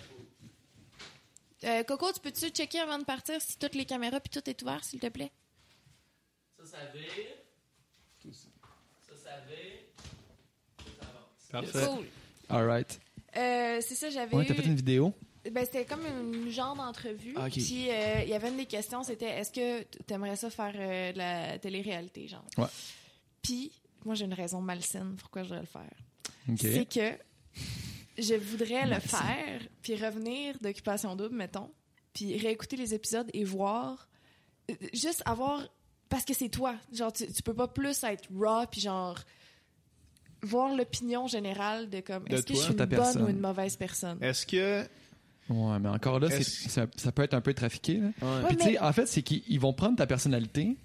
Euh, Coco, tu peux-tu checker avant de partir si toutes les caméras puis tout est ouvert, s'il te plaît?
Ça, ça vire. Ça, ça vire. Ça avance.
Parfait.
Cool.
All right.
Euh, c'est ça, j'avais
Ouais,
eu...
t'as fait une vidéo.
Ben, c'était comme une genre d'entrevue.
Ah, ok.
Puis euh, il y avait une des questions, c'était est-ce que t- t'aimerais ça faire euh, de la télé-réalité, genre?
Ouais.
Puis, moi, j'ai une raison malsaine pourquoi je voudrais le faire.
OK.
C'est que je voudrais le faire, puis revenir d'Occupation Double, mettons, puis réécouter les épisodes et voir... euh, Juste avoir... Parce que c'est toi. Genre, tu, tu peux pas plus être raw, puis genre... Voir l'opinion générale de comme...
De
Est-ce que
toi.
je
Sur
suis une
ta
bonne
personne.
ou une mauvaise personne?
Est-ce que.
Ouais, mais encore là, c'est-
Est-ce-
ça, ça peut être un peu trafiqué. Là.
Ouais,
Puis tu
mais-
sais, en fait, c'est qu'ils ils vont prendre ta personnalité,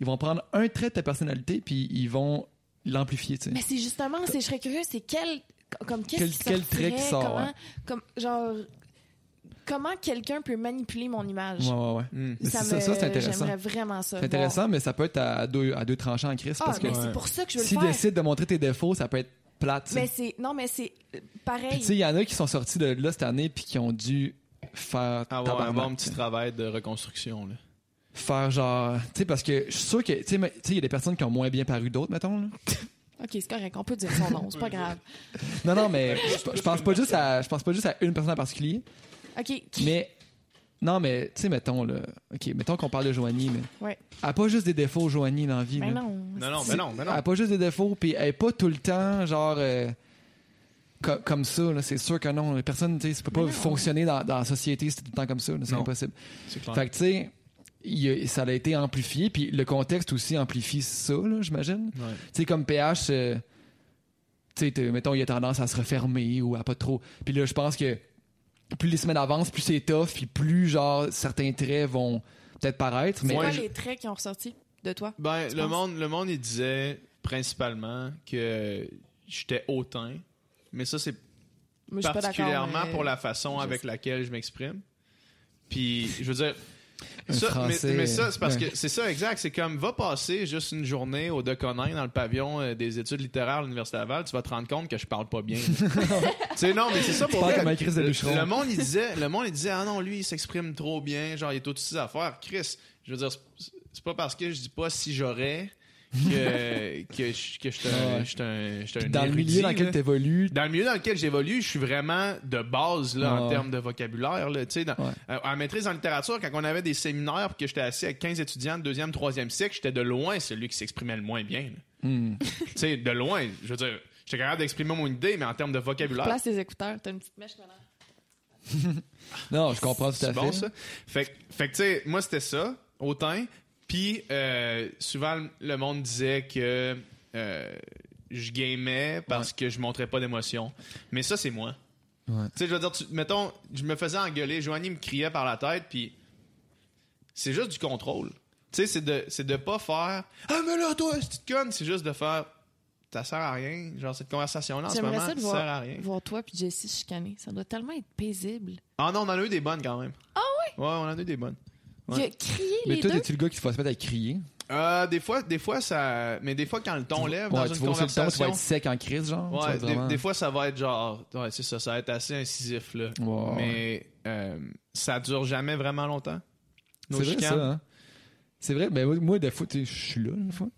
ils vont prendre un trait de ta personnalité, puis ils vont l'amplifier, tu sais.
Mais c'est justement, c'est, je serais curieux, c'est quel, comme qu'est-ce
Quel-
qui
quel
sortirait,
trait qui sort,
comment,
ouais.
comme, genre, comment quelqu'un peut manipuler mon image.
Ouais, ouais, ouais.
Hmm.
Mais c'est ça,
me-
ça, c'est intéressant.
J'aimerais vraiment ça.
C'est intéressant, mais ça peut être à deux, à deux tranchants en crise,
voir.
parce
Ah,
que
mais
Ouais.
c'est pour ça que je veux
s'ils
le faire.
décident de montrer tes défauts, ça peut être plate, tu sais.
mais c'est, non, mais c'est
Puis
euh, pareil.
tu sais, il y en a qui sont sortis de là cette année, puis qui ont dû faire
Ah Avoir
tabarnak,
un bon petit
tu sais.
travail de reconstruction. Là.
faire genre tu sais parce que je suis sûr que tu sais mais- tu sais, il y a des personnes qui ont moins bien paru que d'autres mettons là.
Ok, c'est correct, on peut dire son nom, c'est pas grave.
non non mais je je pense pas juste à je pense pas juste à une personne en particulier
Ok, qui-
mais Non, mais tu sais, mettons, là. OK, mettons qu'on parle de Joanie, mais.
Ouais.
Elle a pas juste des défauts, Joanie, dans la vie.
Mais
là.
non.
Non, non, ben non, ben
Elle
non.
a pas juste des défauts, puis elle est pas tout le temps, genre. euh, co- comme ça, là. C'est sûr que non. Personne, tu sais, ça peut pas
Mais Ben non.
fonctionner dans, dans la société si t'es tout le temps comme ça. là. C'est
Non.
impossible.
C'est clair.
Fait que, tu sais, il y a- ça a été amplifié, puis le contexte aussi amplifie ça, là, j'imagine.
Ouais.
Tu sais, comme PH, euh, tu sais, t'es- mettons, il a tendance à se refermer ou à pas trop. Puis là, je pense que plus les semaines avancent, plus c'est tough, puis plus, genre, certains traits vont peut-être paraître.
C'est
Mais
quoi
je-
les traits qui ont ressorti de toi?
Ben,
Tu
le
penses?
monde, le monde, il disait principalement que j'étais hautain, mais ça, c'est
Moi, je suis pas d'accord,
particulièrement
mais-
pour la façon
je
avec
sais.
laquelle je m'exprime. Puis, je veux dire,
Un
ça,
Français,
mais, mais ça, c'est parce
ouais.
que c'est ça, exact. C'est comme, va passer juste une journée au Deconin dans le pavillon euh, des études littéraires à l'Université Laval, tu vas te rendre compte que je parle pas bien. tu sais, non, mais c'est ça pour
Parle
vrai.
comme un Chris de
Le-
bûcheron.
Le monde, il disait, le monde, il disait, ah non, lui, il s'exprime trop bien, genre, il est tout ses affaires. Chris, je veux dire, c'est- c'est pas parce que je dis pas si j'aurais que, que je que je suis un-
Ouais.
je suis un- je suis un
Puis dans le milieu
érudit,
dans lequel
là.
t'évolues,
Dans le milieu dans lequel j'évolue, je suis vraiment de base là, en
Ouais.
termes de vocabulaire. Là, Tu sais, dans-
Ouais.
euh, en maîtrise en littérature, quand on avait des séminaires puis que j'étais assis avec 15 étudiants de deuxième, troisième siècle, j'étais de loin celui qui s'exprimait le moins bien. là.
hmm,
tu sais, de loin, je veux dire, j'étais capable d'exprimer mon idée, mais en termes de vocabulaire,
Place tes écouteurs, t'as une petite mèche maintenant.
non, je comprends tout à
c'est
fait.
bon ça. Fait, que- fait que tu sais, moi c'était ça, autant. Puis euh, souvent le monde disait que euh, je gamais parce que je montrais pas d'émotion. Mais ça c'est moi.
Ouais.
Tu sais, je veux dire, tu- mettons, je me faisais engueuler, Joanie me criait par la tête, puis c'est juste du contrôle. Tu sais, c'est de, c'est de pas faire Ah, mais là, toi, petite conne, c'est juste de faire Ça sert à rien. Genre, cette conversation-là, en ce
J'aimerais
moment,
ça
ça
de
sert
voir,
à rien.
voir toi puis Jessie se chicaner. Ça doit tellement être paisible.
Ah non, on en a eu des bonnes quand même. Ah oui? Ouais, on en a eu des bonnes. Ouais.
Il a crié
Mais
les
toi,
deux.
t'es-tu le gars qui va se mettre à crier?
Euh, des fois, des fois, ça. Mais des fois, quand le ton lève dans
tu
une
vas hausser le ton, tu vas
conversation.
être sec en crise, genre? Tu vas
ouais,
être
des,
vraiment-
des fois, ça va être genre. Ouais, c'est ça, ça va être assez incisif, là.
Ouais, ouais.
Mais euh, ça dure jamais vraiment longtemps. Nos
C'est vrai,
chicanes.
ça, hein? C'est vrai, mais moi, moi, des fois, tu sais, je suis là, une fois.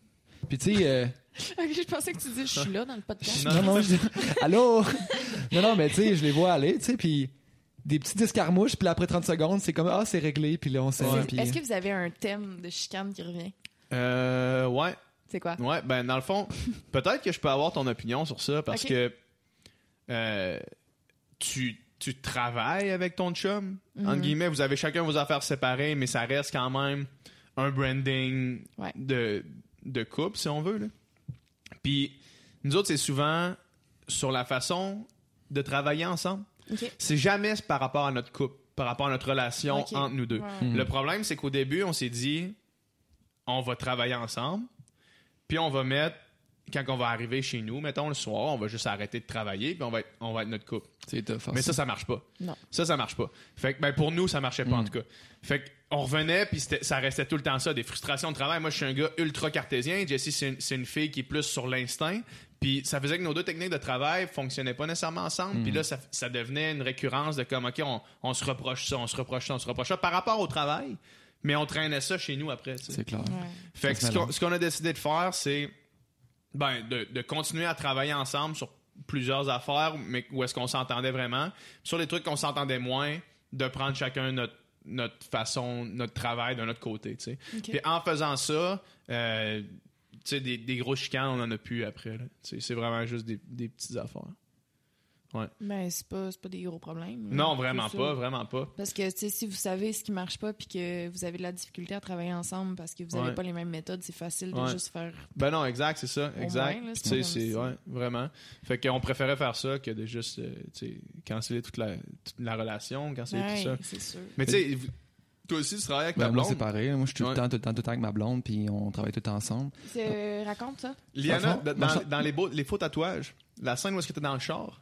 Puis, tu sais, euh,
je pensais que tu disais, je suis là dans le podcast.
Non.
non, non, je- allô? Non, non, mais tu sais, je les vois aller, tu sais, puis des petites escarmouches, puis là, après 30 secondes, c'est comme, ah, c'est réglé, puis là, on s'aime,
C'est-
puis...
Est-ce que vous avez un thème de chicane qui revient?
Euh, ouais,
C'est quoi?
ouais. Ben, dans le fond, peut-être que je peux avoir ton opinion sur ça parce
Ok.
que euh, tu, tu travailles avec ton chum. Entre
Mhm.
guillemets, vous avez chacun vos affaires séparées, mais ça reste quand même un branding
Ouais.
de, de couple, si on veut. Là. Puis, nous autres, c'est souvent sur la façon de travailler ensemble.
Ok.
C'est jamais par rapport à notre couple, par rapport à notre relation
Ok.
entre nous deux.
Ouais.
Le problème, c'est qu'au début, on s'est dit, on va travailler ensemble, puis on va mettre, quand on va arriver chez nous, mettons le soir, on va juste arrêter de travailler, puis on va être, on va être notre couple.
C'est tough, hein,
Mais ça, ça marche pas.
Non.
Ça, ça marche pas. Fait que, ben, pour nous, ça marchait pas, en tout cas. Fait que, on revenait, puis c'était- ça restait tout le temps ça, des frustrations de travail. Moi, je suis un gars ultra cartésien. Jessie, c'est une, c'est une fille qui est plus sur l'instinct. Puis ça faisait que nos deux techniques de travail fonctionnaient pas nécessairement ensemble. Puis là, ça, ça devenait une récurrence de comme, OK, on, on se reproche ça, on se reproche ça, on se reproche ça par rapport au travail. Mais on traînait ça chez nous après. tu sais.
C'est clair.
Ouais.
Fait que
Ça se
ce qu'on,
mélange.
ce qu'on a décidé de faire, c'est ben, de, de continuer à travailler ensemble sur plusieurs affaires, mais où est-ce qu'on s'entendait vraiment. Sur les trucs qu'on s'entendait moins, de prendre chacun notre, notre façon, notre travail de notre côté. tu sais.
Ok.
Puis en faisant ça, euh, tu sais, des, des gros chicanes, on en a plus après. là. Tu sais, C'est vraiment juste des, des petites affaires.
Mais c'est pas, c'est pas des gros problèmes.
Non,
C'est
vraiment
ça.
pas, vraiment pas.
Parce que tu sais, si vous savez ce qui marche pas puis que vous avez de la difficulté à travailler ensemble parce que vous n'avez
Ouais.
pas les mêmes méthodes, c'est facile de
Ouais.
juste faire.
Ben non, exact, c'est ça,
Au
exact.
moins, là, c'est
Tu sais,
pas
c'est
comme
ouais, vraiment. Fait qu'on préférait faire ça que de juste euh, tu sais, canceller toute la toute la relation, canceller
Ouais,
tout ça.
c'est sûr.
Mais tu sais, vous- toi aussi tu travailles avec ta
Ben, moi, c'est
blonde.
pareil. Moi, je suis tout
Ouais.
le temps, tout le temps, tout le temps avec ma blonde, puis on travaille tout le temps ensemble.
C'est- euh, Raconte ça.
Liana,
Dans le fond,
dans,
dans le
dans,
fond-
les beaux les faux tatouages, la scène où est-ce que t'es dans le char.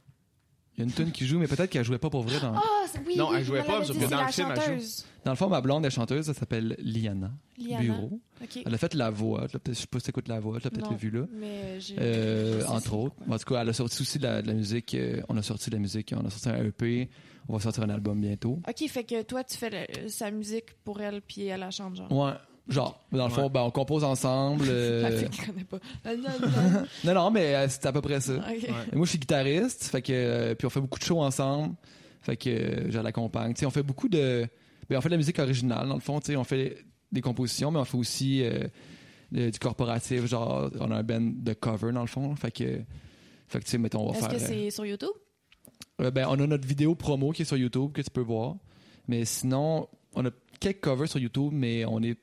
Il y a une tune qui joue, mais peut-être qu'elle jouait pas pour vrai. Dans,
Ah, oui.
Non,
oui,
elle
vous
jouait
me
Ben, pas,
l'avez
sauf
dit,
que
c'est
dans
la
le film, elle joue.
chanteuse.
dans le fond, ma blonde est chanteuse, elle s'appelle Liana,
Liana.
Bureau.
OK.
Elle a fait la voix. tu l'as peut-être- Je sais pas si t'écoutes la voix, tu l'as peut-être
Non.
le vu là.
Mais j'ai.
Euh,
je sais
entre
pas
autres.
pourquoi.
En tout cas, elle a sorti aussi de la, de la musique. euh, on a sorti de la musique. On a sorti un EP. On va sortir un album bientôt.
Ok, fait que toi, tu fais le- sa musique pour elle puis elle la chante, genre.
Ouais. Genre, dans le fond,
Ouais.
ben, on compose ensemble. euh,
La fille qui connaît pas. Ah, non, non.
non, non, mais euh, c'est à peu près ça.
Ok.
Ouais.
Et moi, je suis guitariste. Fait que, euh, puis on fait beaucoup de shows ensemble. Fait que euh, je l'accompagne. Tu sais, on fait beaucoup de. ben, on fait de la musique originale, dans le fond. tu sais, On fait des compositions, mais on fait aussi euh, euh, du corporatif. Genre, on a un band de cover, dans le fond. Fait que, fait que tu sais, mettons, on va
Est-ce
faire.
que
euh,
c'est sur YouTube?
euh, ben, on a notre vidéo promo qui est sur YouTube que tu peux voir. Mais sinon, on a quelques covers sur YouTube, mais on est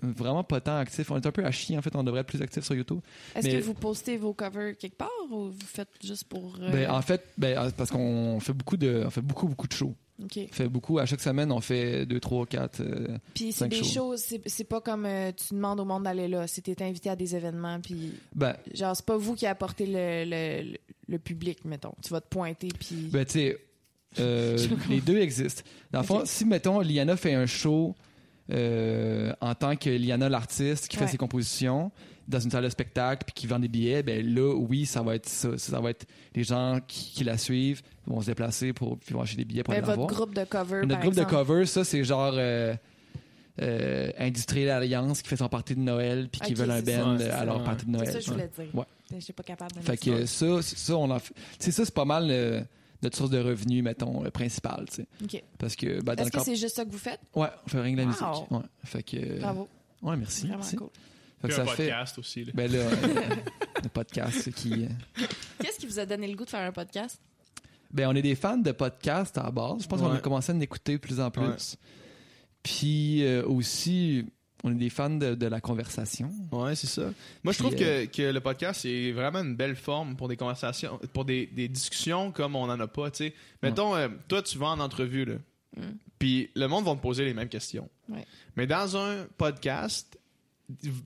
vraiment pas tant actif. On est un peu à chier, en fait. On devrait être plus actif sur YouTube.
Est-ce
Mais-
que vous postez vos covers quelque part ou vous faites juste pour. euh,
Ben, en fait, ben, euh, parce qu'on fait beaucoup de, on fait beaucoup, beaucoup de shows.
OK.
On fait beaucoup. À chaque semaine, on fait deux, trois, quatre. euh,
Puis c'est
cinq
des
shows.
choses, c'est c'est pas comme euh, tu demandes au monde d'aller là. C'est t'es invité à des événements, puis
ben,
genre, c'est pas vous qui apportez le, le, le- le public, mettons. Tu vas te pointer, puis.
ben, tu sais, euh,
Je sais pas
les deux existent. Dans le fond,
Ok.
si, mettons, Liana fait un show euh, en tant que Liana l'artiste qui
Ouais.
fait ses compositions dans une salle de spectacle puis qui vend des billets, ben là, oui, ça va être ça. Ça va être les gens qui, qui la suivent vont se déplacer pour puis vont acheter des billets pour
Ben,
aller la
votre
voir.
groupe de cover.
Notre
par
groupe
exemple.
de cover, ça, c'est genre euh, euh, Industriel Alliance qui fait son party de Noël puis qui
Ok,
veulent un
c'est ça,
band
c'est
à
ça,
leur
ouais.
party de
C'est
Noël.
ça que je
Ouais.
voulais dire. Ben,
Ouais.
Je sais pas capable de
Fait
mettre
que euh, ça, c- ça, on en fait- tu sais, ça, c'est pas mal euh, notre source de revenus, mettons, euh, principale, tu sais.
ça. OK.
Parce que, bah, dans
Est-ce
le
que
corps-
c'est juste ça que vous faites?
Ouais, on fait rien que la
Wow.
musique. Ouais, fait que. euh,
Bravo.
Ouais, merci.
Vraiment
merci.
cool.
Fait que
Puis
ça
un
fait.
podcast aussi. là.
Ben là, euh, le podcast qui. euh,
Qu'est-ce qui vous a donné le goût de faire un podcast?
Ben, on est des fans de podcasts à la base. Je pense qu'on a
Ouais.
commencé à en écouter de plus en plus.
Ouais.
Puis euh, aussi, on est des fans de, de la conversation.
Ouais, c'est ça. Moi,
Puis,
je trouve que, que le podcast, c'est vraiment une belle forme pour des conversations, pour des, des discussions comme on n'en a pas, tu sais. Mettons, euh, toi, tu vas en entrevue, là.
Mm.
Puis le monde va te poser les mêmes questions.
Ouais.
Mais dans un podcast,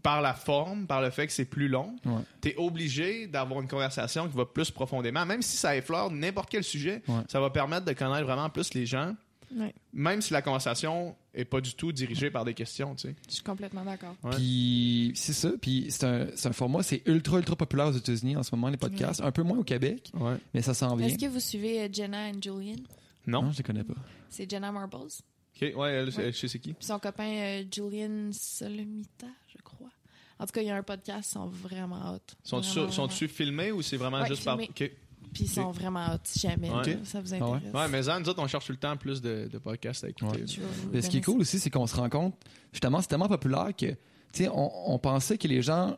par la forme, par le fait que c'est plus long,
Ouais.
tu es obligé d'avoir une conversation qui va plus profondément. Même si ça effleure n'importe quel sujet,
Ouais.
ça va permettre de connaître vraiment plus les gens,
Ouais.
même si la conversation est pas du tout dirigée par des questions, tu sais.
Je suis complètement d'accord.
Ouais.
Puis c'est ça. Puis c'est un, c'est un format, c'est ultra, ultra populaire aux États-Unis en ce moment, les podcasts. Un peu moins au Québec, mais ça s'en vient.
Est-ce que vous suivez euh, Jenna and Julian?
Non?
Non, je les connais pas.
C'est Jenna Marbles.
OK, ouais, elle,
Ouais.
je sais c'est qui.
Puis son copain euh, Julian Solomita, je crois. En tout cas, il y a un podcast, ils sont vraiment hot.
Sont-tu
Vraiment,
sur- sont-tu filmés ou c'est vraiment
Ouais,
juste
filmés.
par. OK.
vraiment. Puis ils sont vraiment hot, si jamais.
Ouais.
là, Ça vous
Ah ouais?
intéresse.
Ouais, mais ça, nous autres, on cherche tout le temps plus de, de podcasts à écouter.
Ouais.
Je vais vous
Mais ce qui est
donner
cool aussi, c'est qu'on se rend compte, justement, c'est tellement populaire que, tu sais, on, on pensait que les gens,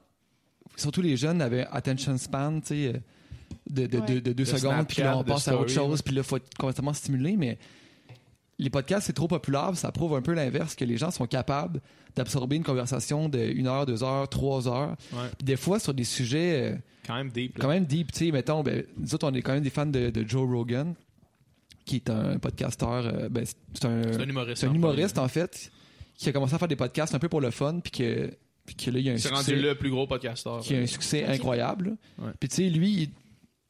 surtout les jeunes, avaient attention span, tu sais, euh, de, de, de- de deux
De
secondes, puis là,
Snapchat,
on
de
passe à autre
story,
chose, puis là, faut être constamment stimulé, mais les podcasts, c'est trop populaire, puis ça prouve un peu l'inverse, que les gens sont capables d'absorber une conversation de une heure, deux heures, trois heures,
Ouais.
puis des fois sur des sujets... euh,
Quand même deep. là.
quand même deep, tu sais, mettons, ben, nous autres, on est quand même des fans de, de Joe Rogan, qui est un podcasteur, euh, ben, c'est un,
C'est un humoriste.
c'est un
en
humoriste, hein. en fait, qui a commencé à faire des podcasts un peu pour le fun, puis que, puis que là, il y a un
premier. C'est
succès,
rendu le plus gros podcasteur.
qui a un succès
Ok.
incroyable. là.
Ouais.
Puis tu sais, lui, il-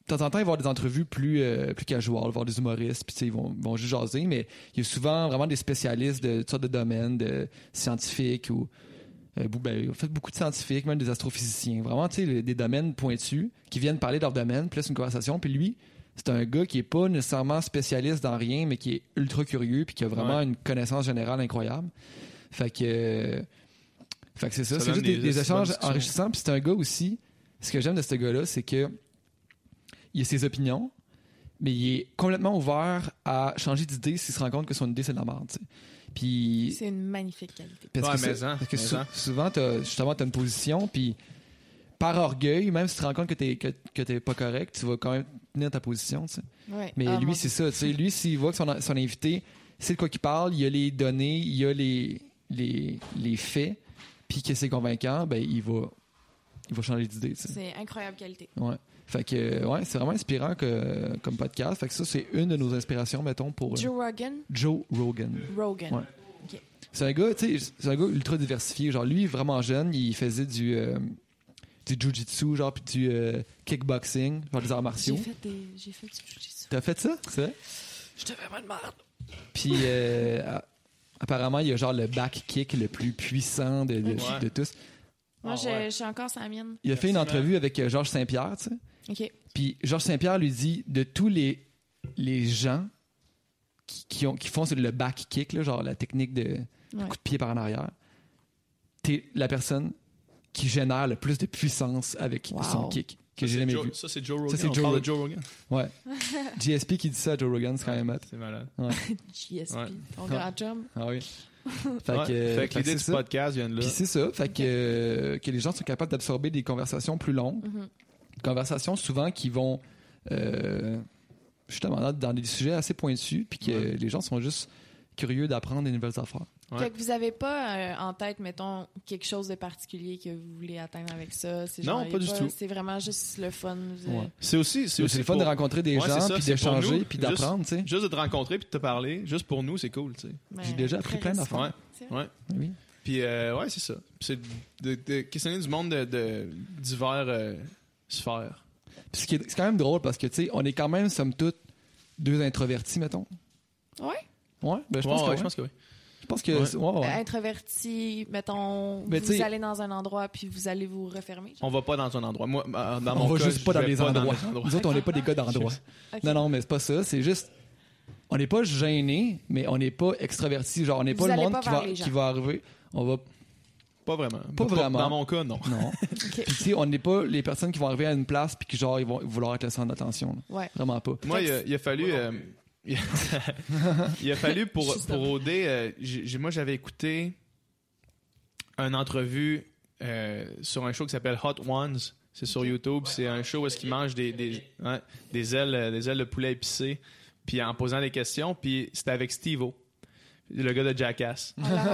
de temps en temps, il va avoir des entrevues plus, euh, plus casual, voir des humoristes, puis tu sais, ils vont, vont juste jaser, mais il y a souvent vraiment des spécialistes de toutes sortes de domaines, de scientifiques ou. euh, bou- ben, en fait, beaucoup de scientifiques, même des astrophysiciens, vraiment, tu sais, les- des domaines pointus qui viennent parler de leur domaine, puis là, c'est une conversation, puis lui, c'est un gars qui est pas nécessairement spécialiste dans rien, mais qui est ultra curieux, puis qui a vraiment une connaissance générale incroyable. Fait que. euh, fait que c'est ça.
Ça
c'est
donne
juste des,
des-
des
des bonnes
échanges
discussions.
enrichissants, puis c'est un gars aussi. Ce que j'aime de ce gars-là, c'est que. Il a ses opinions, mais il est complètement ouvert à changer d'idée s'il se rend compte que son idée, c'est de la merde, tu sais. Puis.
C'est une magnifique qualité.
Parce
Ouais,
que,
mais
c'est-
en,
parce que
mais hein.
sou-
en.
souvent, t'as- justement, tu as une position, puis par orgueil, même si tu te rends compte que tu que, que t'es pas correct, tu vas quand même tenir ta position. tu sais.
Ouais.
Mais
Ah, mon
lui, c'est ça. tu sais, lui, s'il voit que son, son invité, c'est de quoi qu'il parle, il y a les données, il y a les, les, les faits, puis que c'est convaincant, ben, il va, il va changer d'idée. tu sais.
Dieu, C'est incroyable qualité.
Ouais. Fait que, ouais, c'est vraiment inspirant que, comme podcast. Fait que ça, c'est une de nos inspirations, mettons, pour euh,
Joe Rogan,
Joe Rogan.
Rogan.
Ouais. C'est un gars, tu sais, c'est un gars ultra diversifié. Genre, lui, vraiment jeune, il faisait du, euh, du jujitsu, genre, puis du euh, kickboxing, genre des arts
J'ai
martiaux.
fait, des... j'ai fait du jujitsu.
T'as fait ça? C'est vrai?
J'étais vraiment de merde.
Puis, euh, a- apparemment, il y a genre le back kick le plus puissant de, de,
Ouais.
de tous.
Moi,
Ah,
je,
ouais.
je suis encore sans mienne.
Il a fait une
Merci, man.
entrevue avec euh, Georges Saint-Pierre, tu sais.
OK.
Puis Georges Saint-Pierre lui dit de tous les, les gens qui, qui ont, qui font le back kick, là, genre la technique de du
Ouais.
coup de pied par en arrière, t'es la personne qui génère le plus de puissance avec
Wow.
son kick. que j'ai
c'est
jamais
Joe-
vu.
Ça, c'est Joe Rogan.
c'est
on
Joe
parle de
Rog-
Joe Rogan.
Ouais. GSP qui dit ça à Joe Rogan, c'est quand même hot.
C'est malade.
JSP,
Ouais.
ton
Ouais.
grand chum.
Ah oui. Fait que,
Ouais.
euh,
Fait que
fait que
l'idée
c'est
du
ça.
podcast vient de là.
Puis c'est ça, fait que, euh, que les gens sont capables d'absorber des conversations plus longues.
Mhm.
Conversations souvent qui vont euh, justement dans- dans des sujets assez pointus, puis que
Ouais.
les gens sont juste curieux d'apprendre des nouvelles affaires.
Ouais.
Fait que vous avez pas euh, en tête, mettons, quelque chose de particulier que vous voulez atteindre avec ça. C'est
Non,
genre, y a
pas du tout.
C'est vraiment juste le fun. vous-
Ouais.
C'est aussi, c'est
C'est
aussi
le fun
pour-
de rencontrer des
Ouais, c'est
gens,
ça,
puis
c'est pour
d'échanger,
nous,
puis
juste-
d'apprendre, tu sais.
Juste de te rencontrer puis de te parler, juste pour nous, c'est cool, tu sais.
Mais
J'ai déjà appris
très
plein
récent.
d'affaires.
Ouais.
C'est
Ouais.
Oui.
Puis euh, ouais, c'est ça. Puis c'est de, de questionner du monde de, de divers euh, sphères.
Puis ce qui est- c'est quand même drôle parce que, tu sais, on est quand même, somme toute, deux introvertis, mettons.
Ouais.
Ouais, ben, je pense
Ouais,
que
ouais,
ouais.
je pense que oui.
Je pense que. ouais, ouais.
Introverti, mettons,
Mais
vous
t'sais-
allez dans un endroit puis vous allez vous refermer. genre.
On va pas dans un endroit. Moi, euh, dans
on
mon
va
cas,
juste pas
je
dans
vais
les endroits.
les endroits.
Nous autres, on n'est pas des gars d'endroits.
Ok.
Non, non, mais c'est pas ça. C'est juste. On n'est pas gêné, mais on n'est pas extraverti. Genre, on n'est
Vous
pas le
allez
monde
pas
qui,
vers
va,
les gens.
qui va arriver. On va.
Pas vraiment. Pas,
vraiment.
Dans mon cas, non.
Non. Puis, tu sais, on n'est pas les personnes qui vont arriver à une place puis qui, genre, ils vont vouloir être le centre d'attention. là.
Ouais.
Vraiment pas.
Moi, il a, il a fallu. euh, il, a, il a fallu pour,
Juste
pour OD. euh, j'ai- j'ai- moi, j'avais écouté une entrevue euh, sur un show qui s'appelle Hot Ones. C'est sur YouTube. C'est un show où est-ce qu'ils mangent des, des, ouais, des ailes, euh, des ailes de poulet épicé. Puis en posant des questions. Puis c'était avec Steve-O, le gars de Jackass.
On l'a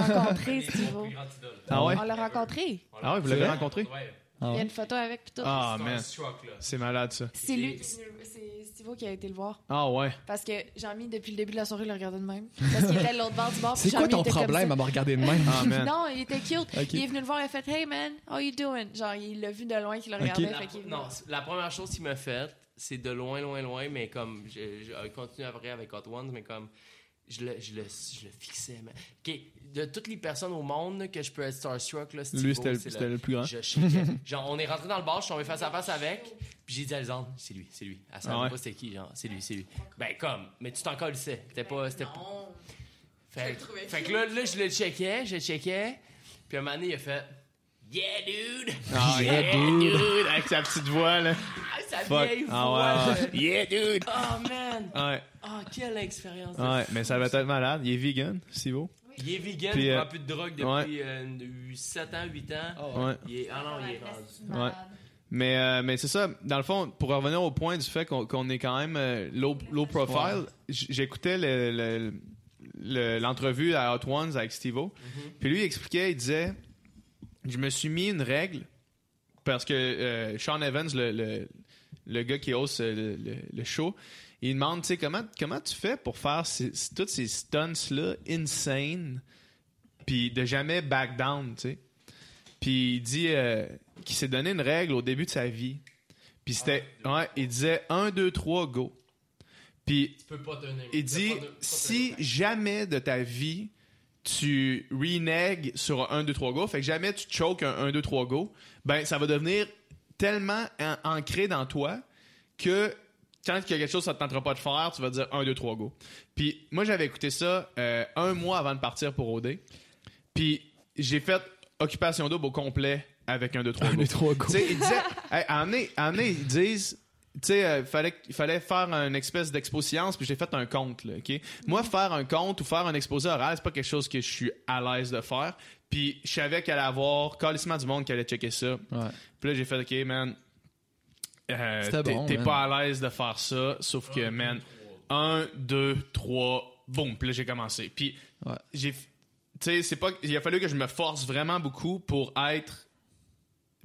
rencontré,
C'est mon
Steve.
plus grand idole.
Ah ouais?
On l'a rencontré.
On
Ah ouais, vous
l'a
l'avez
rencontré.
rencontré?
Ouais.
Ah
Il y a
ouais.
une photo avec puis tout.
Ah,
C'est un
man.
shock, là.
C'est malade, ça.
C'est lui, c'est Steve qui a été le voir.
Ah ouais.
Parce que Jean-Mi, depuis le début de la soirée, le regardait de même. Parce qu'il était de l'autre bord du bord. puis
C'est quoi
Jean-Mi
ton
était comme
problème
ça.
à me regarder de même?
Ah, man.
Non, il était cute.
Ok.
Il est venu le voir, il a fait Hey man, how you doing? Genre, il l'a vu de loin qu'il le
Ok. Ah,
regardait.
La
fait
La,
qu'il est
pro-
venu.
non,
La première chose qu'il m'a faite, c'est de loin, loin, loin, mais comme. Je, je- euh, continue après avec Hot Ones, mais comme. Je le, je le, je le fixais. man. OK, de toutes les personnes au monde là, que je peux être starstruck, là, Steve-O,
Lui, c'était le-
c'est
c'était le plus grand.
Je shakeais. genre, on est rentré dans le bar, je suis tombé face à face avec, puis j'ai dit à Alexandre, c'est lui, c'est lui. Elle savait
Ah ouais?
pas c'était qui, genre, c'est lui, c'est lui. Ben, comme, mais tu t'en le sais. C'était pas. c'était pas- Fait, fait que là, là, je le checkais, je le checkais, puis à un moment donné, il a fait, yeah, dude!
Ah,
yeah, dude!
Avec sa petite voix, là.
Ah, sa
Fuck.
vieille
Ah
voix,
ouais,
je-
Yeah, dude!
Oh man!
Ouais,
Oh, quelle expérience!
ouais, mais ça va être malade. Il est vegan, si beau.
Il est vegan,
Puis,
il
euh,
prend plus de drogue depuis euh, 7 ans, 8 ans.
Ouais.
Il est... Ah non, il est rendu.
Malade.
Mais, euh, mais c'est ça, dans le fond, pour revenir au point du fait qu'on qu'on est quand même euh, low, low profile, j- j'écoutais le- le- le- l'entrevue à Hot Ones avec Steve O. Puis lui, il expliquait, il disait Je me suis mis une règle parce que euh, Sean Evans, le, le, le gars qui hausse le, le- le show, il demande Tu sais, comment, comment tu fais pour faire ces- ces- toutes ces stunts-là insane, puis de jamais back down, tu sais Puis il dit. euh, qui s'est donné une règle au début de sa vie. Puis c'était. ouais, il disait 1, 2, 3, go. Puis
tu peux pas donner.
il
Tu peux
dit
pas donner-
si jamais de ta vie tu renègues sur un 1, 2, 3, go, fait que jamais tu choke un 1, 2, 3, go, ben ça va devenir tellement an- ancré dans toi que quand il y a quelque chose ça ne tentera pas de faire, tu vas dire 1, 2, 3, go. Puis moi, j'avais écouté ça euh, un mois avant de partir pour OD. Puis j'ai fait occupation double au complet avec 1, 2, 3, go.
Les trois
Tu
coups.
sais, ils disaient, hey, à un moment donné- à un moment donné, ils disent, tu sais, euh, fallait, il fallait faire une espèce d'expo science, puis j'ai fait un compte, là, OK? Moi, faire un compte ou faire un exposé oral, c'est pas quelque chose que je suis à l'aise de faire. Puis je savais qu'elle allait avoir calissement du monde qui allait checker ça.
Ouais.
Puis là, j'ai fait, OK, man, euh,
C'était
t'es
bon,
t'es
man.
pas à l'aise de faire ça, sauf que, man, un, deux, trois, boum, puis là, j'ai commencé. Puis
Ouais.
j'ai... f- Tu sais, c'est pas... Il a fallu que je me force vraiment beaucoup pour être...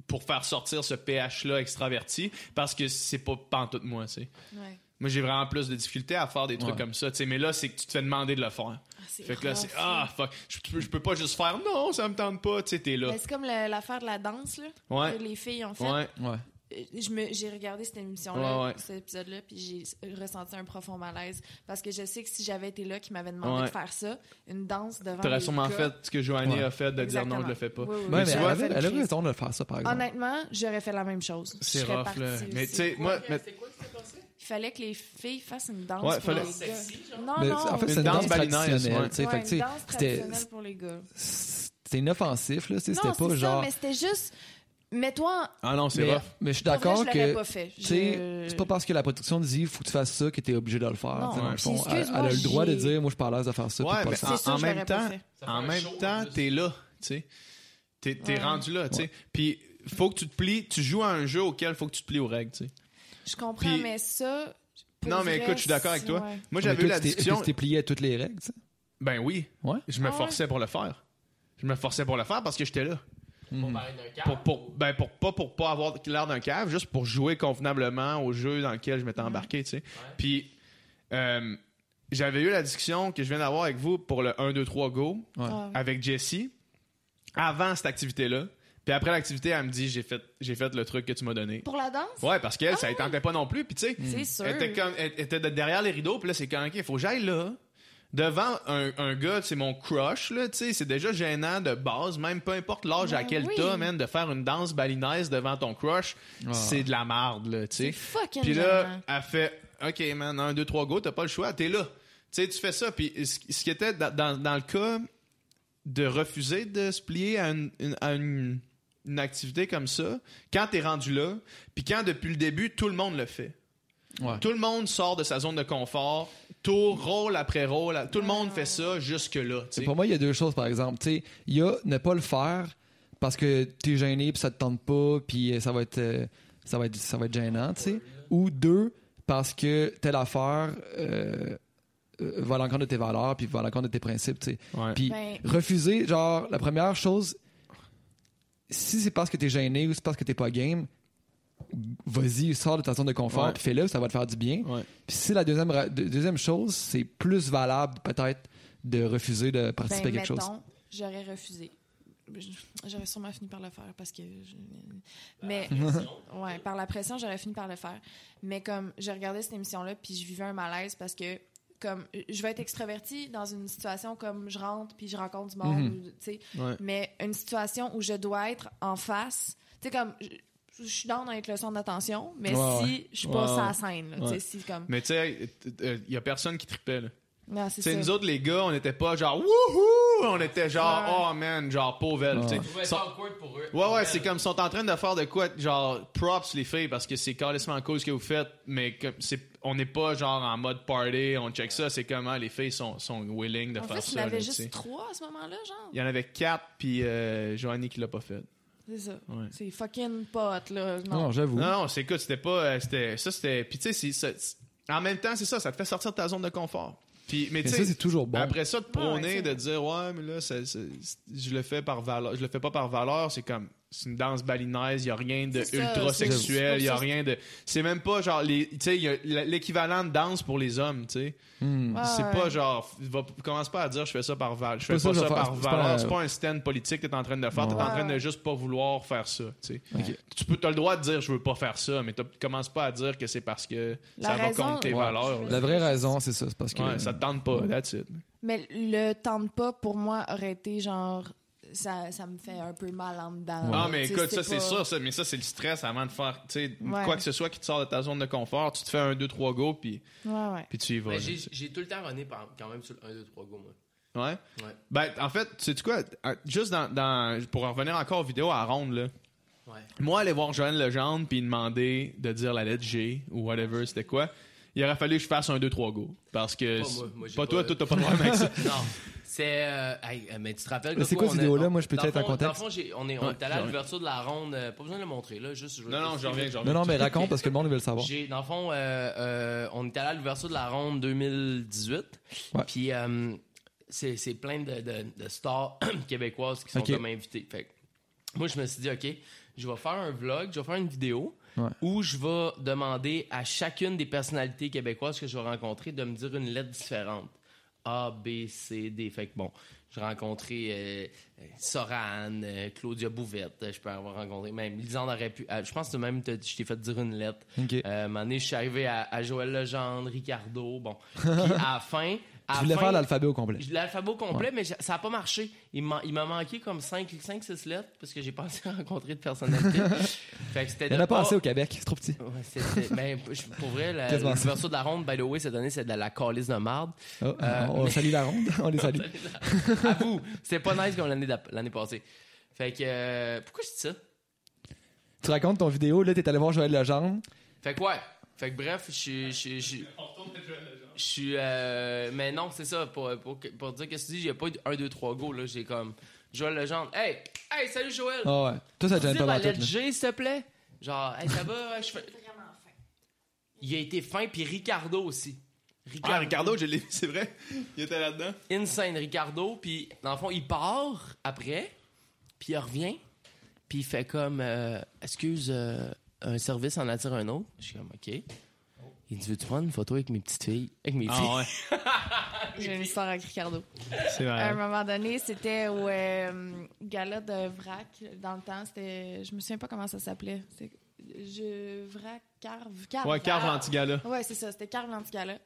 Pour faire sortir ce pH-là extraverti, parce que c'est pas pantoute moi, tu sais.
Ouais.
Moi, j'ai vraiment plus de difficultés à faire des trucs
Ouais.
comme ça, tu sais. Mais là, c'est que tu te fais demander de le faire.
Ah, c'est
Fait que là,
rough,
c'est...
là.
Ah, fuck. Je, peux- je peux pas juste faire... Non, ça me tente pas, tu sais, t'es là.
Mais c'est comme le- l'affaire de la danse, là,
Ouais,
que les filles ont fait.
ouais.
Ouais.
Euh, je me- j'ai regardé cette émission-là,
Ouais, ouais.
cet épisode-là, puis j'ai ressenti un profond malaise. Parce que je sais que si j'avais été là, qui m'avait demandé
Ouais.
de faire ça, une danse devant.
T'aurais
les
sûrement
gars,
fait ce que Joanie
Ouais.
a fait de
Exactement.
dire non, je le fais pas.
Oui, oui, oui.
Ouais, mais
tu
elle
vois,
avait, elle avait
Chris.
raison de le faire, ça, par exemple.
Honnêtement, j'aurais fait la même chose. Je
C'est
serais
rough,
partie
là. Mais
aussi.
tu sais, moi, mais-
Il fallait que les filles fassent une danse
Ouais,
pour
fallait-
les gars. Non,
Mais,
non.
en fait,
Une
c'est une
danse
danse
balinaise, ouais.
traditionnelle. tu sais.
Ouais,
Fait que, tu sais,
une danse
c'était-
traditionnelle pour les gars.
C'était inoffensif, là. tu sais,
Non,
C'était
c'est
pas
ça,
genre.
mais c'était juste Mais toi,
Ah non, c'est
Mais,
rough.
mais je suis
pour vrai,
d'accord
je l'aurais
que.
pas fait.
tu sais,
Je-
c'est pas parce que la production dit faut que tu fasses ça que t'es obligé de le faire.
Non,
tu sais, dans le
puis
fond. elle,
excuse-moi,
elle a le droit de
j'ai-
dire moi je suis pas à l'aise de faire ça. puis
Ouais,
de pas
mais
le
c'est
faire.
en-
sûr,
en
je
même
l'aurais pas
temps,
fait.
Ça fait
en
un
même
show, en
temps,
plus.
t'es là, tu sais. T'es t'es
Ouais.
rendu là, tu sais. Puis faut que tu te plies, tu joues à un jeu auquel faut que tu te plies aux règles, tu sais.
Je comprends,
Puis-
mais ça. pour
Non, mais
vrai,
écoute, je suis d'accord avec
c'est-
toi.
ouais.
Moi,
Mais
j'avais
toi,
eu la
tu t'es-
discussion.
Tu t'es plié à toutes les règles. tu sais.
Ben oui.
Ouais.
Je me
Ah ouais?
forçais pour le faire. Je me forçais pour le faire parce que j'étais là.
Pour
Mhm.
parler d'un câble.
Pour, pour, ben pour, pas pour pas avoir l'air d'un cave, juste pour jouer convenablement au jeu dans lequel je
Mm-hmm.
m'étais embarqué, tu sais. Puis, euh, j'avais eu la discussion que je viens d'avoir avec vous pour le 1, 2, 3, go.
Ouais.
Ah, ouais.
avec Jessie avant cette activité-là. Puis après l'activité, elle me dit j'ai fait, j'ai fait le truc que tu m'as donné.
Pour la danse,
Ouais, parce qu'elle, ça ne tentait pas non plus. Puis tu sais,
Ah! c'est sûr.
elle était, comme, elle était de- derrière les rideaux. Puis là, c'est quand OK, il faut que j'aille là. Devant un, un gars, c'est mon crush, là, tu sais, c'est déjà gênant de base, même peu importe l'âge à
Ben
quel
oui.
t'as, man, de faire une danse balinaise devant ton crush,
Ah.
c'est de la marde, là, tu sais.
C'est fucking
Puis là,
gênant.
elle fait OK, man, un, deux, trois, go, t'as pas le choix, t'es là. Tu sais, tu fais ça. Puis ce ce qui était dans, dans- dans le cas de refuser de se plier à une, une- à une- une activité comme ça, quand t'es rendu là, puis quand depuis le début, tout le monde le fait.
Ouais.
Tout le monde sort de sa zone de confort, tour, rôle après rôle, à- tout le monde
Ouais.
fait ça jusque-là. tu sais.
Pour moi, il y a deux choses, par exemple. Tu sais, Il y a ne pas le faire parce que t'es gêné puis ça te tente pas, puis euh, ça va être, euh, ça va être, ça va être gênant. tu sais. Ou deux, parce que telle affaire euh, euh, va à l'encontre de tes valeurs puis va à l'encontre de tes principes. tu sais.
Ouais.
Puis
Ben-
refuser, genre, la première chose, si c'est parce que t'es gêné ou c'est parce que t'es pas game, vas-y, sors de ta zone de confort,
Ouais.
puis fais-le, ça va te faire du bien.
Ouais.
Puis si la deuxième, ra- de- deuxième chose, c'est plus valable peut-être de refuser de
ben,
participer à quelque
mettons,
chose.
j'aurais refusé. Je- J'aurais sûrement fini par le faire parce que. je- Mais. Ouais, par la pression, j'aurais fini par le faire. Mais comme je regardais cette émission-là, puis je vivais un malaise parce que, comme, je vais être extravertie dans une situation comme je rentre, puis je rencontre du monde,
Mhm.
ou, tu sais.
Ouais.
Mais une situation où je dois être en face, tu sais, comme, je, je suis dans avec le centre d'attention, mais
Ouais,
si je suis pas
Ouais,
sur la
ouais.
scène, là, tu
Ouais.
sais, si comme.
Mais tu sais, il y a personne qui tripait, là.
Non, c'est
Tu sais,
ça.
nous autres, les gars, on n'était pas genre wouhou! On était genre oh man, genre pauvre elle. tu sais.
Je trouvais
Sont-
ça awkward pour eux.
Ouais, ouais, c'est comme ils sont en train de faire de quoi, genre props les filles, parce que c'est carrément en cause que vous faites, mais comme c'est, on n'est pas genre en mode party, on check ça, c'est comment les filles sont, sont willing de
En
faire
fait, il y
ça.
en avait
là, tu sais.
juste trois à ce moment-là, genre.
Il y en avait quatre, puis euh, Joanie qui l'a pas fait.
C'est ça.
Ouais.
C'est fucking pot, là.
Non,
Non.
j'avoue.
Non, non, c'est écoute, c'était pas. euh, c'était, ça, c'était. Puis tu sais, c'est- ça- c'est- en même temps, c'est ça, ça te fait sortir de ta zone de confort. Puis, mais
Mais
tu
ça,
sais,
c'est toujours bon.
Après ça, de prôner,
c'est
de
vrai.
dire ouais, mais là, ça- ça- je le fais par valeur, je le fais pas par valeur, c'est comme c'est une danse balinaise, il y a rien de
C'est ça,
ultra
c'est-
sexuel, il y a
c'est-
rien de, c'est même pas genre les, tu sais, il y a la- l'équivalent de danse pour les hommes, tu sais,
Hmm.
Ouais,
c'est
ouais.
pas genre, va- commence pas à dire je fais ça par valeur, je fais
Pas ça,
pas ça,
je vais faire-
par
c'est pas
valeur,
la-
c'est pas un stand politique que t'es en train de faire, t'es
Ouais.
en train de juste pas vouloir faire ça, tu sais,
Ok.
tu peux, t'as le droit de dire je veux pas faire ça, mais t'as- commence pas à dire que c'est parce que
La
ça
raison-
va contre tes
Ouais.
valeurs, là.
La vraie raison, c'est ça. C'est parce que.
Ouais, ça te tente pas, that's it.
Mais le temps de pas, pour moi, aurait été genre. Ça, ça me fait un peu mal en dedans.
Ouais.
là.
Ah, mais
Tu sais,
écoute, ça, c'est
pas-
sûr, ça, mais ça, c'est le stress avant de faire, tu sais,
Ouais.
quoi que ce soit qui te sort de ta zone de confort, tu te fais un, deux, trois go, puis,
Ouais, ouais.
puis tu y vas.
Mais
là.
Ben, j'ai j'ai tout le temps runné par- quand même sur le 1, 2, 3 go, moi.
Ouais.
Ouais.
Ben, en fait, tu sais quoi, euh, juste dans, dans- pour en revenir encore aux vidéos à ronde, là,
Ouais.
moi, aller voir Joël Legendre, puis demander de dire la lettre G ou whatever, c'était quoi, il aurait fallu que je fasse un, deux, trois go. Parce que.
Pas moi, moi, j'ai
Euh, pas toi,
pas-
toi, t'as pas de problème avec ça.
Non. C'est. euh, hey, euh, mais tu te rappelles
Mais
que
c'est
toi,
quoi cette
on a-
vidéo-là?
on-
Moi, je peux
dans
peut-être
le
en
fond- dans
contexte.
le fond, j'ai- on est, on
Ouais,
est allé à
j'en ai.
l'ouverture de la ronde. euh, pas besoin de le montrer, là. Juste, je veux
Non, non,
juste-
je reviens, je reviens.
Non, non, mais raconte parce que le monde veut le savoir.
J'ai, dans le fond, euh, euh, on est allé à l'ouverture de la ronde 2018.
Ouais.
Puis euh, c'est, c'est plein de, de- de stars québécoises qui sont
Ok.
comme invitées. Fait que moi, je me suis dit, OK, je vais faire un vlog, je vais faire une vidéo
Ouais.
où je vais demander à chacune des personnalités québécoises que je vais rencontrer de me dire une lettre différente. A, B, C, D. Fait que bon, j'ai rencontré euh, euh, Sorane, euh, Claudia Bouvette, euh, je peux avoir rencontré même Lisande aurait pu. euh, je pense que même t'as- je t'ai fait dire une lettre.
Ok.
Euh, un moment donné, je suis arrivé à, à Joël Legendre, Ricardo, bon. Puis à la fin. à
Je voulais
fin,
faire l'alphabet au complet.
je- L'alphabet au complet, mais j'a- ça n'a pas marché. Il m'a il m'a manqué comme 5-6 lettres parce que j'ai pas assez rencontré de personnalité. fait que c'était
Il n'y en
de
a pas
A-
assez au Québec, c'est trop petit.
Ouais, c'était- ben, je- pour vrai, la-
Quasiment ça.
l'ouverture de la ronde, by the way, cette année, c'est de la calice de marde.
Oh,
Euh,
on salue la ronde, on les salue.
Avoue, c'était pas nice comme l'année d'ap- l'année passée. Fait que, euh, pourquoi je dis ça?
Tu racontes ton vidéo, là, t'es allé voir Joël Legendre.
Fait que ouais. Fait que bref, je suis- je suis. je- Je suis. euh, mais non, c'est ça. Pour, pour, pour dire qu'est-ce que tu dis, j'ai pas eu 1, 2, 3 go. Là, j'ai comme. Joël Legendre. Hey! Hey, salut Joël!
Ah ouais. Toi, ça te gêne
Dis
pas
ma
mal tout.
lettre
là.
G, s'il te plaît. Genre, hey, ça va? ouais, je fais-
Vraiment fin.
Il a été fin, puis Ricardo aussi. Ricardo,
Ah, Ricardo, je l'ai vu, c'est vrai. Il était là-dedans.
insane, Ricardo. Puis, dans le fond, il part après, puis il revient, puis il fait comme, euh, excuse, euh, un service en attire un autre. Je suis comme, OK. Il dit, veux-tu prendre une photo avec mes petites filles? Avec mes
Ah,
filles?
Ah ouais.
J'ai une histoire avec Ricardo.
C'est
À
vrai.
un moment donné, c'était au euh, gala de Vrac. Dans le temps, c'était. Je me souviens pas comment ça s'appelait. C'est- Je. Vrac. Carve. Carve.
Ouais, Carl Antigala.
Ouais, c'est ça. C'était Carve Lantigala.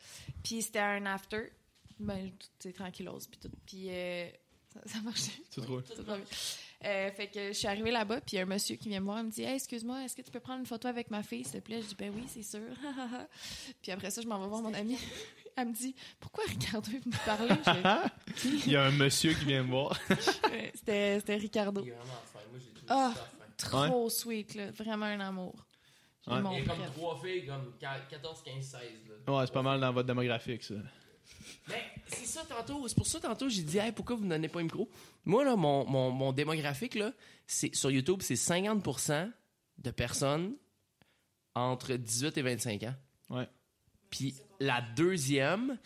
Puis c'était un after. Ben, tout- c'est tranquillose. Puis tout. Puis euh, ça, ça marchait.
C'est drôle.
Tout va bien. Euh, fait que je suis arrivée là-bas, puis il y a un monsieur qui vient me voir, il me dit Hey, excuse-moi, est-ce que tu peux prendre une photo avec ma fille, s'il te plaît Je dis Ben oui, c'est sûr. puis après ça, je m'en vais voir mon amie. Elle me dit Pourquoi Ricardo est venu te parler Je fais,
Il y a un monsieur qui vient me voir.
Ouais, C'était c'était Ricardo.
Il est vraiment fin. Moi, j'ai trouvé
Ah.
super fin.
Trop sweet, là. Vraiment un amour. J'ai
Ouais.
mon
Il y a comme
rêve.
trois filles, comme 14, 15, 16. Là.
Ouais, c'est pas mal dans votre démographique, ça.
Ben, c'est ça tantôt. C'est pour ça tantôt j'ai dit Hey, pourquoi vous ne donnez pas un micro? Moi, là, mon, mon, mon démographique, là, c'est sur YouTube, c'est 50 de personnes entre 18 et 25 ans.
Ouais.
Puis la deuxième,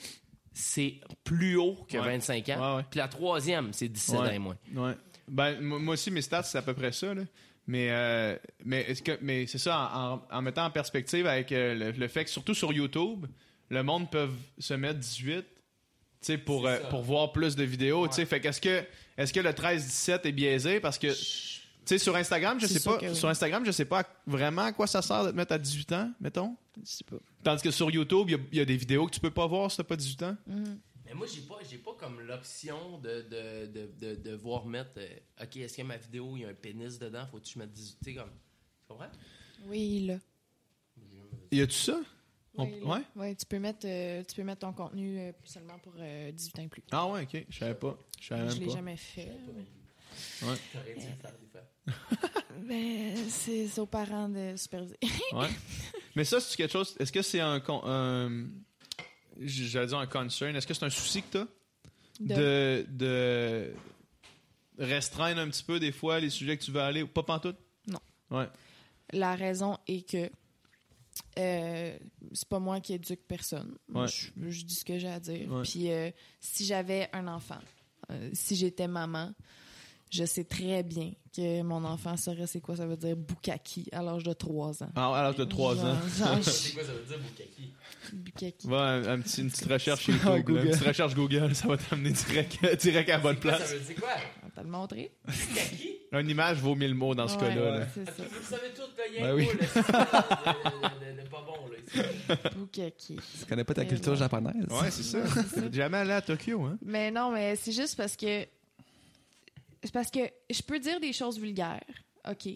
c'est plus haut que
Ouais.
25 ans.
Ouais, ouais.
Puis la troisième, c'est 17 ans
Ouais.
et moins.
Ouais. Ben, moi moi aussi, mes stats, c'est à peu près ça. là. Mais, euh, mais, est-ce que, mais c'est ça, en, en- en mettant en perspective avec euh, le, le fait que, surtout sur YouTube, le monde peut se mettre 18 tu sais, pour,
C'est
euh,
ça.
pour voir plus de vidéos. tu sais. Fait qu'est-ce que, est-ce que le 13-17 est biaisé? Parce que, tu sais, sur Instagram, je
C'est
sais
sûr
pas,
que oui.
sur Instagram, je sais pas vraiment à quoi ça sert de te mettre à 18 ans, mettons. Tandis que sur YouTube, il y a- il y, a des vidéos que tu peux pas voir si t'as pas 18 ans.
Mhm.
Mais moi, j'ai pas, j'ai pas comme l'option de, de, de, de, de voir mettre euh, OK, est-ce que ma vidéo, il y a un pénis dedans? Faut-tu que je mette 18? Tu sais, comme. Tu comprends?
Oui, là.
Y a-tu ça? On-
Oui, là.
ouais?
Ouais, tu peux mettre, euh, tu peux mettre ton contenu euh, seulement pour euh, 18 ans et plus.
Ah ouais, ok. Je savais pas. Je savais
Je
même
l'ai
pas.
jamais fait.
J'aurais dû le faire des fois.
Ben, c'est c'est aux parents de superviser.
Ouais. Mais ça, c'est quelque chose. Est-ce que c'est un. con- un- j- J'allais dire un concern. Est-ce que c'est un souci que t'as
De-
de... de restreindre un petit peu des fois les sujets que tu veux aller ou pas pantoute?
La raison est que euh, c'est pas moi qui éduque personne.
Ouais.
Je, je dis ce que j'ai à dire.
Ouais.
Puis euh, si j'avais un enfant, euh, si j'étais maman, je sais très bien que mon enfant saurait c'est quoi ça veut dire bukkake à l'âge de 3 ans.
Ah, à l'âge de 3 ans.
Genre, genre,
C'est quoi ça veut dire, Bukaki?
bukkake.
Va un, un petit- une petite recherche
Ah,
YouTube, là.
Google.
Une petite recherche Google, ça va t'amener direct, direct à la bonne
C'est quoi,
place.
Ça veut dire quoi?
On va te le montrer.
Bukaki?
Une image vaut mille mots dans ce
Ouais,
cas-là. là.
c'est ça.
Vous le savez tout, là, il y
Ben
a un
oui.
mot, là, c'est pas de- de- de- de pas bon, là. ici.
Bukkake.
Tu connais pas ta
Et
culture
voilà.
japonaise.
Ouais, c'est ça. T'es jamais allé à Tokyo, hein?
Mais non, mais c'est juste parce que. C'est parce que je peux dire des choses vulgaires, OK,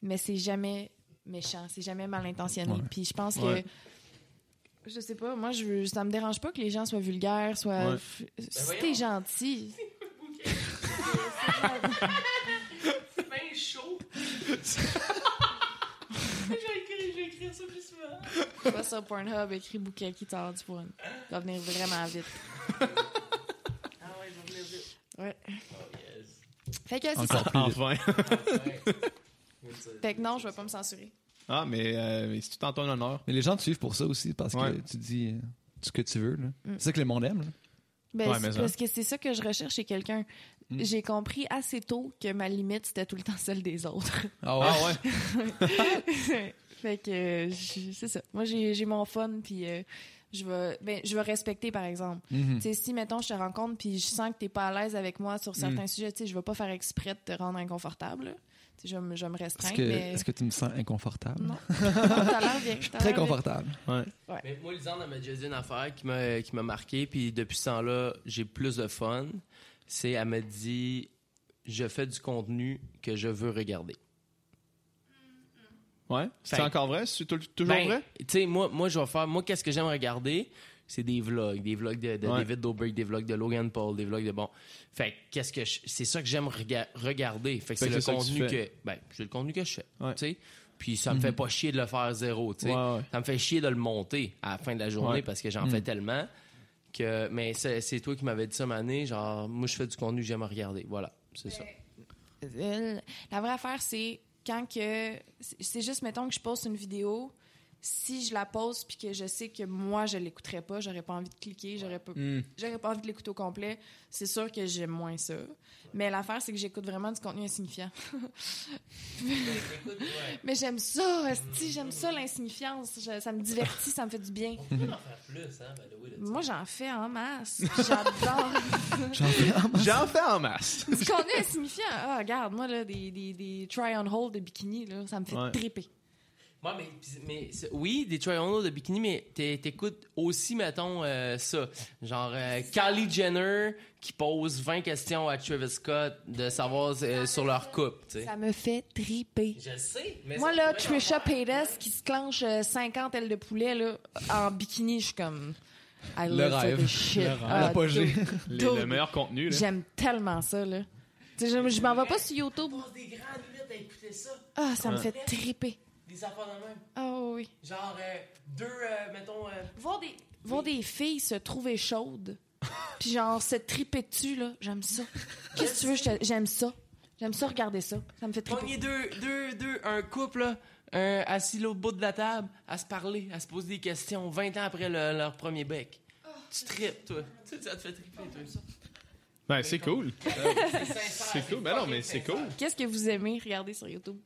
mais c'est jamais méchant, c'est jamais mal intentionné.
Ouais.
Puis je pense
Ouais.
que. Je sais pas, moi, je, veux- ça me dérange pas que les gens soient vulgaires, soient.
Ouais.
f- Si
voyons.
t'es gentil.
C'est bien chaud. J'ai écrit, j'ai écrit ça plus souvent.
Va sur Pornhub, écris Bukaki, t'as l'air du fun. Ça va venir vraiment vite.
Ah ouais, je vais vous le dire.
Ouais.
Oh yes.
Fait que c'est ça.
Encore plus. vite.
Enfin.
Fait que non, je vais pas me censurer.
Ah, mais, euh, mais c'est tout en ton honneur.
Mais les gens te suivent pour ça aussi, parce que
Ouais.
tu dis euh, ce que tu veux. là.
Mm.
C'est ça que le monde aime. là.
Ben,
Ouais,
c'est
mais ça. Hmm.
parce que c'est ça que je recherche chez quelqu'un.
Mm.
J'ai compris assez tôt que ma limite, c'était tout le temps celle des autres.
Ah
Ah ouais?
fait que euh, j- c'est ça. Moi, j'ai j'ai mon fun, puis euh, je vais ben, je vais respecter, par exemple.
Mhm.
Tu sais, si, mettons, je te rencontre, puis je sens que t'es pas à l'aise avec moi
Mm.
sur certains sujets, tu sais, je vais pas faire exprès de te rendre inconfortable. là. Tu sais, je vais me je vais me
Est-ce
restreindre,
que,
mais...
est-ce que tu me sens inconfortable?
Non. Euh, T'as l'air bien. t'as
Très
l'air bien.
confortable.
Mais moi, Lisandre elle m'a déjà dit une affaire qui m'a, qui m'a marqué, puis depuis ce temps-là, j'ai plus de fun. C'est, elle m'a dit, je fais du contenu que je veux regarder.
Ouais? C'est
Fait-
encore vrai? C'est tou- toujours
Ben,
vrai?
Tu sais, moi, moi, je vais faire, moi, qu'est-ce que j'aime regarder? c'est des vlogs, des vlogs de, de
Ouais.
David Dobrik, des vlogs de Logan Paul, des vlogs de bon. Fait que qu'est-ce que je- c'est ça que j'aime rega- regarder. Fait que
Fait
c'est
que
le
c'est ça que tu
contenu que,
fais.
ben c'est le contenu que je fais,
Ouais. Mhm.
tu sais. Puis ça me fait pas chier de le faire zéro, tu sais.
Ouais, ouais.
Ça me fait chier de le monter à la fin de la journée
Ouais. Mhm.
parce que j'en fais tellement que mais c'est c'est toi qui m'avais dit ça mané, genre moi je fais du contenu que j'aime regarder. Voilà, c'est ça.
Euh, La vraie affaire, c'est quand que. c'est- C'est juste, mettons que je poste une vidéo. Si je la pose puis que je sais que moi, je l'écouterai pas, j'aurais pas envie de cliquer, j'aurais pas,
Mm.
Hmm.
j'aurais pas envie de l'écouter au complet, c'est sûr que j'aime moins ça. Mais l'affaire, c'est que j'écoute vraiment du contenu insignifiant.
Mhm.
Mais j'aime ça, esti, j'aime ça, l'insignifiance. Je- ça me divertit, ça me fait du bien.
On peut en faire plus, hein, by the way, là-dessus.
Moi, j'en fais en masse. J'adore.
J'en fais en masse.
du contenu insignifiant. Ah, regarde, moi, là, des, des, des try-on-hold de bikini, là, ça me fait
Ouais.
triper.
Ouais, mais, pis- mais c'est- oui, des triangles de bikini, mais t'é- t'écoutes aussi, mettons, euh, ça. Genre, euh, Kylie Jenner qui pose 20 questions à Travis Scott de savoir euh, sur leur couple, tu sais.
Ah, Ça me fait triper.
Je sais, mais...
Moi, là, Trisha Paytas qui se clenche euh, 50 ailes de poulet là, en bikini, je suis comme. I
Le
love for
rêve.
this shit. Ah,
L'apogée.
dude,
Les-
dude,
le meilleur contenu, là.
J'aime tellement ça, là. Tu sais, je je m'en vais pas sur YouTube.
pose des grandes minutes à écouter ça.
Ah, ça me
Ouais.
fait triper.
Des affaires de même.
Ah oui.
Genre, euh, deux, mettons... euh,
Voir des, voir des filles se trouver chaudes, puis genre se triper dessus, là, j'aime ça. Qu'est-ce que tu veux? je te- J'aime ça. J'aime ça regarder ça. Ça me fait triper.
Pogner deux, deux, deux, un couple, là, un, assis l'autre bout de la table, à se parler, à se poser des questions 20 ans après le- leur premier bec.
Ah,
Tu tripes, toi. Tu sais, ça te fait triper, toi.
Oh,
Ben, c'est cool.
C'est
C'est cool. Ben non, mais c'est cool.
Qu'est-ce que vous aimez regarder sur YouTube?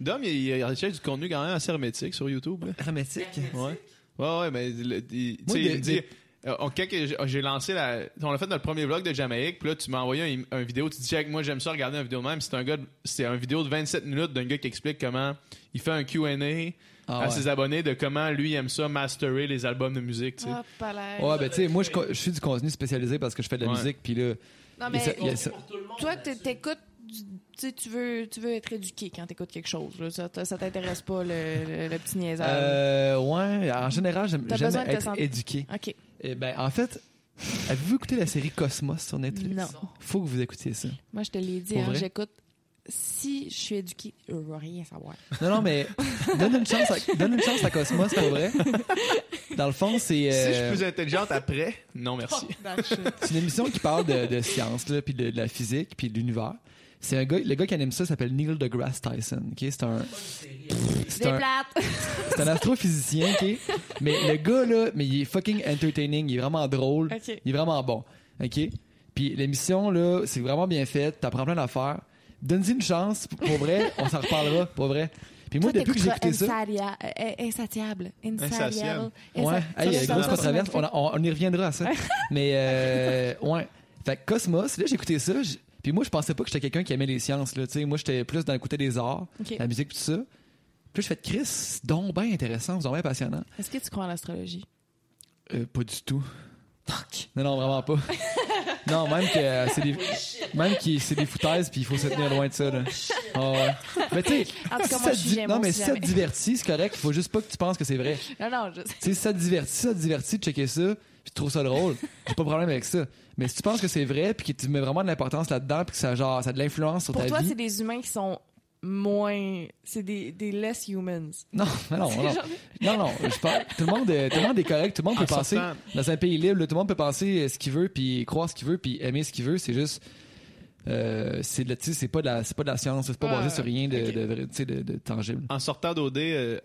Dom, il, il recherche du contenu quand même assez hermétique sur YouTube. là.
Hermétique.
Ouais. Ouais, ouais, mais le- il- tu
Moi,
sais,
des-
il me dit-
des-
euh, on- quand que j'ai- j'ai lancé la. On a fait notre premier vlog de Jamaïque, puis là, tu m'as envoyé un, un vidéo. Tu dis, check, moi, j'aime ça regarder un vidéo de même. C'est un gars, de- c'est un vidéo de 27 minutes d'un gars qui explique comment il fait un QA
Ah
à
ouais.
ses abonnés de comment lui il aime ça masterer les albums de musique, tu sais.
Ah, pas l'air.
Ouais, ben tu sais, moi, je co- je suis du contenu spécialisé parce que je fais de la
Ouais.
musique, puis là,
Non,
il y a ça-
mais
il y a ça-
toi, t'é- t'écoutes. du- Tu sais, tu veux, tu veux être éduqué quand t'écoutes quelque chose. là. Ça, t- ça t'intéresse pas, le, le- le petit niaisage.
Euh, ouais, en général, j'aime
T'as
j'aime
besoin de te
être
sentir-
éduqué.
OK.
Eh ben, en fait, avez-vous écouté la série Cosmos sur Netflix?
Non.
Faut que vous écoutiez ça.
Moi, je te l'ai dit,
Pour
hein,
vrai?
j'écoute. Si je suis éduquée, je veux rien savoir.
Non, non, mais donne une chance à, donne une chance à Cosmos, pour vrai. Dans le fond, c'est
Si je
euh,
suis plus intelligente après, non merci.
c'est une émission qui parle de, de science, là, puis de, de la physique, puis de l'univers. C'est un gars, le gars qui anime ça s'appelle Neil deGrasse Tyson. ok? C'est un,
Des
c'est un,
plates!
c'est un astrophysicien, ok? Mais le gars là, mais il est fucking entertaining, il est vraiment drôle.
OK.
Il est vraiment bon. OK? Puis l'émission, là, c'est vraiment bien faite. T'apprends plein d'affaires. Donne-y une chance. P- Pour vrai, on s'en reparlera. Pour vrai. Puis moi,
Toi,
depuis que j'ai
t'écouteras
écouté ça.
Insaria- euh, euh, Insatiable.
Insatiable.
Insatiable.
Ouais,
Insa-
hey,
Ça, ça,
grosse
ça,
controverse.
ça
On,
m'a
a- on- on y reviendra à ça. Mais, euh, ouais. Fait que Cosmos, là, j'ai écouté ça. j- Puis moi, je pensais pas que j'étais quelqu'un qui aimait les sciences, là. Tu sais, moi, j'étais plus dans le côté des arts,
OK.
la musique, tout ça. Puis là, je fais Chris, c'est donc bien intéressant, c'est donc bien passionnant.
fait- Est-ce que tu crois en l'astrologie?
Euh, pas du tout. Non, non, vraiment pas. non, même que euh, c'est des, même que c'est des foutaises, puis il faut se tenir loin de ça. Là. Ah ouais. Mais tu sais,
En tout
si ça
cas, moi,
te
je suis
di-
jamais,
non, mais
moi,
si
je
ça
suis
te divertit, c'est correct. Il faut juste pas que tu penses que c'est vrai. Tu
jamais. Non, non, je...
sais, si ça te divertit, si ça te divertit, de checker ça, puis tu trouves ça drôle. J'ai pas de problème avec ça. Mais si tu penses que c'est vrai, puis que tu mets vraiment de l'importance là-dedans, puis que ça genre, ça a de l'influence sur
Pour
ta
toi,
vie.
c'est des humains qui sont moins. C'est des, des less humans.
Non, mais non, non.
genre-
Non, non, je parle- tout, le monde, euh, tout le monde est correct, tout le monde
En
peut penser
sortant-
dans un pays libre, là, tout le monde peut penser euh, ce qu'il veut, puis croire ce qu'il veut, puis aimer ce qu'il veut, c'est juste... Euh, c'est de la- tu sais, c'est pas de la c'est pas de la science c'est pas
Ouais,
basé sur rien de,
ok.
de vrai, tu sais, de- de tangible
En sortant d'OD, euh,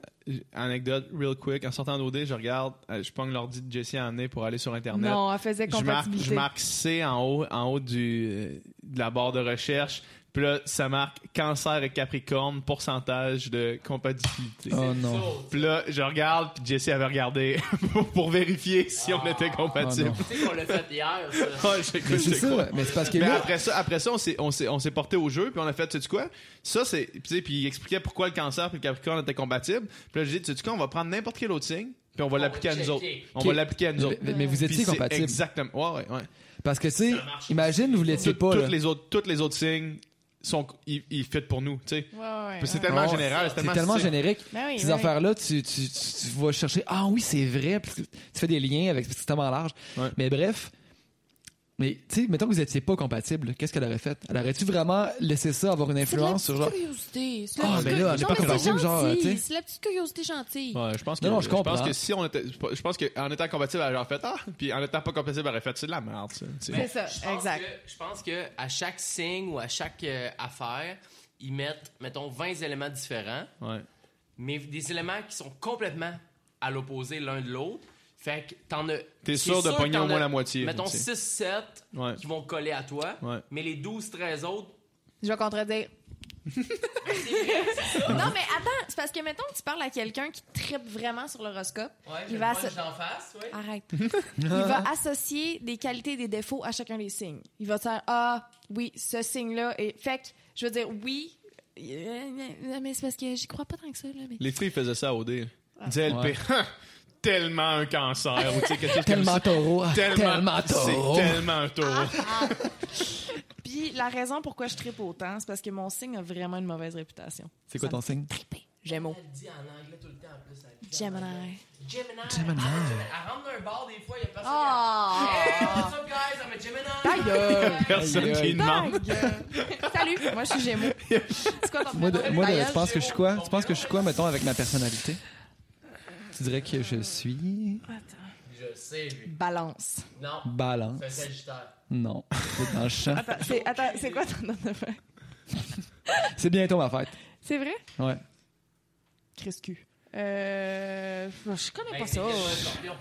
anecdote real quick, en sortant d'OD, je regarde, euh, je pogne l'ordi de Jesse à amener pour aller sur Internet.
Non, elle faisait
je marque, je
compatibilité.
marque C en haut, en haut du, euh, de la barre de recherche. Puis là, ça marque cancer et capricorne, pourcentage de compatibilité.
oh non
Puis là, je regarde, puis Jesse avait regardé pour, pour vérifier si on était compatible.
Oh
Tu sais qu'on l'a fait hier, ça.
Ah, ben, je
Ah. mais
crois,
c'est
je
ça
crois.
mais c'est parce que
Mais
là
après ça, après ça, on s'est, on s'est, on s'est porté au jeu, puis on a fait, tu sais quoi? Ça, c'est, tu sais, puis il expliquait pourquoi le cancer puis le capricorne étaient compatibles. Puis là, j'ai dit, tu sais quoi, on va prendre n'importe quel autre signe, puis on va l'appliquer à nous
checker.
autres. On
Ok.
va l'appliquer à nous autres.
mais, mais vous
Puis
étiez
c'est
compatible
Exactement. Ouais, ouais, ouais.
parce que tu sais imagine vous l'étiez
Tout-
pas là.
toutes les autres, toutes les autres signes sont, ils, ils fit pour nous, tu sais.
Ouais, ouais,
Puis C'est
ouais.
tellement
Ah, Ouais.
général, c'est
C'est
tellement,
tellement
général.
générique.
Ben oui,
Ces
ben oui.
affaires-là, tu, tu, tu- tu vas chercher Ah oui, c'est vrai, puis tu tu fais des liens avec c'est tellement large.
Ouais.
Mais bref. Mais tu sais, mettons que vous n'étiez pas compatible, qu'est-ce qu'elle aurait fait? Elle aurait-tu vraiment laissé ça avoir une
C'est de la
influence sur
petite
genre.
curiosité. C'est de
Ah,
la petite
ben là,
curi-
à
Non,
l'époque,
mais
on
c'est
aurait vu, genre, hein,
gentil.
tu sais.
C'est la petite curiosité gentille.
Ouais, je pense que,
Non, non, je
je,
comprends.
pense que si on était, je pense qu'en étant compatible, elle aurait fait ah, puis en étant pas compatible, elle aurait fait c'est de la merde. ça, tu sais.
Mais- C'est ça,
je pense
exact.
que- je pense que à chaque signe ou à chaque euh, affaire, ils mettent, mettons, 20 éléments différents,
Ouais.
mais des éléments qui sont complètement à l'opposé l'un de l'autre. Fait que t'en as.
T'es
c'est
sûr de
que
pogner au
t'en
moins
as,
la moitié,
Mettons
tu sais.
6-7
Ouais.
qui vont coller à toi,
Ouais.
mais les 12-13 autres.
Je vais contredire. non, mais attends, c'est parce que, mettons, tu parles à quelqu'un qui tripe vraiment sur l'horoscope. il va Ah. asso-
d'en face, ouais.
Arrête. il va associer des qualités et des défauts à chacun des signes. Il va te dire Ah, oui, ce signe-là. est... Fait que, je veux dire, oui. euh, Mais c'est parce que j'y crois pas tant que ça. Là, mais...
Les filles faisaient ça au dé.
Ah.
DLP, tellement un cancer ou tu sais quelque chose comme
Tellement
ça.
taureau, ah, tellement, taureau.
C'est tellement un
Ah.
taureau.
Puis la raison pourquoi je tripe autant, c'est parce que mon signe a vraiment une mauvaise réputation.
C'est quoi ton signe?
Triper. Gémeaux.
Elle dit en anglais tout le temps en plus. elle dit en anglais.
Gemini.
Gemini.
Gemini.
Ah, Elle rentre dans un bar des fois, il y a personne.
Oh!
Hey, what's up, guys? I'm a Gemini.
Ta gueule!
Personne
Aïe,
qui
aïe.
demande.
Salut, moi je suis Gémeaux. C'est quoi ton
Moi, de-
prénom?
moi, de-
D'ailleurs,
tu penses que je suis quoi? Tu
on
penses que je suis quoi, mettons, avec ma personnalité? Tu dirais que je suis.
Je sais, lui.
Balance.
Non,
Balance.
c'est un sagittaire.
Non. C'est dans le champ.
Attends, c'est, attends, c'est quoi ton nom de fête?
C'est bientôt ma fête.
C'est vrai?
Ouais.
Criscu. Euh. Je connais pas
Hey, Ben, c'est
ça.
quel
ouais.
scorpion?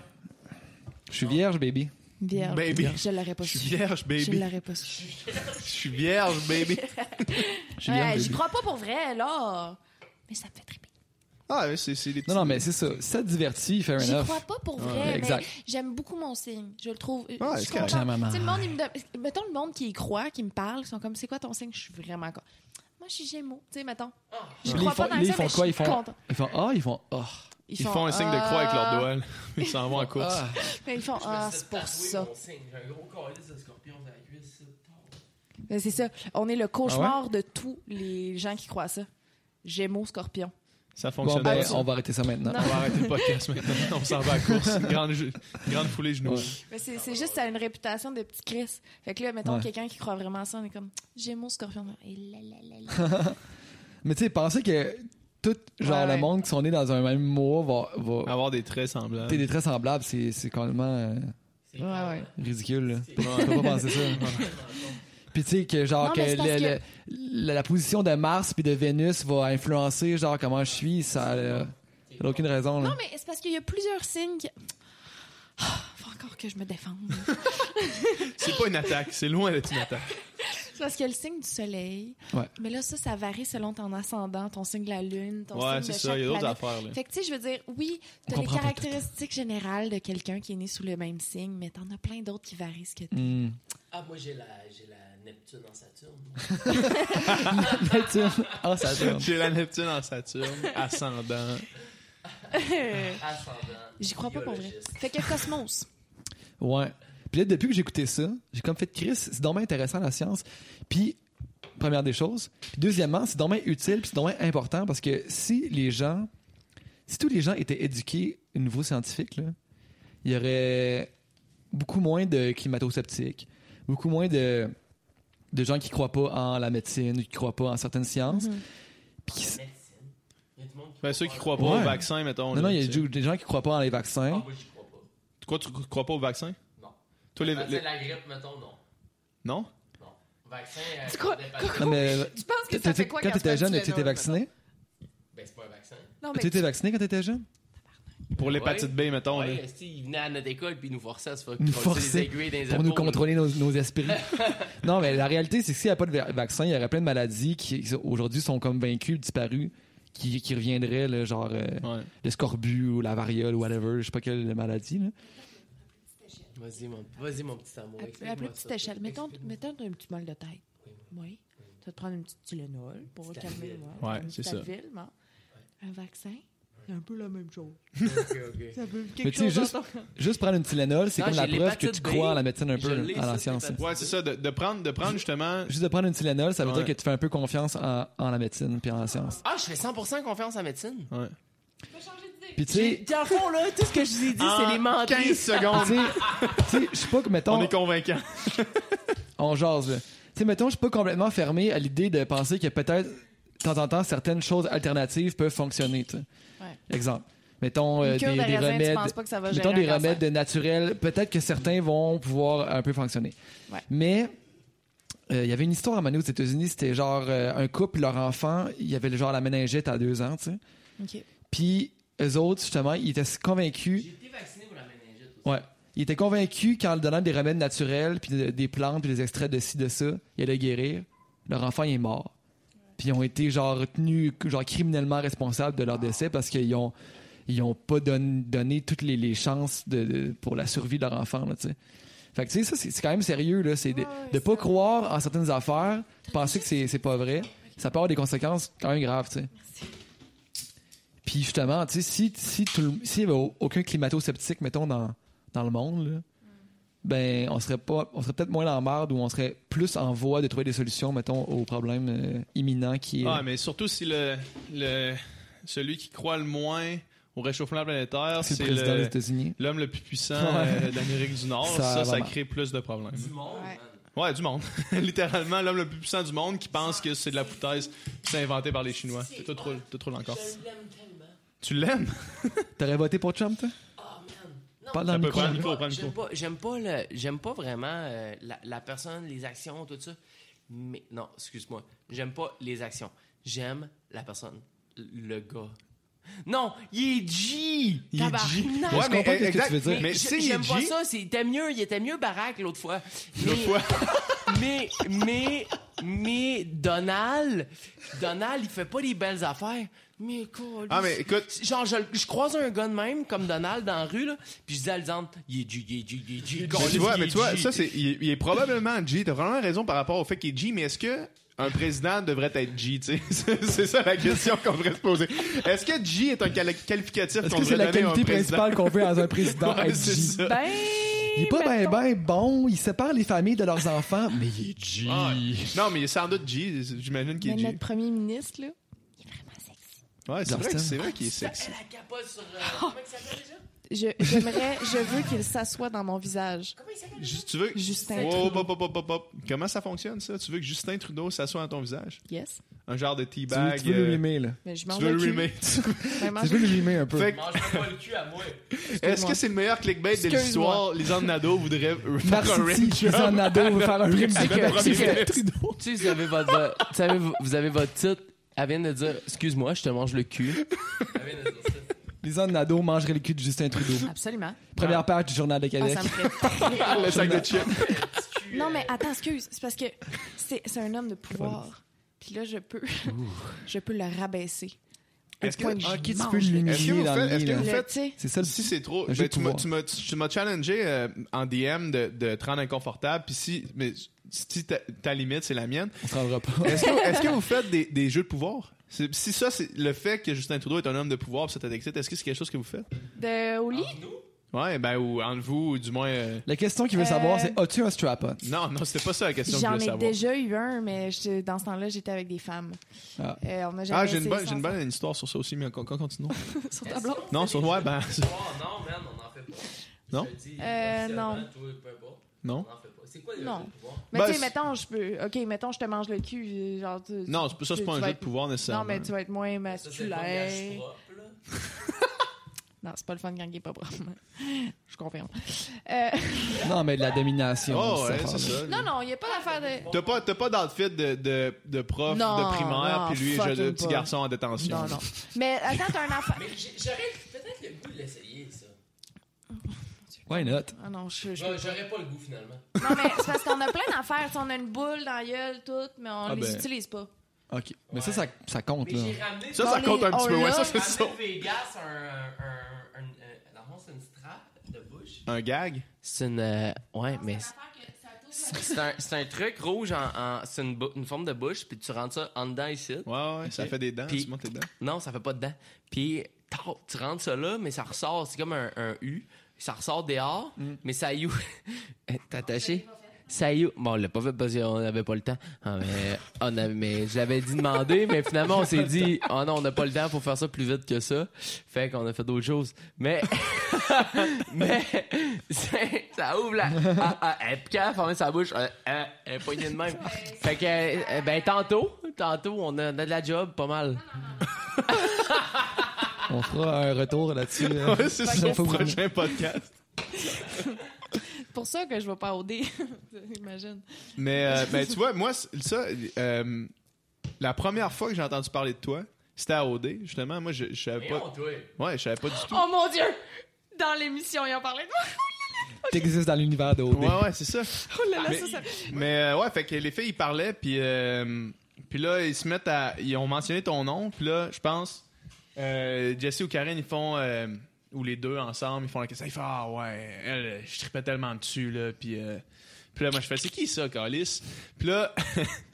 Je suis vierge, baby.
Vierge.
Baby.
Je l'aurais pas
Je suis
su.
vierge,
Je
baby.
l'aurais pas su.
Je suis vierge, baby.
Je suis
Ouais,
vierge,
j'y
baby.
crois pas pour vrai, là. Mais ça me fait triper.
Ah, ouais, c'est c'est des petits.
Non, non, mais c'est ça. Ça divertit, fair
J'y
enough.
crois pas pour vrai,
Ouais,
mais
exact.
j'aime beaucoup mon signe. Je le trouve.
Ouais,
je
c'est
suis
correct.
contente.
Maman.
Tu sais, le monde, il me donne- Mettons le monde qui y croit, qui me parle, qui sont comme, c'est quoi ton signe? Je suis vraiment con. Moi, je suis Gémeaux, tu sais, mettons. Je
Puis
crois
ils font,
pas dans
là, ils
ça,
font
mais
quoi?
je
Ils
suis
font,
contente.
ils font Ah, ils font Ah.
Ils font un signe de croix avec
Ah.
leurs doigts. là. Ils s'en vont en course.
Ah.
Mais ils font,
Je me
ah,
suis
c'est pour
tatoué
ça.
mon signe. J'ai un gros calice de scorpion sur la cuisse.
Mais c'est ça. On est le cauchemar de tous les gens qui croient à ça. Gémeaux, scorpion.
Ça
Bon,
fonctionne
ben,
pas.
on va arrêter ça maintenant.
On va arrêter le podcast maintenant. On s'en va à la course. Une grande, ju- une grande foulée genoux.
Ouais.
Mais c'est, c'est juste, ça a une réputation de petit Chris. Fait que là, mettons
Ouais.
quelqu'un qui croit vraiment à ça, on est comme, Gémeaux, scorpion. Et là, là, là, là.
Mais tu sais, pensez que tout genre
Ouais, ouais.
le monde qui sont nés dans un même mois va. va
Avoir des traits semblables.
T'es des traits semblables, c'est c'est quand même euh,
C'est
Ouais, ouais.
ridicule. Là. Tu peux pas penser ça. Puis tu sais que genre
Non,
que,
mais c'est parce
le- le- la, la position de Mars puis de Vénus va influencer genre comment je suis, ça euh, y a aucune raison. Là.
Non, mais c'est parce qu'il y a plusieurs signes. qui- Ah, faut encore que je me défende.
C'est pas une attaque. C'est loin d'être une attaque.
c'est parce qu'il y a le signe du soleil.
Ouais.
Mais là, ça, ça varie selon ton ascendant, ton signe de la lune, ton
Ouais,
signe
c'est
de
ça.
chaque
Il y a d'autres
planète.
affaires. là.
Fait que, tu sais, je veux dire,
On
oui, t'as les
comprend pas
caractéristiques générales de quelqu'un qui est né sous le même signe, mais t'en as plein d'autres qui varient ce que t'es.
Hmm.
Ah, moi, j'ai la, j'ai la Neptune en Saturne.
Neptune. Ah, ça tourne.
J'ai la Neptune en Saturne, ascendant.
Ascendant.
J'y crois pas pour vrai.
biologiste.
Fait que Cosmos.
Ouais. Puis là, depuis que j'ai écouté ça, j'ai comme fait Chris, c'est dommage intéressant la science. Puis, première des choses. Puis, deuxièmement, c'est dommage utile, puis c'est dommage important parce que si les gens, si tous les gens étaient éduqués au niveau scientifique, là, il y aurait beaucoup moins de climato-sceptiques, beaucoup moins de, de gens qui croient pas en la médecine, qui croient pas en certaines sciences.
Mm-hmm.
Puis qui-
Médecine. Il y a du monde qui
Ben, ceux qui croient pas
Ouais.
au vaccin, mettons.
non,
là,
non, il y a
tu sais.
du- des gens qui croient pas hein? en les
Ah,
vaccins.
moi, j'y crois pas.
Quoi, tu crois pas au vaccin?
Non.
Toi, les,
Vaccin,
les-
la grippe, mettons, non.
Non?
Non. Vaccin.
Tu crois-
Ben,
Non, mais-
Tu penses
t'as-
que ça
t'as-
fait quoi
quand t'étais jeune, tu étais vacciné?
Ben, c'est pas un vaccin.
Non,
Tu
mais
étais vacciné quand t'étais jeune?
Pour l'hépatite B, mettons. là.
Ouais, esti, ils venaient à notre école puis ils nous forçaient à se faire
Nous
coller des
forçaient
aiguilles dans les
pour nous
épaules.
contrôler nos, nos esprits. non, mais la réalité, c'est que s'il n'y a pas de va- vaccin, il y aurait plein de maladies qui, qui, aujourd'hui sont comme vaincues, disparues, qui, qui reviendraient, là, genre euh,
Ouais.
le scorbut ou la variole ou whatever, je sais pas quelle maladie. là.
Vas-y, mon, vas-y, mon petit amour.
à,
explique-moi
la plus
ça,
petite
toi.
échelle, mettons,
Explique-moi.
mettons un petit mal de tête. Oui. Tu vas te prendre une petite Tylenol pour
Petite
calmer le
Advil.
mal.
Ouais,
Une
c'est
petite
ça.
Advil, non? Un vaccin.
Un
C'est un peu la même chose. C'est un peu
Mais
quelque
tu sais,
chose.
juste,
d'entendre.
juste prendre une Tylenol, c'est
Non,
comme la
j'ai
preuve que
l'hépatite
tu
B.
crois à la médecine un
Je
peu,
l'ai,
à la
ça,
science.
l'hépatite.
là.
Ouais, c'est ça, de, de prendre, de prendre justement.
Juste de prendre une Tylenol, ça veut
Ouais.
dire que tu fais un peu confiance en, en la médecine puis en la science.
Ah, je fais 100% confiance en médecine.
Ouais.
Ah,
Puis tu sais, Ah,
Dans le fond, là, tout ce que je vous ai dit, c'est
En
les mentis.
15
tu
secondes,
sais, tu sais, je suis pas que mettons,
on
on,
est convaincant.
jase. là. Tu sais, mettons, je suis pas complètement fermé à l'idée de penser que peut-être, de temps en temps, certaines choses alternatives peuvent fonctionner. tu sais.
Ouais.
Exemple, mettons euh,
Une cure
des,
de
des
raisin, tu
remèdes.
penses pas que ça va gérer
mettons des
un cancer.
remèdes de naturels, peut-être que certains vont pouvoir un peu fonctionner.
Ouais.
Mais euh, il y avait une histoire à un moment donné aux États-Unis, c'était genre euh, un couple, leur enfant, il y avait le genre la méningite à deux ans, tu sais.
Ok.
Puis eux autres, justement, ils étaient convaincus.
J'ai été vacciné pour la méningite aussi.
Ouais. Ils étaient convaincus qu'en leur donnant des remèdes naturels, puis de- des plantes, puis des extraits de ci, de ça, il allait guérir. Leur enfant, il est mort. Puis ils ont été, genre, retenus, genre, criminellement responsables de leur décès parce qu'ils ont, ils ont pas don- donné toutes les, les chances de, de- pour la survie de leur enfant, là, tu sais. Fait que, tu sais, ça, c'est c'est quand même sérieux, là. C'est de,
Ouais,
de
ouais,
pas
ça-
croire en certaines affaires, penser que c'est c'est pas vrai. Ça peut avoir des conséquences quand même graves, tu sais. Puis justement, tu sais, si, si tout le- s'il n'y avait au- aucun climato-sceptique, mettons, dans, dans le monde, là, ben, on serait pas, on serait peut-être moins dans la marde ou on serait plus en voie de trouver des solutions, mettons, au problème euh, imminent qui est.
Ah, mais surtout si le, le celui qui croit le moins au réchauffement planétaire,
c'est
c'est
le président
le-
des États-Unis.
l'homme le plus puissant
Ouais.
euh, d'Amérique du Nord.
Ça,
Ça, ça,
vraiment.
crée plus de problèmes.
Du monde,
Ouais.
man.
Ouais, du monde. Littéralement, l'homme le plus puissant du monde qui pense que c'est de la foutaise, puis c'est inventé par les Chinois. Tu te trouves tu te trouves encore.
Je l'aime tellement.
Tu l'aimes?
T'aurais voté pour Trump, toi?
Oh, man.
Parle dans le
Ça peut
micro.
prendre le micro. prends
J'aime pas, j'aime pas, le- j'aime pas vraiment euh, la, la personne, les actions, tout ça. Mais non, excuse-moi. J'aime pas les actions. J'aime la personne, le gars. Non, il est G.
Il est
Tabarnak.
G.
Mais
Ouais,
je
mais e-,
comprends ce que
exact.
tu veux dire.
Mais
j-
si il est
j'aime pas
G,
ça. c'est- Il était mieux, il était mieux baraque l'autre fois.
l'autre
Mais-
fois,
mais, mais, mais, Donald, Donald, il fait pas les belles affaires. Mais quoi, lui,
Ah, mais écoute.
Genre, je, je croise un gars de même, comme Donald, dans la rue, là, puis je dis à Alexandre, il est G, il est G, il est G, il est G.
Mais tu vois, mais tu vois,
Il est G.
ça, c'est, il, est- il est probablement G. T'as vraiment raison par rapport au fait qu'il est G, mais est-ce que un président devrait être G, tu sais? C'est- C'est ça la question qu'on devrait se poser. Est-ce que G est un quali- qualificatif
Est-ce
qu'on
que c'est
devrait
la
donner à un
qualité
président?
principale qu'on veut dans un président?
Ouais,
être
c'est
G.
ça.
Ben,
Il est pas ben
mettons-
ben bon, il sépare les familles de leurs enfants, mais il est G.
Ouais. Non, mais il est sans doute G. J'imagine qu'il
Mais
est G.
notre premier ministre, là, il est vraiment sexy.
Ouais, c'est vrai,
Justin.
que- c'est vrai qu'il est sexy.
Elle a capote sur. euh,
Oh.
comment il s'appelle déjà?
Je, j'aimerais, je veux qu'il s'assoie dans mon visage.
Comment il s'appelle déjà?
Juste, tu veux.
Justin
Oh,
Trudeau.
hop, hop, hop, hop, hop. Comment ça fonctionne, ça? Tu veux que Justin Trudeau s'assoie à ton visage?
Yes.
Un genre de
Tu veux,
teabag.
tu veux
euh,
le rimer, là.
Mais je m'en
tu veux le
vais.
rimer.
Vraiment,
Tu veux le rimer un peu.
Fait que-
Mange pas le cul à moi.
Est-ce que c'est le meilleur clickbait de
Excuse-moi.
l'histoire? Les Nadeau voudrait faire un
Marcity,
rim job.
Suzanne Nadeau veut faire un rim
Tu veux le premier ministre.
Tu sais, vous avez votre, votre- tu savez, vous- vous avez votre titre. Elle vient de dire, excuse-moi, je te mange le cul. Elle vient de dire ça.
Lisanne Nadeau mangerait le cul de Justin
Ah.
Trudeau.
Absolument.
Première page du Journal de
Ah,
Québec.
ça me ferait-
Le sac de chips.
Non, mais attends, excuse. C'est parce que c'est, c'est un homme de pouvoir. Puis là, je peux, je peux le rabaisser. Au
Est-ce que- ah,
point de
ok, ah, tu
mange
peux
le-
l'humilier.
Est-ce que vous
dans le
faites- est-ce
nid,
que
là.
vous
le-
faites
tu sais,
C'est ça le
Si c'est trop,
Un jeu
ben,
de
tu m'as-
pouvoir.
tu m'as tu m'as challengé euh, en DM de, de te rendre inconfortable, puis si, mais, si ta, ta limite c'est la mienne,
On se rendra pas.
est-ce que, est-ce que vous faites des, des jeux de pouvoir? C'est- Si ça, c'est le fait que Justin Trudeau est un homme de pouvoir, puis ça t'excite, est-ce que c'est quelque chose que vous faites?
De, au lit?
Ah, Ouais, ben, ou entre vous, ou du moins. euh,
La question qu'il veut
Euh,
savoir, c'est as-tu un strap-on
Non, non, c'était pas ça la question que je
J'en
voulais
ai
savoir.
déjà eu un, mais je- dans ce temps-là, j'étais avec des femmes.
Ah.
Euh, on a jamais
Ah, j'ai une,
essayé
bonne,
ça
j'ai une
ensemble.
bonne histoire sur ça aussi, mais con- con- continuons.
sur ta blonde.
non, sur moi, ben.
Oh non, man, on en fait pas.
Non?
Je te le dis,
Euh,
officiellement,
non.
toi, peu importe,
Non?
on en fait pas. C'est quoi le
Non.
jeu de pouvoir?
Mais
Ben,
tu sais,
c'est-
mettons, je peux. Ok, mettons, je te mange le cul. euh, Genre, tu-
Non, c'est- ça, c'est
tu-
pas
tu
un
vas
jeu de
être-
pouvoir
Non,
nécessairement.
mais tu vas être moins
Ça, c'est le langage
masculin.
propre, là.
Non, c'est pas le fun quand il est pas propre. je confirme. Euh,
Non, mais de la domination.
Oh, ouais,
cette
c'est
affaire-là.
ça.
non, non, il n'y a pas
Ah,
d'affaire de.
T'as pas, t'as pas d'outfit de, de, de prof
Non,
de primaire,
non,
puis lui, je, le
fucking
petit
pas.
garçon en détention.
Non, non. Mais attends, t'as un enfant.
Mais j'ai- j'aurais peut-être le goût de l'essayer, ça.
Why not
Ah non, je, je-
Ouais, J'aurais pas le goût, finalement.
Non, mais c'est parce qu'on a plein d'affaires. tu sais, On a une boule dans la gueule, toutes, mais on
Ah
les
ben.
utilise pas.
Ok. Mais ça, ça, ça compte,
Mais
là.
j'ai ramené...
Ça,
Dans
ça
les-
compte un petit
on
peu. Ouais, ça,
l'a-
c'est ça.
Vegas, un... un, euh, un, un- dans le fond, c'est une strap de bouche.
Un gag?
C'est une... euh, Ouais, mais...
C'est une affaire que ça touche
C'est un, c'est un truc rouge, en, en- c'est une, bou- une forme de bouche, puis tu rentres ça en dedans ici.
Ouais, ouais, ça
Ok.
fait des dents,
Puis-
tu montes les dents.
Non, ça fait pas dedans. Puis tard, tu rentres ça là, mais ça ressort, c'est comme un, un U. Ça ressort dehors, mais ça you. Eh, T'as attaché? Ça you. Bon, on l'a pas fait parce qu'on n'avait pas le temps. Ah, mais, on a- mais je l'avais dit demander, mais finalement, on s'est dit, oh non, on n'a pas le temps pour faire ça plus vite que ça. Fait qu'on a fait d'autres choses. Mais, mais, c'est- ça ouvre la. Ah, ah, elle est piquée, elle a fermé sa bouche, elle, elle, elle est poignée de même. Fait que, euh, ben, tantôt, tantôt, on a, on a de la job, pas mal.
On fera un retour là-dessus. euh,
Ouais, c'est
la
ça, le
fois où-
prochain podcast.
C'est pour ça que je vais pas au dé. Imagine.
Mais euh, ben, tu vois, moi, c- ça, euh, la première fois que j'ai entendu parler de toi, c'était à OD, justement. Moi, je, je savais pas. Ouais, je savais pas du tout.
Oh mon Dieu! Dans l'émission, il en parlait de moi.
T'existes dans l'univers de OD.
Ouais, ouais, c'est ça.
Oh là là,
Mais,
ça, ça...
mais, euh, ouais, fait que les filles, ils parlaient, puis, euh, puis là, ils se mettent à. Ils ont mentionné ton nom, puis là, je pense, euh, Jesse ou Karen, ils font. euh, ou les deux ensemble, ils font la question. Ils font Ah ouais, elle, euh, je tripais tellement dessus, là, puis. euh, puis là, moi, je fais C'est qui ça, Calis? Puis là,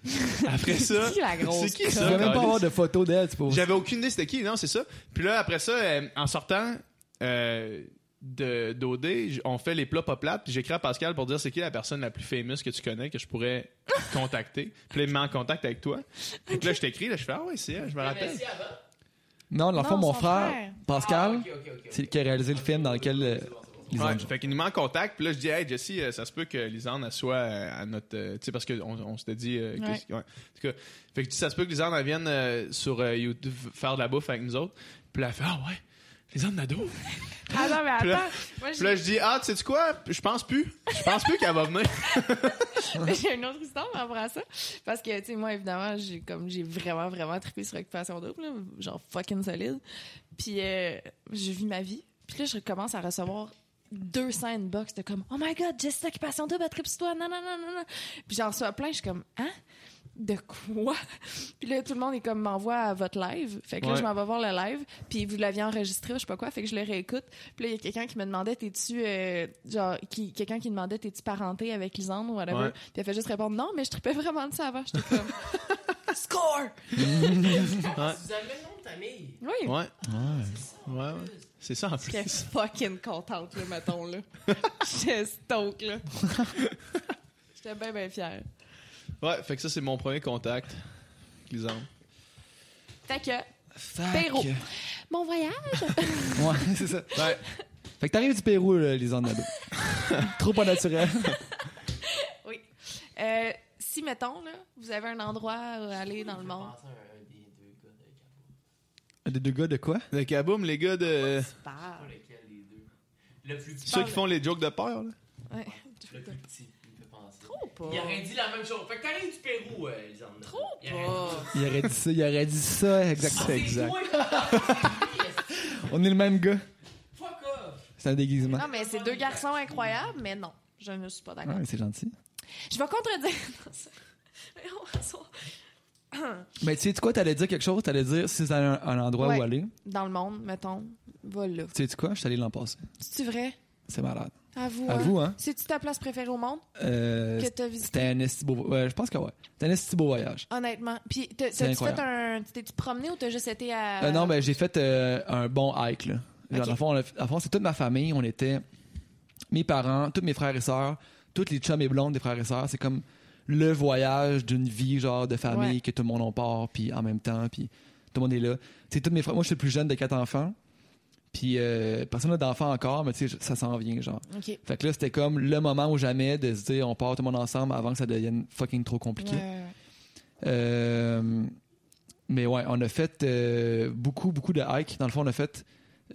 après ça.
C'est qui la grosse
C'est qui
Tu
ça,
pourrais même pas
Calis?
avoir de photos d'elle, tu peux.
J'avais aucune idée c'était qui, non, c'est ça. Puis là, après ça, euh, en sortant euh, de- d'OD, j- on fait les plats pas plates, puis j'écris à Pascal pour dire c'est qui la personne la plus fameuse que tu connais que je pourrais contacter. Puis là, il me met en contact avec toi. Donc là, je t'écris, là, je fais Ah ouais, c'est elle, je me rappelle.
Non, l'enfant,
Non,
mon
son
frère,
frère.
Pascal, c'est qui a réalisé le film dans lequel. euh, ils ont-
Ouais, fait qu'il nous met en contact, puis là, je dis Hey, Jesse, euh, ça se peut que Lisande, elle soit euh, à notre. euh, tu sais, parce qu'on on, s'était dit. euh,
Ouais.
qu'est-ce- ouais. En tout cas, fait que je dis, ça se peut que Lisande, elle vienne euh, sur euh, YouTube faire de la bouffe avec nous autres. Puis là, elle fait Ah ouais, Lisande Nadeau.
Attends, Ah mais
Puis là-
attends. Moi,
Puis là,
j'ai-
je dis, ah, tu sais-tu quoi? Je pense plus. Je pense plus qu'elle va venir.
j'ai une autre histoire par rapport à ça. Parce que, tu sais, moi, évidemment, j'ai comme j'ai vraiment, vraiment trippé sur Occupation Double, là, genre fucking solide. Puis euh, je vis ma vie. Puis là, je recommence à recevoir 200 inbox de comme « Oh my God, Jessica Occupation Double, elle tripe sur toi, non, non, non, non, non. » Puis j'en reçois plein, je suis comme « Hein? » De quoi? Puis là, tout le monde est comme m'envoie à votre live. Fait que là,
Ouais.
je m'en vais voir le live. Puis vous l'aviez enregistré, je sais pas quoi. Fait que je le réécoute. Puis là, il y a quelqu'un qui me demandait, t'es-tu, euh, genre, qui, quelqu'un qui demandait, t'es-tu parenté avec Lisande ou whatever.
Ouais.
Puis elle fait juste répondre, non, mais je tripais vraiment de ça avant. J'étais comme, score!
Vous avez le nom de famille.
Oui.
Ouais. Ouais. Ouais, C'est ça en plus.
J'étais fucking contente, là, mettons, là. J'étais stoke, là. J'étais bien, bien fière.
Ouais, fait que ça, c'est mon premier contact. Lisande.
Fait que,
Fuck.
Pérou. mon voyage.
Ouais, c'est ça.
Ouais.
Fait que t'arrives du Pérou, là, Lisande Nadeau. Trop pas naturel.
Oui. Euh, si, mettons, là, vous avez un endroit à aller dans le monde.
Des deux gars de quoi?
Le kaboum, les gars de.
Parle.
Le plus petit.
Ceux qui font les jokes de peur, là.
Ouais.
Le plus petit, il me fait penser.
Trop pas.
Il aurait dit la même chose. Fait que t'arrives du Pérou, euh, Lisandre.
Trop
Il aurait
pas.
Ah,
Il aurait dit ça, il aurait dit ça, exact.
dit-
exact.
C'est toi, c'est lui,
On est le même gars.
Fuck off.
C'est un déguisement.
Non, mais c'est deux garçons incroyables, mais non, je ne suis pas d'accord.
Ouais, c'est gentil.
Je vais contredire. Non, ça- Voyons, on va se voir.
Mais tu sais quoi, t'allais dire quelque chose, t'allais dire si c'est un, un endroit
Ouais.
où aller.
dans le monde, mettons, va là.
Tu sais quoi, je suis allé l'an passé.
C'est-tu vrai?
C'est malade.
À vous.
À
hein?
vous, hein?
C'est-tu ta place préférée au monde
Euh,
que t'as visitée?
c'était un esti beau... Ouais, je pense que ouais. C'était un esti beau voyage.
Honnêtement. Puis, t'as-
C'est
t'as-tu fait
incroyable.
un. T'es-tu promené ou t'as juste été à.
Euh, non, ben j'ai fait euh, un bon hike, là. Genre,
Ok.
dans le fond, on a fait- dans le fond, c'est toute ma famille. On était mes parents, tous mes frères et sœurs, toutes les chums et blondes des frères et sœurs. C'est comme le voyage d'une vie, genre, de famille
Ouais.
que tout le monde en part, puis en même temps, puis tout le monde est là. Tu sais, tous mes frères... Moi, je suis le plus jeune de quatre enfants. Puis euh, personne n'a d'enfants encore, mais tu sais, ça s'en vient, genre.
OK. Ouais,
Fait que là, c'était comme le moment ou jamais de se dire on part tout le monde ensemble avant que ça devienne fucking trop compliqué.
ouais, ouais.
Euh, mais ouais, on a fait euh, beaucoup, beaucoup de hikes. Dans le fond, on a fait.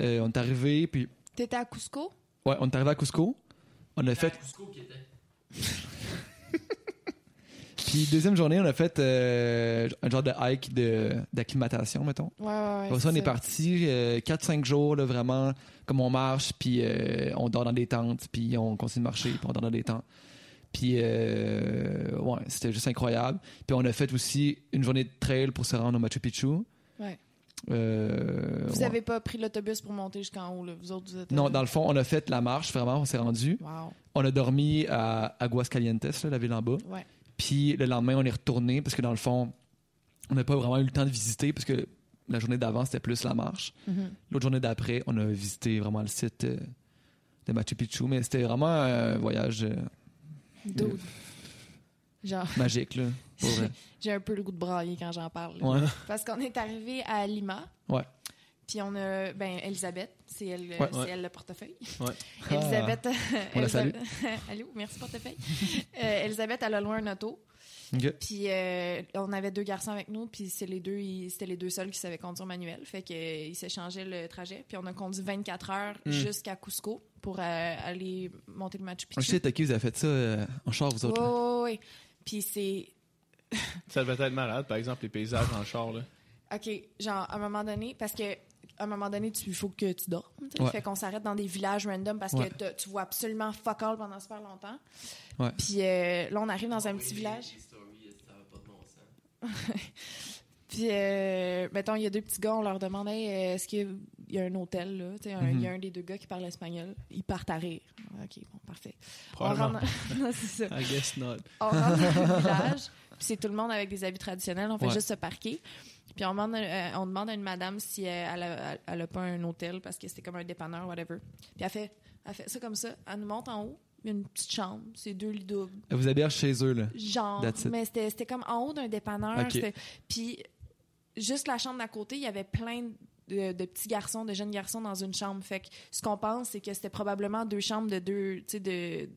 euh, on est arrivé, puis.
T'étais à Cusco?
Ouais, on est arrivé à Cusco. On a fait.
Cusco qui était.
Puis, deuxième journée, on a fait euh, un genre de hike de- d'acclimatation, mettons.
Ouais, ouais, ouais.
Après ça, on est parti euh, 4-5 jours, là, vraiment, comme on marche, puis euh, on dort dans des tentes, puis on continue de marcher, puis on dort dans des tentes. Puis, euh, ouais, c'était juste incroyable. Puis, on a fait aussi une journée de trail pour se rendre au Machu Picchu.
Ouais.
Euh,
Vous
on-
n'avez pas pris l'autobus pour monter jusqu'en haut, là. Vous autres, vous êtes.
Non, dans le fond, on a fait la marche, vraiment, on s'est rendu.
Wow.
On a dormi à Aguascalientes, là, la ville en bas.
Ouais.
Puis le lendemain, on est retourné parce que dans le fond, on n'a pas vraiment eu le temps de visiter parce que la journée d'avant, c'était plus la marche.
Mhm.
L'autre journée d'après, on a visité vraiment le site euh, de Machu Picchu, mais c'était vraiment euh, un voyage euh,
Dude. Genre,
magique, là, pour vrai.
j'ai un peu le goût de brailler quand j'en parle. là.
Ouais.
Parce qu'on est arrivé à Lima.
Ouais.
Puis on a, ben, Elisabeth, c'est elle,
Ouais.
c'est
Ouais.
elle le portefeuille.
Ouais.
Ah.
Elisabeth.
euh, On la
Elisabeth- Allô, merci portefeuille. Euh, Elisabeth, elle a loin un auto.
Ok.
Puis euh, on avait deux garçons avec nous, puis c'est les deux, ils- c'était les deux seuls qui savaient conduire manuel. Fait qu'ils s'échangeaient le trajet. Puis on a conduit 24 heures
Hmm.
Mm.
jusqu'à Cusco pour euh, aller monter le Machu
Je
Picchu.
sais, Taki, vous avez fait ça euh, en char, vous
Ouais,
autres. là.
ouais, ouais. Puis c'est
Ça devait être malade, par exemple, les paysages en char. Là.
OK, genre, à un moment donné, parce que à un moment donné, tu- il faut que tu dormes. tu sais.
Ouais.
Fait qu'on s'arrête dans des villages random parce
Ouais.
que t'as- tu vois absolument fuck all pendant super longtemps.
Ouais.
Puis euh, là, on arrive dans un petit village.
euh,
Puis, euh, mettons, il y a deux petits gars, on leur demande Hey, euh, est-ce qu'il y a un hôtel, là Tu sais, un- Il
Mhm.
y a un des deux gars qui parle espagnol. Ils partent à rire. OK, bon, parfait. On rentre
Probablement.
dans- Non, c'est ça.
I guess not.
On rentre dans le village, puis c'est tout le monde avec des habits traditionnels. On fait
Ouais.
juste se parquer. Puis on demande, euh, on demande à une madame si euh, elle, a, elle- elle a pas un hôtel parce que c'était comme un dépanneur, whatever. Puis elle fait, elle fait ça comme ça. Elle nous monte en haut. Il y a une petite chambre. C'est deux lits doubles.
Vous allez chez eux, là.
Genre.
That's it.
Mais c'était c'était comme en haut d'un dépanneur.
Ok.
c'était- Puis juste la chambre d'à côté, il y avait plein de, de petits garçons, de jeunes garçons dans une chambre. Fait que ce qu'on pense, c'est que c'était probablement deux chambres de deux, tu sais, de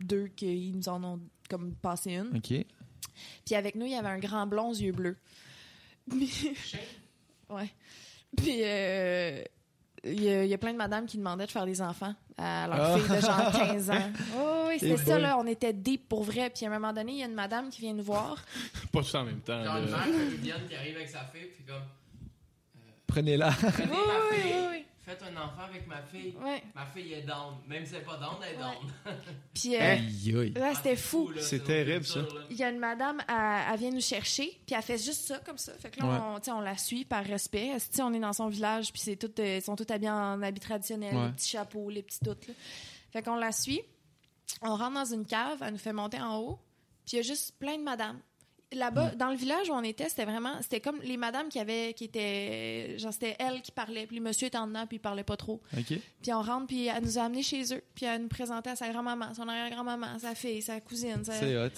deux qu'ils nous en ont comme passé une.
OK.
Puis avec nous, il y avait un grand blond aux yeux bleus. Puis- ouais. Puis euh, il y, a- il y a plein de madames qui demandaient de faire des enfants à leur
Ah.
fille de genre 15 ans. Oh, oui, c'était
Et
ça,
boy.
là. On était deep pour vrai. Puis à un moment donné, il y a une madame qui vient nous voir.
Pas tout en même temps.
Genre,
là.
une mère colombienne qui arrive avec sa fille, puis comme.
Prenez-la.
Prenez
Oui,
ma
oui,
fille,
oui,
faites un enfant avec ma fille.
oui. Ouais.
Ma fille est down. Même si elle est pas down, elle est
Ouais.
down. Ah,
Puis euh,
Aïe, aïe.
là, c'était fou.
là,
C'est
notre
terrible,
culture,
ça.
là.
Il y a une madame, elle, elle vient nous chercher, puis elle fait juste ça, comme ça. Fait que là,
Ouais.
on, tu sais, on la suit par respect. Tu sais, on est dans son village, puis c'est tout, euh, ils sont tous habillés en habits traditionnels,
Ouais.
les petits chapeaux, les petits doutes. là. Fait qu'on la suit, on rentre dans une cave, elle nous fait monter en haut, puis il y a juste plein de madames. Là-bas, dans le village où on était, c'était vraiment, c'était comme les madames qui avaient, qui étaient, genre c'était elles qui parlaient, puis le monsieur était en dedans, puis il parlait pas trop.
OK.
Puis on rentre, puis elle nous a amenés chez eux, puis elle nous présentait à sa grand-maman, son arrière-grand-maman, sa fille, sa cousine. Sa...
C'est hot.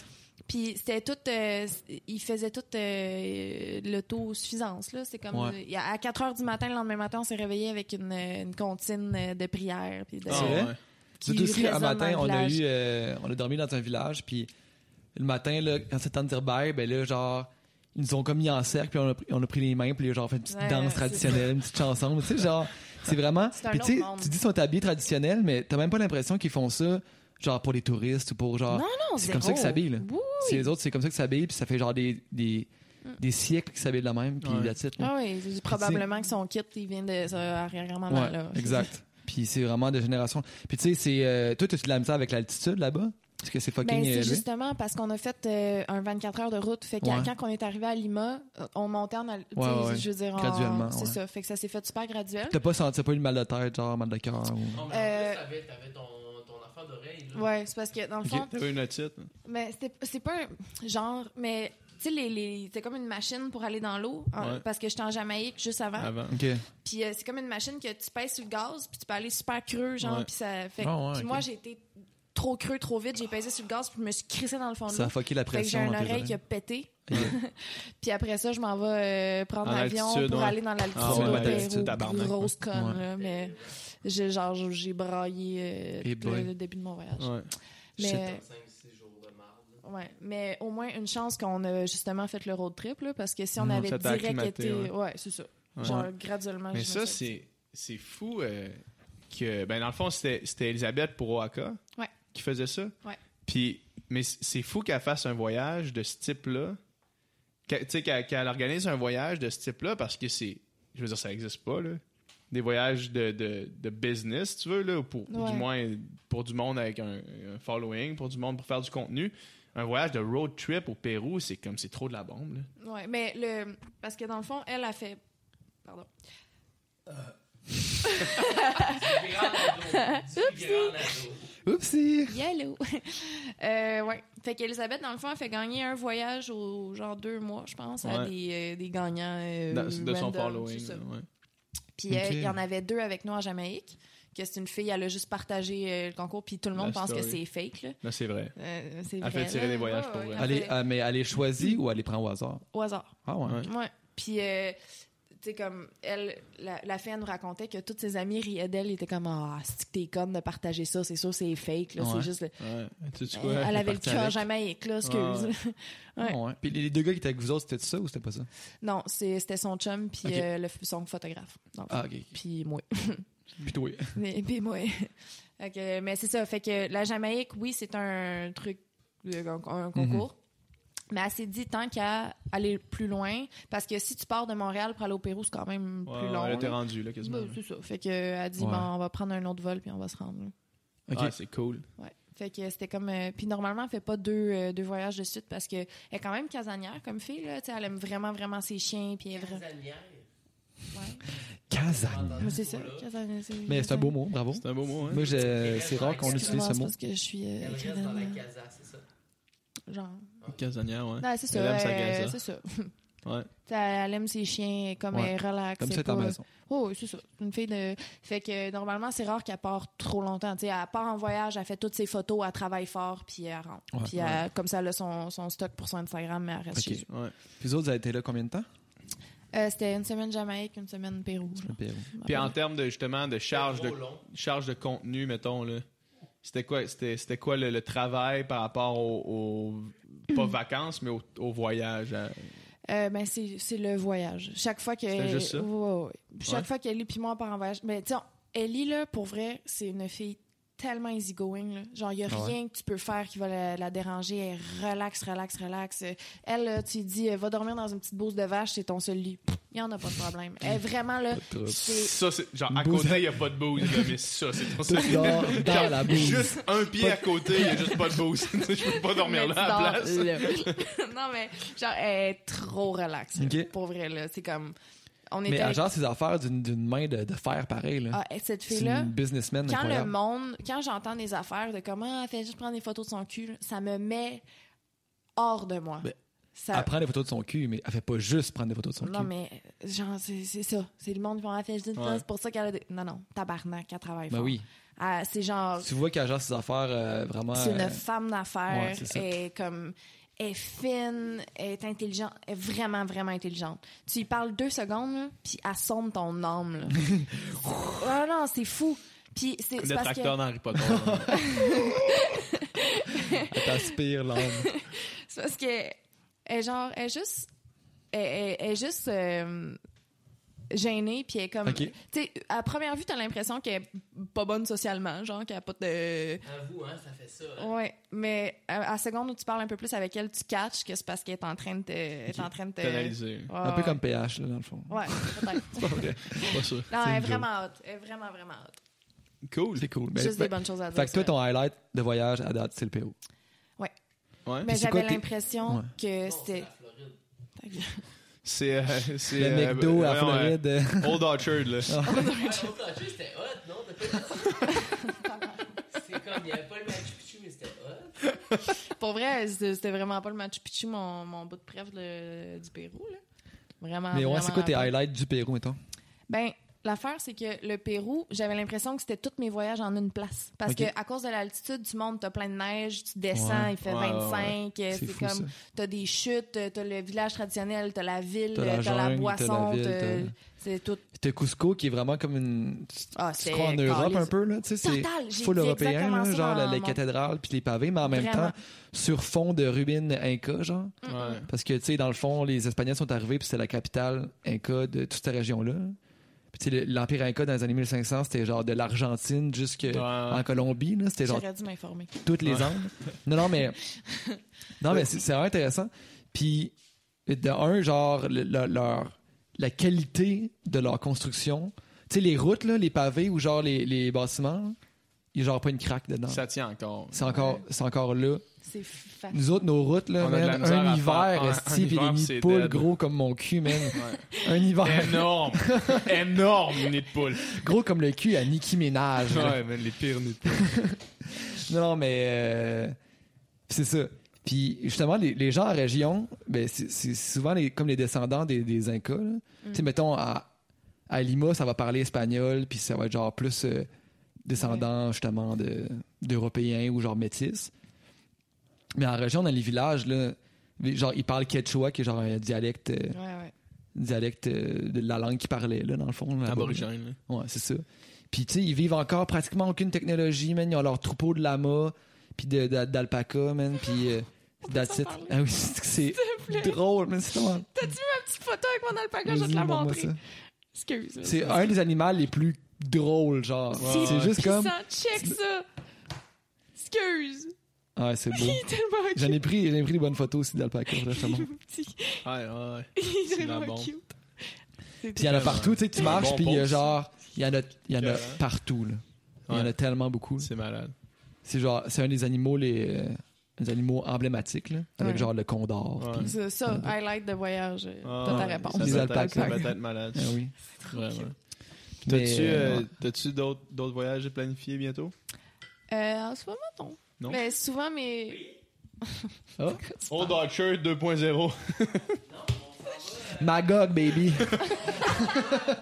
Puis c'était tout. euh, c- il faisait tout euh, l'autosuffisance. là. C'est comme.
Ouais.
euh, à 4 h du matin, le lendemain matin, on s'est réveillé avec une, euh, une comptine euh, de prière. Puis de,
Ah,
vrai?
ouais.
qui
Surtout aussi, un
résonne dans
matin,
le
on a
village.
eu, euh, on a dormi dans un village, puis le matin, là, quand c'est temps de dire bye, ben là, genre, ils nous ont comme mis en cercle, puis on a, pris- on a pris les mains, puis genre, on a fait une petite
Ouais,
danse
c'est
traditionnelle, une petite chanson, tu sais, genre, c'est vraiment.
C'est un
puis tu sais,
autre monde.
tu dis son tablier traditionnel, mais t'as même pas l'impression qu'ils font ça, genre, pour les touristes ou pour genre.
Non, non,
c'est
zéro.
comme ça qu'ils s'habillent, là.
Oui. Mm.
C'est les autres, c'est comme ça qu'ils s'habillent, puis ça fait genre des, des, des siècles qu'ils s'habillent de la même, puis
Ouais.
la titre.
Ah oui, c'est- probablement que son kit, il vient de son arrière-grand-maman.
Ouais,
Oh, là.
exact. Puis c'est vraiment de génération. Puis tu sais, c'est. euh, toi, t'as-tu de la misère avec l'altitude là-bas? Parce que c'est fucking. euh,
Ben, c'est
élevé.
justement parce qu'on a fait euh, un 24 heures de route. Fait que
Ouais.
quand on est arrivé à Lima, euh, on montait en. al- tu sais,
Ouais, ouais.
Je veux dire, on-
Graduellement, ouais.
C'est ça. Fait que ça s'est fait super graduel.
T'as pas senti pas eu le mal de tête, genre mal de cœur. ou-
Non, mais en
Euh,
plus, t'avais, t'avais ton, ton affaire d'oreille. là.
Ouais, c'est parce que dans le
Ok.
fond,
T'avais une otite.
Mais c'était- c'est pas un genre, mais tu sais, les, les- c'est comme une machine pour aller dans l'eau, hein,
Ouais.
parce que j'étais en Jamaïque juste avant.
Avant.
Ok.
Puis euh, c'est comme une machine que tu pèses sur le gaz, puis tu peux aller super creux, genre,
Ouais.
puis ça fait.
Ah ouais,
puis
ok.
moi, j'ai été trop creux, trop vite, j'ai pesé sur le gaz, puis je me suis crissée dans le fond de
Ça
l'eau.
a fucké la
Fait que j'ai
pression.
une
dans tes
oreille qui a
oreilles.
pété.
Ok.
Puis après ça, je m'en vais euh, prendre
En
l'avion
altitude,
pour
ouais.
aller dans l'altitude
Ah ouais,
au
ouais,
Pérou.
l'altitude,
tabarnak,
Grosse conne,
Ouais.
là, mais j'ai, genre, j'ai braillé euh,
Eh
tout
boy.
le, le début de mon voyage.
Ouais.
Mais,
Shit.
euh,
5-6 jours de marde. là.
Ouais, mais au moins une chance qu'on a justement fait le road trip, là, parce que si on
Mm,
avait
ça t'a
direct
acclimaté,
été.
ouais.
Ouais, c'est ça.
Ouais.
Genre, graduellement.
Mais
Ah, je me
ça,
suis-
c'est, c'est fou euh, que. Ben, dans le fond, c'était, c'était Elisabeth pour Oaxaca
Ouais.
qui faisait ça.
Ouais.
Puis, mais c- c'est fou qu'elle fasse un voyage de ce type-là. Qu'elle- Tu sais, qu'elle, qu'elle organise un voyage de ce type-là parce que c'est. Je veux dire, ça n'existe pas, là. Des voyages de, de, de business, tu veux, là, ou pour, ou
Ouais.
du moins pour du monde avec un, un following, pour du monde pour faire du contenu. Un voyage de road trip au Pérou, c'est comme c'est trop de la bombe. là.
Ouais, mais le. Parce que dans le fond, elle a fait Pardon.
Oupsie!
Yellow. euh, ouais. Fait qu'Elisabeth, dans le fond, a fait gagner un voyage au genre deux mois, je pense, à
Ouais.
des, euh, des gagnants. euh,
Dans- de son
random,
following.
c'est ça.
là, ouais.
Puis euh,
Ok.
il y en avait deux avec nous en Jamaïque. Que c'est une fille, elle a juste partagé euh, le concours, puis tout le monde
La
pense que c'est
story.
fake. Là.
Là, c'est vrai.
Euh, c'est
Elle fait
vrai,
tirer
là.
des voyages
Ouais,
pour
ouais,
vrai.
elle
Allez,
fait-
ah, mais elle est choisie ou elle les prend au hasard?
Au hasard.
Ah ouais.
Ouais.
Ouais. Puis, euh, tu sais, comme, elle, la, la fille, elle nous racontait que toutes ses amies riaient d'elle. Ils étaient comme, ah, c'est que t'es conne de partager ça, c'est sûr, c'est fake, là,
Ouais.
c'est juste. le-
Ouais. Tu sais
Elle-
quoi?
elle
est
avait le
partie
cœur en
avec.
Jamaïque, là, excuse.
Ah
Ah
Ouais.
ouais. Puis les les deux gars qui étaient avec vous autres, c'était ça ou c'était pas ça?
Non, c'est- c'était son chum, puis
Ok.
euh, le f- son photographe. dans le fond.
Ah, ok. ok.
Puis moi.
Puis toi.
mais, puis moi. Fait que, mais c'est ça. Fait que la Jamaïque, oui, c'est un truc, de con- un concours. Mais elle s'est dit tant qu'à aller plus loin, parce que si tu pars de Montréal pour aller au Pérou, c'est quand même
Ouais,
plus
ouais,
long.
là, t'es
là.
rendu, là, quasiment.
Bah,
là.
c'est ça. Fait que euh, elle dit
Ouais.
ben, on va prendre un autre vol puis on va se rendre. là.
Ok.
Ah, c'est cool.
Ouais. Fait que c'était comme euh, puis normalement elle fait pas deux, euh, deux voyages de suite parce que elle est quand même casanière comme fille là, Tu sais, elle aime vraiment vraiment ses chiens puis elle est vra- ouais.
Casagne.
Mais c'est ça, casanière.
Mais c'est un beau mot, bravo.
C'est un beau mot, hein?
Moi, je- c'est rare qu'on utilise
Excuse-moi,
ce
c'est
mot.
parce que je suis euh,
Elle reste dans la
écrivaine,
casa, c'est ça.
euh, genre.
Casanière, ouais.
Non, c'est ça.
Elle aime sa
euh,
hein.
casa.
c'est ça.
Ouais.
Tu sais, elle aime ses chiens comme
Ouais.
elle est relaxe.
Comme
c'est
ça, t'es en
pas-
maison.
Oh, oui, c'est ça. Une fille de. Fait que euh, normalement, c'est rare qu'elle part trop longtemps. Tu sais, elle part en voyage, elle fait toutes ses photos, elle travaille fort, puis elle rentre.
Ouais.
puis elle- comme ça, elle a son, son stock pour son Instagram, mais elle reste
Ok.
chez
Ouais.
Puis vous autres, vous avez été là combien de temps?
eux. Euh, C'était une semaine Jamaïque, une semaine Pérou. genre.
Le Pérou.
Puis en termes de, justement, de charge de,
Trop long.
charge de contenu, mettons, là, c'était quoi, c'était, c'était quoi le, le travail par rapport au, au- pas vacances, mais au, au voyage? hein? à-
Euh, ben c'est c'est le voyage. Chaque fois que
C'était juste ça?
Ouais, ouais, ouais. Chaque
Ouais.
fois qu'Ellie puis moi on part en voyage, mais tiens, Ellie là pour vrai, c'est une fille tellement easygoing là. Genre il y a
Ah ouais?
rien que tu peux faire qui va la, la déranger, elle est relax, relax, relax. Euh, Elle là, tu lui dis euh, va dormir dans une petite bourse de vache, c'est ton seul lit. Il y en a pas de problème. Elle est vraiment là, c'est
Ça, c'est, genre, à
Bouse.
côté, il n'y a pas de bouse, là, mais ça, c'est trop ça.
Tout dort dans la bouse.
Juste un pied à côté, il n'y a juste pas de bouse. Tu sais, Je peux pas dormir
Mais
là à la place.
tu euh, dors là. non mais genre elle est trop relax. là,
Ok.
Pour vrai là, c'est comme on
Mais
était
elle
avec-
gère ses affaires d'une d'une main de, de fer pareil. Là.
Ah, cette
c'est
fille là.
une businessman
quand le
incroyable.
monde, quand j'entends des affaires de comment elle fait juste prendre des photos de son cul, là, ça me met hors de moi.
Ben,
ça,
Elle prend des photos de son cul, mais elle fait pas juste prendre des photos de son
non,
cul.
mais genre, c'est c'est ça. C'est le monde qui va en faire juste une
Ouais.
place, C'est pour ça qu'elle a des- Non, non, tabarnak, elle travaille
Ben
fort.
oui.
Ah, c'est genre,
Tu vois qu'elle gère ses affaires euh, vraiment.
c'est
euh,
une femme d'affaires.
ouais, c'est ça.
elle est comme. Elle est fine, elle est intelligente, elle est vraiment, vraiment intelligente. Tu lui parles deux secondes, là, puis elle sonde ton âme. là. oh non, c'est fou. Puis c'est c'est
Le
parce que.
tracteur dans Harry Potter.
elle t'aspire l'âme.
C'est parce que elle est genre elle est juste elle, elle- elle est juste euh, gênée puis elle est comme
Ok.
tu sais à première vue t'as l'impression qu'elle est pas bonne socialement genre qu'elle a pas de
Avoue, hein, ça fait ça. hein.
ouais mais à, à la seconde où tu parles un peu plus avec elle tu catches que c'est parce qu'elle est en train de te, elle est en train de te
T'analyser.
Ouais,
Un peu
ouais.
comme PH, là, dans le fond.
ouais peut-être
C'est pas vrai.
Pas sûr.
non
C'est
elle est
une
vraiment hot elle est vraiment vraiment hot
Cool.
C'est cool. Mais-
juste
mais-
des bonnes choses à dire
Ben, fait que toi,
sur
ton highlight de voyage à date, c'est le Pérou.
Ouais.
elle. mais
Puis c'est quoi
j'avais
tes-
l'impression
Ouais.
que
Non, c'est
c'était
la Floride.
C'est, euh, c'est,
Le
euh,
McDo à
voyons, euh,
Floride. euh,
Old Orchard,
Ouais,
là.
l'autre âgé, c'était hot, non? T'as pas dit- C'est comme, il n'y avait pas le Machu Picchu, mais c'était hot.
Pour vrai, c'était c'était vraiment pas le Machu Picchu, mon, mon bout de préf de- du Pérou, là. Vraiment.
Mais ouais,
Ah, vraiment
c'est quoi tes
pas.
highlights du Pérou, mettons?
Ben, l'affaire, c'est que le Pérou, j'avais l'impression que c'était tous mes voyages en une place. Parce
Ok.
que à cause de l'altitude du monde, t'as plein de neige, tu descends,
Ouais.
il fait
Ouais, ouais,
25, euh,
C'est
c'est
fou, ça.
comme, t'as des chutes, t'as le village traditionnel, t'as la ville,
T'as la
t'as la,
jungle,
boisson,
t'as la ville,
t'as-
t'as-
c'est tout.
T'as Cusco qui est vraiment comme une. Tu
Ah,
tu
c'est
crois en Europe
calé,
un
ça.
peu, là? Tu sais, c'est
Total, j'ai
full
dit
européen,
exactement
là,
ça
genre
dans
la- les
mon-
cathédrales puis les pavés, mais en même
Vraiment.
temps, sur fond de ruines Inca, genre.
Ouais.
Parce que, tu sais, dans le fond, les Espagnols sont arrivés puis c'était la capitale Inca de toute cette région-là. Puis, tu sais, le- l'Empire Inca dans les années 1500, c'était genre de l'Argentine jusqu'en
Ouais.
Colombie, là. C'était genre
J'aurais dû m'informer.
toutes les
Ouais.
angles. Non, non, mais. Non, mais c'est c'est vraiment intéressant. Puis, de un, genre, le- le- leur, la qualité de leur construction. Tu sais, les routes, là, les pavés ou genre les, les bâtiments, il y a genre pas une craque dedans.
Ça tient encore.
C'est encore, c'est encore là.
C'est facile.
Nous autres, nos routes, là,
On a de la
man,
misère à
un
faire-
hiver,
un- un
esti, pis
hiver,
des nids
c'est
de poules
dead.
gros comme mon cul, man. Un hiver
Énorme! Énorme nid de poule!
gros comme le cul à Nicki Minaj. là.
Ouais, man, les pires nids de poule.
Non, non, mais euh, c'est ça. Puis justement, les, les gens en région, ben, c'est c'est souvent les- comme les descendants des, des Incas. là. Tu sais, mettons, à, à Lima, ça va parler espagnol, puis ça va être genre plus euh, descendant justement de- d'Européens ou genre métis. Mais en région, dans les villages, là, les- genre, ils parlent quechua, qui est genre un dialecte, euh,
Ouais, ouais.
dialecte euh, de la langue qu'ils parlaient, là, dans le fond. là-bas.
Aborigène, là.
Ouais, c'est ça. Puis, tu sais, ils vivent encore pratiquement aucune technologie, man. Ils ont leur troupeau de lamas, puis de- de- d'alpaca, man. Puis, euh, that's it. Ah oui, c'est c'est drôle, man. C'est vraiment-
Petite photo avec mon alpaca, je vais
Vas-y,
te la
montre-moi
montrer.
ça.
Excuse.
C'est un des animaux les plus drôles, genre.
Ouais,
C'est juste
Pissant,
comme.
check ça. Excuse.
Ouais, c'est beau.
Il est tellement
J'en
cute.
ai pris, j'en ai pris des bonnes photos aussi d'alpaca, justement.
Il est petit.
Ouais, ouais, ouais.
Il est
C'est la
tellement
bombe.
cute. C'est
Puis il y en a partout, tu sais, tu
C'est un
marches,
bon
puis il y a
pose.
genre. Il y en a, il y en a
Ouais.
partout, là. Il y en a
Ouais.
tellement beaucoup.
C'est malade.
C'est genre, c'est un des animaux, les, euh, les animaux emblématiques, là. Avec
Ouais.
genre le condor.
Ouais.
puis-
Ça, ça, highlight de voyage. euh, T'as ta
Ah, Ouais,
réponse.
Ça
Les
doit être- ça
alpacas.
doit être malade.
Ah oui.
Vraiment.
Mais, euh,
T'as-tu euh,
ouais.
t'as-tu d'autres d'autres voyages planifiés bientôt?
Euh, en ce moment, non.
Non?
Mais souvent, mais.
Oh.
Old Archer 2.0.
Magog, baby. Ah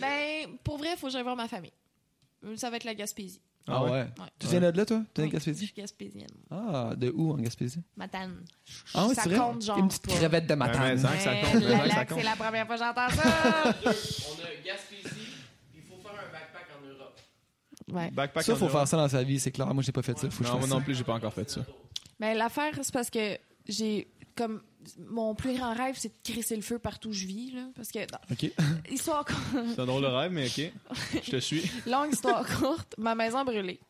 Ben, pour vrai, faut que j'aille voir ma famille. Ça va être la Gaspésie.
Ah ouais.
Ouais.
Tu viens de là, toi? Tu viens
Oui,
de Gaspésie?
Je suis gaspésienne.
Ah, de où en Gaspésie?
Matane.
Ah ouais,
Ça
c'est vrai?
compte, genre,
Une petite
pas.
crevette de
Ouais,
matane.
mais- Tant que ça compte,
la
tant que ça
lac,
compte.
c'est la première fois que j'entends ça.
On a Gaspésie, il faut faire un backpack en Europe.
ouais.
Backpack
ça,
en
faut
Europe.
faire ça dans sa vie, c'est clair. Moi, j'ai pas fait ça. Faut que je
Non, moi
fasse
non
ça.
plus, j'ai pas encore fait ça.
Mais l'affaire, c'est parce que j'ai comme mon plus grand rêve, c'est de crisser le feu partout où je vis, là, parce que non,
OK.
histoire courte,
C'est un drôle de rêve, mais ok. Je te suis.
longue histoire courte, ma maison a brûlé.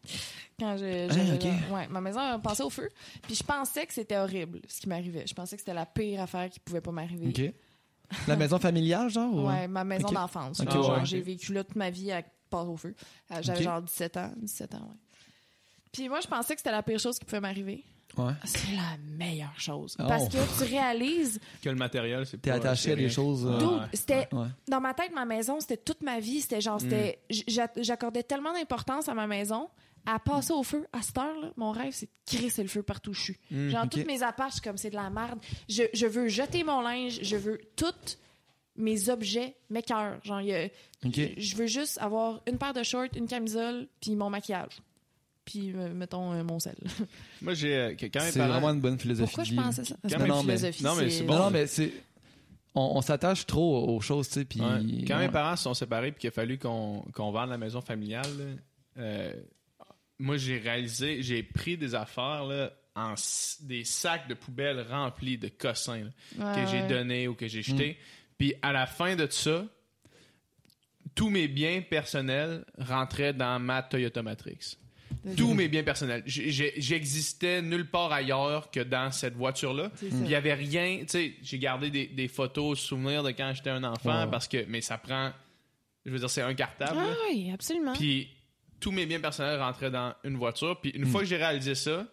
Quand je, j'avais-
ok.
ouais, ma maison a passé au feu, puis je pensais que c'était horrible ce qui m'arrivait. Je pensais que c'était la pire affaire qui pouvait pas m'arriver.
OK. La maison familiale, genre? ou-
Ouais, ma maison
Ok.
d'enfance.
Ok,
là, genre,
ouais.
J'ai vécu là toute ma vie à passe au feu. Euh, J'avais
Ok.
genre 17 ans, 17 ans, ouais. Puis moi, je pensais que c'était la pire chose qui pouvait m'arriver.
Ouais.
Ah, C'est la meilleure chose.
Oh.
Parce que tu réalises,
Que le matériel, c'est
T'es
pas-
attaché
c'est
à des
rien.
choses. euh,
dude,
ouais.
c'était
Ouais.
dans ma tête, ma maison, c'était toute ma vie. C'était
Mm.
genre, c'était, j- j'a- j'accordais tellement d'importance à ma maison. À passer au feu, à cette heure-là, mon rêve, c'est de crisser le feu partout où je suis.
Hmm.
genre,
Mm, ok.
toutes mes apparts, je suis comme c'est de la merde. Je, je veux jeter mon linge, je veux toutes mes objets, mes cœurs. Genre, il y a-
OK.
je veux juste avoir une paire de shorts, une camisole, puis mon maquillage. Puis, euh, mettons, euh, mon sel.
Moi, j'ai. euh, que- Quand mes
C'est
parents-
vraiment une bonne philosophie.
Pourquoi
de
je
vie.
pense à ça?
Quand
C'est
même-
pas
Non,
une
mais-
philosophie.
non, mais c'est
Non,
bon.
non, mais c'est. On, on s'attache trop aux choses, tu sais. Puis.
Ouais. Quand mes
Ouais.
parents se sont séparés puis qu'il a fallu qu'on qu'on vende la maison familiale, là, euh, moi j'ai réalisé, j'ai pris des affaires là, en s- des sacs de poubelle remplis de cossins là,
Ouais,
que j'ai
Ah ouais.
donné ou que j'ai jeté. Puis à la fin de ça, tous mes biens personnels rentraient dans ma Toyota Matrix. Tous mes biens personnels. J'ai- j'ai- J'existais nulle part ailleurs que dans cette voiture-là.
C'est ça.
Il y avait rien. Tu sais, j'ai gardé des, des photos, souvenirs de quand j'étais un enfant
Ouais.
parce que. Mais ça prend. Je veux dire, c'est un cartable.
Ah
là.
oui, absolument.
Puis tous mes biens personnels rentraient dans une voiture.
Hmm.
Puis une fois que j'ai réalisé ça,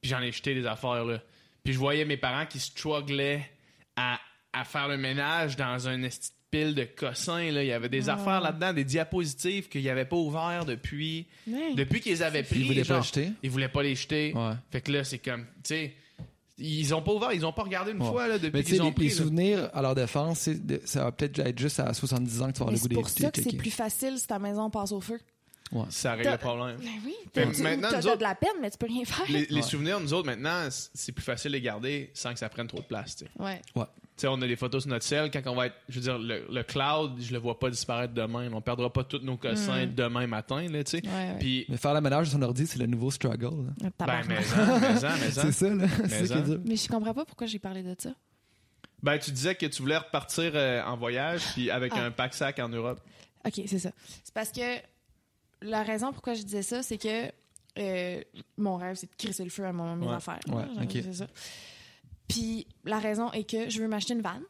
puis j'en ai jeté des affaires, là. Puis je voyais mes parents qui strugglaient à, à faire le ménage dans un esti de pile de cossins, là. Il y avait des
Ah.
affaires là-dedans, des diapositives qu'ils n'avaient pas ouvertes depuis.
Ouais.
Depuis qu'ils les avaient pris,
Ils voulaient pas
genre,
les jeter?
Ils voulaient pas les jeter.
Ouais.
Fait que là, c'est comme, tu sais, ils ont pas ouvert, ils ont pas regardé une
Ouais.
fois là,
Mais tu
depuis
sais,
qu'ils
les,
ont
les
pris. là.
souvenirs à leur défense, c'est de- ça va peut-être être juste à 70 ans que tu vas avoir
Mais
le goût
c'est
des
pour ça que c'est
checker.
plus facile si ta maison passe au feu.
Ça règle
T'as-
le problème.
Ben oui,
Mais
t'as- tu-
maintenant,
t'as
nous autres-
de la peine, mais tu peux rien faire.
Les, les
Ouais.
souvenirs, nous autres, maintenant, c- c'est plus facile de les garder sans que ça prenne trop de place. Tu sais.
Ouais.
Tu sais, on a des photos sur notre sel. Quand on va être, je veux dire, le, le cloud, je le vois pas disparaître demain. On perdra pas tous nos cossins demain matin. Là, tu sais.
Ouais, Mm. ouais. Ah,
Puis,
Mais faire la ménage sur son ordi, c'est le nouveau struggle. là.
ben,
Tabarnak.
mais
C'est ça, là. C'est ça qui est
hein.
dur.
Mais je comprends pas pourquoi j'ai parlé de ça.
Ben, tu disais que tu voulais repartir euh, en voyage, puis avec
Ah.
un pack-sac en Europe.
OK, c'est ça. C'est parce que la raison pourquoi je disais ça, c'est que euh, mon rêve, c'est de crisser le feu à mon, mes
Ouais,
affaires.
ouais,
Genre,
ok.
C'est ça. Puis la raison est que je veux m'acheter une van,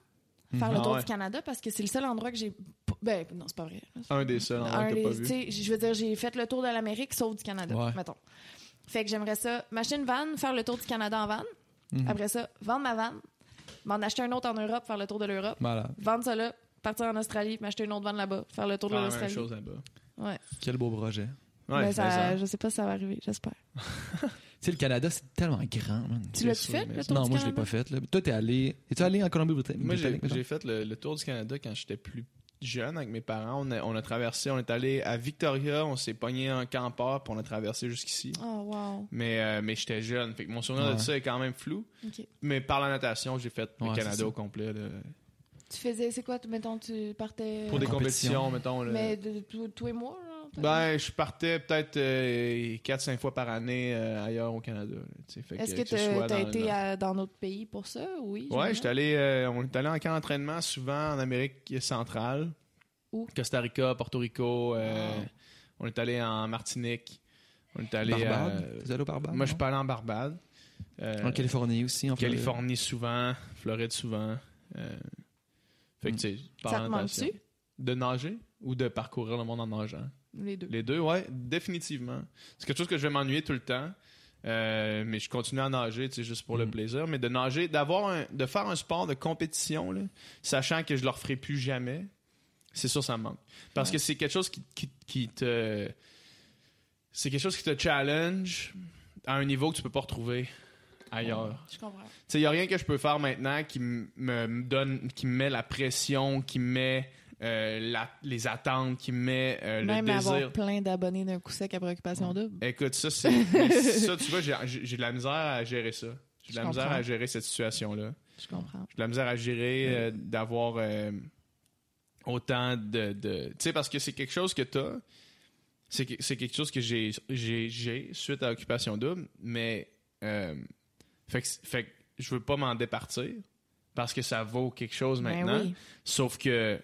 faire le
Ah
tour
Mm. ouais.
du Canada, parce que c'est le seul endroit que j'ai p- Ben, non, c'est pas vrai.
Un des seuls, en
Un
vrai, que t'as
des-
pas
tu
vu.
sais, Je veux dire, j'ai fait le tour de l'Amérique, sauf du Canada,
Ouais.
mettons. Fait que j'aimerais ça, m'acheter une van, faire le tour du Canada en van.
Mhm.
Après ça, vendre ma van, m'en acheter un autre en Europe, faire le tour de l'Europe.
Voilà.
Vendre ça là, partir en Australie, m'acheter une autre van là-bas, faire le tour de
Faire Ah, la même
l'Australie.
chose là-bas.
Ouais.
Quel beau projet.
Ouais,
Mais
mais
ça-
ça-
je sais pas si ça va arriver, j'espère.
Tu sais, le Canada, c'est tellement grand, man.
Tu l'as-tu
sûr,
fait,
mais
le tour
Non,
du
moi, je l'ai
Canada?
pas fait. Là. Toi, t'es allé. Es-tu allé en Colombie-Britannique?
Moi, j'ai
Britannique, mettons?
j'ai fait le, le tour du Canada quand j'étais plus jeune avec mes parents. On a, on a traversé, on est allé à Victoria, on s'est pogné en campeur, puis on a traversé jusqu'ici.
Oh, wow.
Mais, euh, mais j'étais jeune, fait que mon souvenir
Ouais.
de ça est quand même flou.
OK.
Mais par la natation, j'ai fait le
Ouais, c'est
Canada
ça.
au complet. là.
Tu faisais, c'est quoi, tu- mettons, tu partais.
Pour des
compétition.
compétitions, mettons. là.
Mais de, de- tous tous les mois, genre? t'as-
Ben, je partais peut-être 4-5 fois par année euh, ailleurs au Canada. là, tu sais, fait
Est-ce que
que
tu
ce soit
as
dans le
été
Nord.
à- dans d'autres pays pour ça? Oui.
Ouais,
j'imagine.
j'étais allé, euh, on est allé en camp d'entraînement souvent en Amérique centrale.
Où?
Costa Rica, Porto Rico. euh,
Wow.
On est allé en Martinique. On est allé
Barbade.
euh,
T'es allé au Barbade?
moi, je
non?
suis pas allé en Barbade. Euh,
En Californie aussi, en Floride.
Californie souvent, Floride souvent. Euh, fait que
Mm.
tu sais, par
Ça te
natation.
manque-tu?
De nager ou de parcourir le monde en nageant?
Les deux.
Les deux, ouais, définitivement. C'est quelque chose que je vais m'ennuyer tout le temps. Euh, mais je continue à nager, tu sais, juste pour le
Mm.
plaisir. Mais de nager, d'avoir un- de faire un sport de compétition, là, sachant que je le referai plus jamais, c'est sûr, ça me manque. Parce que c'est quelque chose qui, qui- qui te. C'est quelque chose qui te challenge à un niveau que tu peux pas retrouver ailleurs.
Je comprends.
Tu sais, il n'y a rien que je peux faire maintenant qui m- me me donne, qui me met la pression, qui me met euh, la- les attentes, qui me met euh, le
Même
désir.
avoir plein d'abonnés d'un coup sec à préoccupation double.
Écoute, ça, c'est. mais ça, tu vois, j'ai- j'ai j'ai de la misère à gérer ça. J'ai de la
Je
misère
comprends.
à gérer cette situation-là.
Je comprends.
J'ai de la misère à gérer euh, d'avoir euh, autant de. de- Tu sais, parce que c'est quelque chose que t'as. C'est que- c'est quelque chose que j'ai j'ai- j'ai suite à Occupation Double, mais. euh, fait, que, fait que je veux pas m'en départir parce que ça vaut quelque chose
Ben
maintenant.
oui.
Sauf que,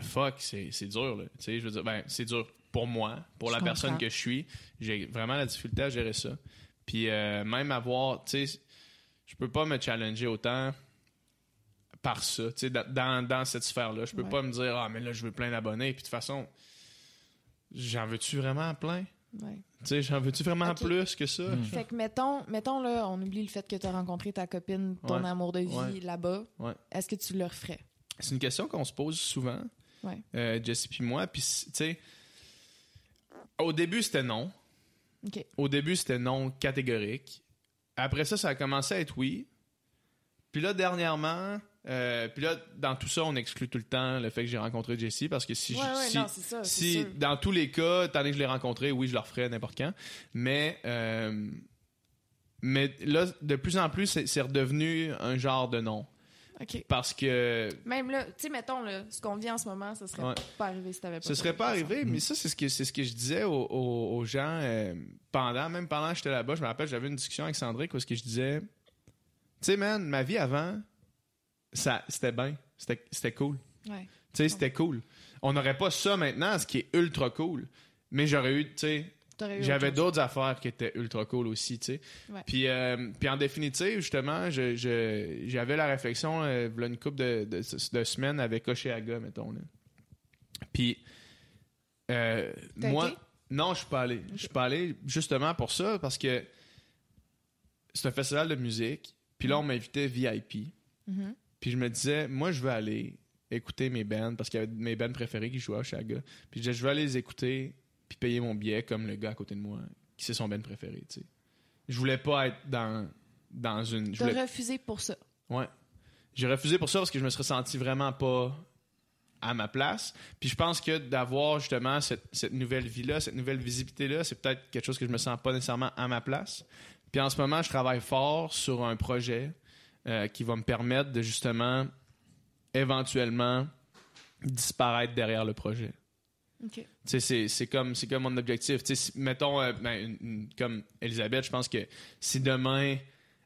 fuck, c'est c'est dur, là. Tu sais, je veux dire, ben, c'est dur pour moi, pour
Je
la personne
comprends.
que je suis. J'ai vraiment la difficulté à gérer ça. Puis euh, même avoir, tu sais, je peux pas me challenger autant par ça, tu sais, da- dans, dans cette sphère-là. Je peux
Ouais.
pas me dire, ah, mais là, je veux plein d'abonnés. Puis de toute façon, j'en veux-tu vraiment plein?
Ouais.
Tu sais, j'en veux-tu vraiment
Ok.
plus que ça?
Mm.
Fait que mettons, mettons là, on oublie le fait que tu as rencontré ta copine, ton
Ouais.
amour de vie
Ouais.
là-bas.
Ouais.
Est-ce que tu le referais?
C'est une question qu'on se pose souvent,
Ouais.
euh, Jesse puis moi. Puis, c- tu sais, au début, c'était non.
OK.
Au début, c'était non catégorique. Après ça, ça a commencé à être oui. Puis là, dernièrement, euh, puis là, dans tout ça, on exclut tout le temps le fait que j'ai rencontré Jesse parce que si,
ouais,
je-
ouais,
si,
non, c'est ça. c'est
si
sûr.
dans tous les cas, tant que je l'ai rencontré, oui, je le referais n'importe quand. Mais, euh, mais là, de plus en plus, c'est c'est redevenu un genre de non.
OK.
Parce que
Même là, tu sais, mettons, là, ce qu'on vit en ce moment, ça serait
Ouais.
pas arrivé si t'avais pas
Ce
fait
serait
de
pas
façon.
arrivé, mais ça, c'est ce que, c'est ce que je disais aux, aux- aux gens euh, pendant, même pendant que j'étais là-bas. Je me rappelle, j'avais une discussion avec Sandrick où ce que je disais, tu sais, man, ma vie avant, ça, c'était bien, c'était, c'était cool.
Ouais.
Tu sais, c'était cool. On n'aurait pas ça maintenant, ce qui est ultra cool. Mais j'aurais eu, tu sais,
T'aurais eu autre
j'avais
chose.
d'autres affaires qui étaient ultra cool aussi, tu sais.
Ouais.
Puis, euh, puis en définitive, justement, je, je- j'avais la réflexion, euh, v'là une couple de, de- de semaines avec Oceaga, mettons. là. Puis, euh,
T'as
moi...
été?
Non, je suis pas allé. Je suis pas allé justement pour ça, parce que c'est un festival de musique. Puis là, on m'invitait VIP.
Mhm.
Puis je me disais, moi, je veux aller écouter mes bands, parce qu'il y avait mes bands préférés qui jouaient à chaque gars. Puis je disais, je veux aller les écouter, puis payer mon billet comme le gars à côté de moi, qui c'est son band préféré, tu sais. Je voulais pas être dans, dans une... je
T'as
voulais-
refusé pour ça.
Ouais. J'ai refusé pour ça parce que je me serais senti vraiment pas à ma place. Puis je pense que d'avoir justement cette, cette nouvelle vie-là, cette nouvelle visibilité-là, c'est peut-être quelque chose que je me sens pas nécessairement à ma place. Puis en ce moment, je travaille fort sur un projet euh, qui va me permettre de justement éventuellement disparaître derrière le projet.
OK.
Tu sais, c'est- c'est comme c'est comme mon objectif. Tu sais, si- mettons euh, ben, une- une- comme Elisabeth, je pense que si demain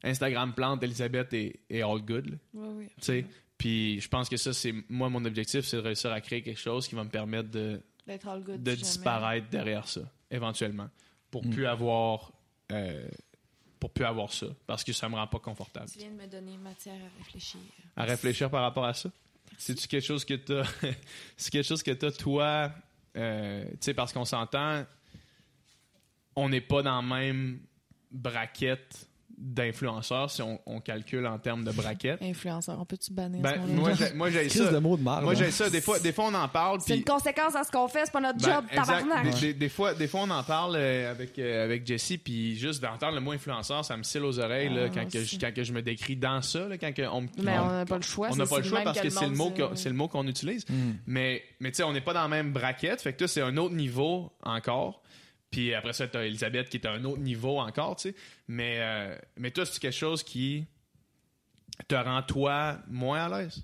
Instagram plante, Elisabeth est, est all good. là.
Oui, oui.
Tu sais, puis je pense que ça, c'est moi, mon objectif, c'est de réussir à créer quelque chose qui va me permettre de,
D'être all good.
de
si jamais.
disparaître derrière ça, éventuellement, pour
Mm.
plus avoir euh, pour plus avoir ça, parce que ça me rend pas confortable.
Tu viens de me donner matière à réfléchir.
À réfléchir par rapport à ça. C'est-tu quelque chose que t'as. c'est quelque chose que t'as, toi. euh, tu sais, parce qu'on s'entend, on n'est pas dans la même braquette d'influenceurs si on, on calcule en termes de braquette.
Influenceur, on peut-tu bannir
Ben,
ce mot-là?
moi, j'ai- moi, j'ai
Crise
ça.
de mots de hein. merde.
Moi, j'ai ça. Des fois, des fois, on en parle.
C'est
puis-
une conséquence à ce qu'on fait, c'est pas notre
Ben,
job,
exact.
tabarnak.
Des, des- des fois, des fois, on en parle euh, avec, euh, avec Jessie, puis juste d'entendre le mot influenceur, ça me scille aux oreilles là,
Ah,
quand, que je,
aussi.
quand que je me décris dans ça, là, quand que on, me-
Mais on
on-
n'a pas le choix.
on
c'est-
n'a pas le
c'est
choix
même
parce que
le
c'est le,
monde
mot
dit,
que-
ouais.
c'est le mot qu'on utilise.
Mm.
Mais, mais tu sais, on n'est pas dans la même braquette, fait que toi, c'est un autre niveau encore. Puis après ça, t'as Elisabeth qui est à un autre niveau encore, tu sais. Mais, euh, mais toi, c'est quelque chose qui te rend toi moins à l'aise?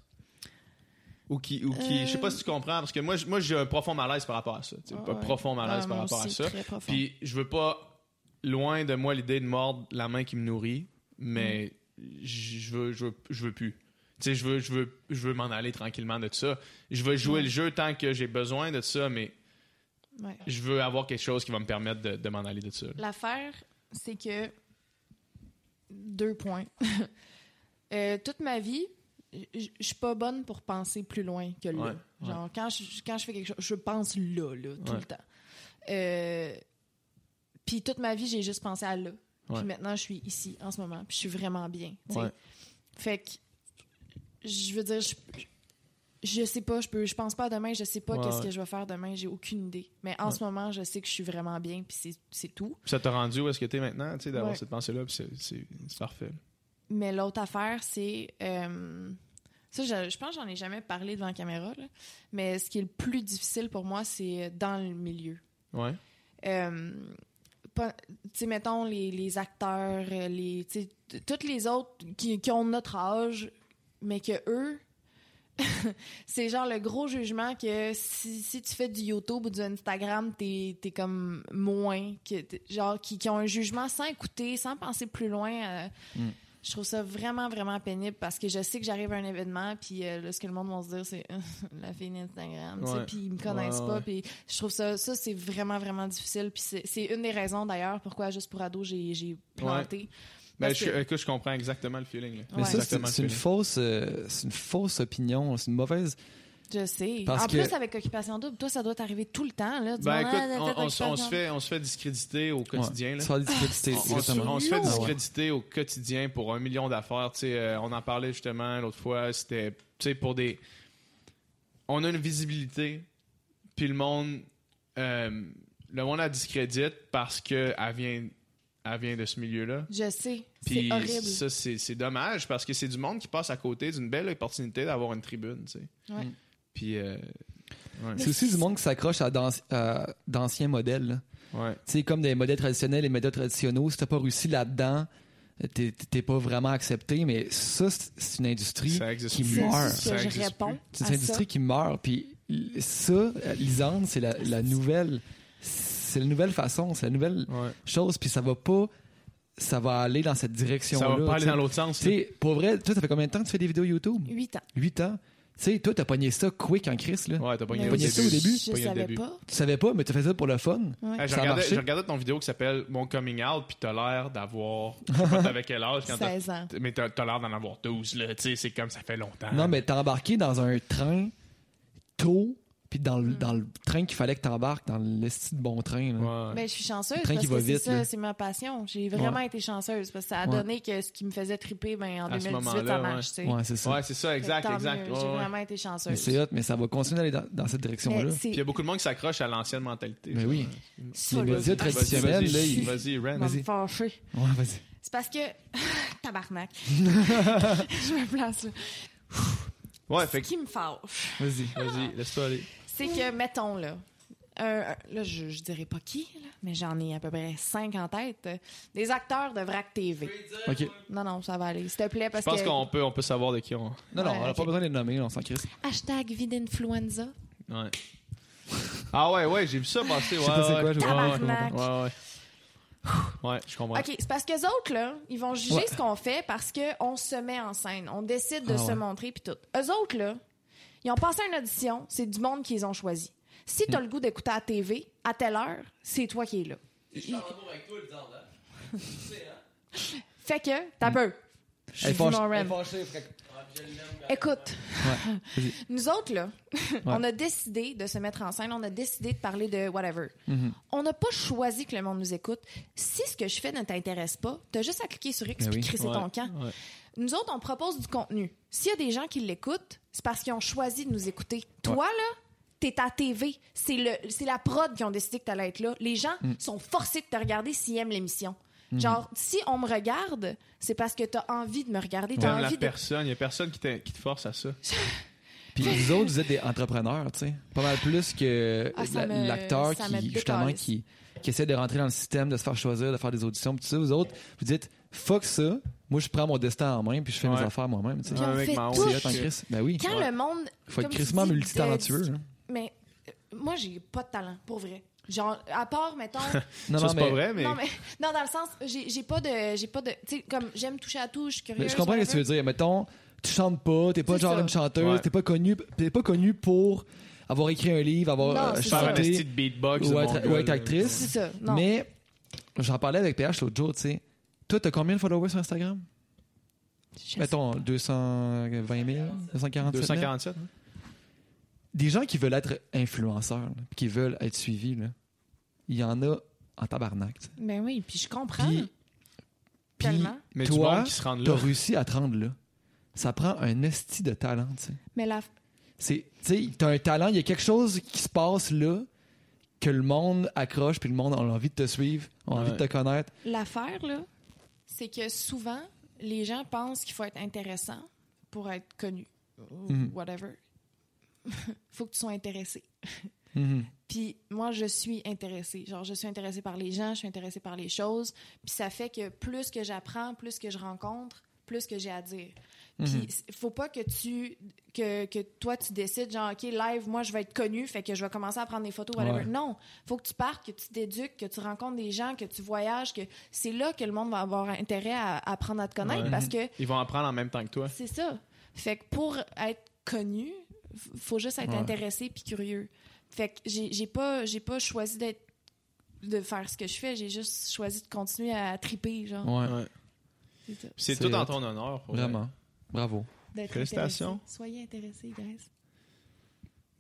Ou qui, ou qui
Euh.
je sais pas si tu comprends, parce que moi, j- moi j'ai un profond malaise par rapport à ça. tu sais,
Ouais,
un
ouais.
profond malaise
Ah,
par
moi
rapport
aussi,
à ça.
très profond.
Puis je veux pas, loin de moi, l'idée de mordre la main qui me nourrit, mais
Mm.
j- je veux, je veux, je veux plus. Tu sais, je veux, je veux, je veux m'en aller tranquillement de ça. Je veux jouer
Ouais.
le jeu tant que j'ai besoin de ça, mais
Ouais.
je veux avoir quelque chose qui va me permettre de, de m'en aller de ça. là.
L'affaire, c'est que. Deux points. Euh, toute ma vie, je- je je suis pas bonne pour penser plus loin que là.
Ouais,
Genre, quand, je, quand je fais quelque chose, je pense là, là, tout
Ouais.
le temps. Euh, Puis toute ma vie, j'ai juste pensé à là.
Ouais.
Puis maintenant, je suis ici, en ce moment. Puis je suis vraiment bien. tu sais.
Ouais.
Fait que, je veux dire, je, je sais pas, je peux, je pense pas à demain, je sais pas
Ouais,
qu'est-ce
ouais.
que je vais faire demain, j'ai aucune idée. Mais en
Ouais.
ce moment, je sais que je suis vraiment bien, puis c'est- c'est tout.
Puis ça t'a rendu où est-ce que t'es maintenant, tu sais, d'avoir
Ouais.
cette pensée-là, puis c'est- c'est c'est parfait.
Mais l'autre affaire, c'est. euh, ça, je, je pense que j'en ai jamais parlé devant la caméra, là. mais ce qui est le plus difficile pour moi, c'est dans le milieu.
Ouais.
Euh, pas- tu sais, mettons les, les acteurs, euh, les, tu sais, t- toutes les autres qui, qui ont notre âge, mais que eux, c'est genre le gros jugement que si, si tu fais du YouTube ou du Instagram, t'es es comme moins, que t'es- genre qui, qui ont un jugement sans écouter, sans penser plus loin. euh,
Mm.
Je trouve ça vraiment, vraiment pénible parce que je sais que j'arrive à un événement, puis euh, là, ce que le monde va se dire, c'est la fille d'Instagram, tu sais,
Ouais.
puis ils me connaissent
Ouais,
pas,
ouais.
puis je trouve ça, ça c'est vraiment, vraiment difficile. Puis c'est- c'est une des raisons d'ailleurs pourquoi, juste pour ado, j'ai j'ai planté.
Ben,
Parce
je,
que-
écoute, je comprends exactement le feeling. là.
Mais
Ouais.
ça, c'est-
Exactement le
c'est une
feeling.
fausse, euh, c'est une fausse opinion, c'est une mauvaise.
Je sais.
Parce
en
que-
plus, avec Occupation Double, toi, ça doit t'arriver tout le temps. Là, du
Ben
moment, là,
écoute,
t'as
on, on se- on
Occupation
se
Double.
fait, on se fait discréditer au quotidien.
Ouais.
là.
Se faire discréditer,
On- On, se-
exactement.
on se fait
Lourd.
discréditer au quotidien pour un million d'affaires. tu sais, euh, on en parlait justement l'autre fois. C'était tu sais, pour des. On a une visibilité, puis le monde. euh, le monde la discrédite parce qu'elle vient, elle vient de ce milieu-là.
Je sais.
Puis
C'est horrible.
ça, c'est c'est dommage parce que c'est du monde qui passe à côté d'une belle opportunité d'avoir une tribune. tu sais.
Ouais.
Puis. euh, ouais.
C'est aussi du monde qui s'accroche à d'anci- à d'anciens modèles. là.
Ouais.
Tu sais, comme des modèles traditionnels et médias traditionnels, si t'as pas réussi là-dedans, euh, t'es- t'es pas vraiment accepté. Mais ça, c'est- c'est une industrie.
Ça existe
qui
plus.
meurt.
C'est ce
Ça
que je
existe plus.
réponds.
C'est
à
une
Ah, ça.
industrie qui meurt. Puis ça, euh, Lisande, c'est la, la nouvelle. C'est la nouvelle façon, c'est la nouvelle
Ouais.
chose. Puis ça va pas. Ça va aller dans cette
Ça
direction-là.
va pas
tu
aller
sais.
dans l'autre sens.
Tu
là.
sais, pour vrai, toi, ça fait combien de temps que tu fais des vidéos YouTube?
Huit ans.
8 ans. Tu sais, toi, t'as pogné ça quick en crise, là.
Ouais, t'as pas
pogné ça au début?
Je
Pogné au
savais
début.
pas.
Tu savais pas, mais tu fait ça pour le fun.
Ouais.
Hey, je,
Ça a
regardais,
marché?
je regardais ton vidéo qui s'appelle Mon Coming Out, puis t'as l'air d'avoir. Je sais pas t'avais quel âge quand t'as-
16 ans.
Mais t'as t'as l'air d'en avoir 12, là. Tu sais, c'est comme ça fait longtemps.
Non, mais t'es embarqué dans un train tôt, puis dans le, dans le train qu'il fallait que t'embarques, dans le style de bon train, là.
Ouais.
Ben, je suis chanceuse
Le train
parce
qui va
que c'est
vite, là.
ça, c'est ma passion. J'ai vraiment été chanceuse parce que ça a
Ouais.
donné que ce qui me faisait triper, ben, en
À ce
2018,
moment-là,
ça marche. tu sais.
Ouais, c'est ça.
Ouais, c'est ça, exact,
Tant
exact.
mieux,
Ouais,
J'ai
ouais.
vraiment été
Mais
chanceuse.
c'est hot, mais ça va continuer d'aller dans, dans cette direction-là.
Mais c'est
Puis il y a beaucoup de monde qui s'accroche à l'ancienne mentalité.
Mais oui.
ça,
les
là,
médias
ça
Vas-y,
traditionnels, là,
Vas-y,
ils-
vas-y, Ren.
va me
vas-y.
fâcher.
Ouais, vas-y.
C'est parce que. Tabarnak. je me place là.
Ouais, fait
Ce
que.
qui me fâche,
Vas-y.
Vas-y, laisse-toi aller.
c'est que, mettons, là. un- un- là, je, je dirais pas qui, là, mais j'en ai à peu près cinq en tête. euh, Des acteurs de VRAC TV.
OK.
Non, non, ça va aller. S'il te plaît,
Je
parce
pense
que.
qu'on peut, on peut savoir de qui on.
Non, non,
Ouais,
on n'a
ok.
pas besoin de les nommer, on s'en crisse.
Hashtag vidinfluenza.
Ouais. Ah ouais, ouais, j'ai vu ça passer. Ouais,
sais pas c'est
ouais,
quoi, je-
ouais,
Tabarnak.
ouais, ouais. Ouais, je comprends.
OK, c'est parce que autres, là, ils vont juger
Ouais.
ce qu'on fait parce qu'on se met en scène. On décide de
Ah
se
ouais.
montrer, puis tout. Eux autres, là, ils ont passé une audition, c'est du monde qu'ils ont choisi. Si
Hmm.
t'as le goût d'écouter à la TV, à telle heure, c'est toi qui es là.
Je suis en amour avec toi, le disant, là. Tu sais, hein?
Hmm.
Fait que, t'as peu. Je suis
fâche-
Lauren.
Ah, Je l'aime,
Écoute,
Vas-y.
nous autres, là, on a décidé de se mettre en scène, on a décidé de parler de whatever.
Mm-hmm.
On n'a pas choisi que le monde nous écoute. Si ce que je fais ne t'intéresse pas, t'as juste à cliquer sur X
Ben
puis
oui.
crisser
Ouais,
ton camp.
ouais.
Nous autres, on propose du contenu. S'il y a des gens qui l'écoutent, c'est parce qu'ils ont choisi de nous écouter. Toi, là, t'es à TV. C'est le- c'est la prod qui ont décidé que t'allais être là. Les gens
Mm.
sont forcés de te regarder s'ils aiment l'émission.
Mm-hmm.
Genre, si on me regarde, c'est parce que t'as envie de me regarder. T'as
T'aimes la
envie de...
personne. Il y a personne qui, t'a- qui te force à ça.
Puis vous autres, vous êtes des entrepreneurs, tu sais. Pas mal plus que
Ah, ça
la-
me-
l'acteur
ça me
qui, justement,
décalisse.
qui, qui essaie de rentrer dans le système, de se faire choisir, de faire des auditions. Puis tout ça, vous autres, vous dites, fuck ça. Moi, je prends mon destin en main, puis je fais mes
Ouais.
affaires moi-même, tu sais.
Puis on
Ouais,
fait
ma honte,
tout.
C'est hot en Chris. Ben oui.
Quand
Ouais.
le monde.
Faut être
comme tu
crissement
dis, de-
multitalentueux. hein.
Mais euh, moi, j'ai pas de talent, pour vrai. Genre, à part, mettons.
Non,
ça,
non,
c'est
mais,
pas vrai, mais.
non, mais. Non, dans le sens, j'ai j'ai pas de. J'ai pas de. Tu sais, comme, j'aime toucher à tout, je suis curieuse.
mais je comprends ce que tu veux dire. Mettons, tu chantes pas, t'es pas
C'est
genre
ça.
une chanteuse,
Ouais.
t'es pas connu, t'es pas connu pour avoir écrit un livre, avoir
Non,
euh,
c'est
Faire
ça.
un
chanté
petit beatbox.
ou
mon
être,
gars,
ou être
là.
actrice.
C'est ça, non.
Mais j'en parlais avec PH l'autre jour, tu sais. Toi, t'as combien de followers sur Instagram?
Je-
Mettons 220 000, 247 000.
247. hein?
Des gens qui veulent être influenceurs, là, puis qui veulent être suivis, là, il y en a en tabarnak. tu sais.
Ben oui, puis je comprends.
Puis, puis
Tellement.
Mais du
toi,
monde qui se rend
t'as
là.
réussi à te rendre là. Ça prend un esti de talent, tu sais.
Mais la.
C'est, tu sais, t'as un talent, il y a quelque chose qui se passe là que le monde accroche, puis le monde a envie de te suivre, a envie
Ouais.
de te connaître.
L'affaire, là, c'est que souvent, les gens pensent qu'il faut être intéressant pour être connu. Ou
Mhm.
Whatever. faut que tu sois intéressé.
Mhm.
Puis moi, je suis intéressée. Genre, je suis intéressée par les gens, je suis intéressée par les choses. Puis ça fait que plus que j'apprends, plus que je rencontre, plus que j'ai à dire.
Mhm.
Mhm.
Puis euh, c- faut pas que tu que, que toi tu décides genre OK, live, moi je vais être connue, fait que je vais commencer à prendre des photos
Ouais.
whatever. Non, faut que tu partes, que tu t'éduques, que tu rencontres des gens, que tu voyages, que c'est là que le monde va avoir intérêt à à apprendre à te connaître
Ouais.
parce que
Ils vont apprendre en même temps que toi.
c'est ça. Fait que pour être connu, f- faut juste être
Ouais.
intéressé puis curieux. Fait que j'ai j'ai pas j'ai pas choisi d'être de faire ce que je fais, j'ai juste choisi de continuer à triper genre.
Ouais,
Ouais.
C'est ça.
C'est
C'est
tout en
hot.
ton honneur. pour vrai.
vraiment. Bravo.
D'être
Félicitations.
intéressé. Soyez intéressés, guys.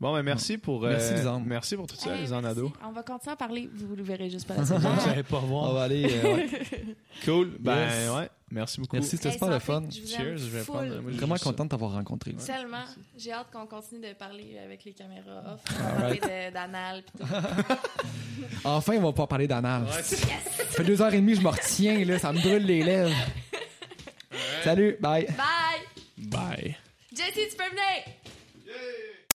Bon, ben merci pour. euh,
Merci, les hommes.
Merci pour tout ça,
Hey,
les anados.
merci. On va continuer à parler, vous le verrez juste par la suite. Bye.
pas
On
voir.
va aller. euh, ouais.
Cool. Ben
Yes.
ouais. Merci beaucoup.
Merci, c'était
Hey,
super le
sans
fun.
fake, Je vous aime
Cheers, je vais
full.
prendre. Moi, j'ai
Vraiment
juste ça.
content de t'avoir rencontré. là.
Tellement. J'ai hâte qu'on continue de parler avec les caméras off,
Alright.
parler de- d'anal pis tout.
Enfin, on va pouvoir parler d'anal. Ça fait deux heures et demie, je me retiens, là, ça me brûle les lèvres. Salut, bye.
Bye!
Bye.
JT, tu peux venir!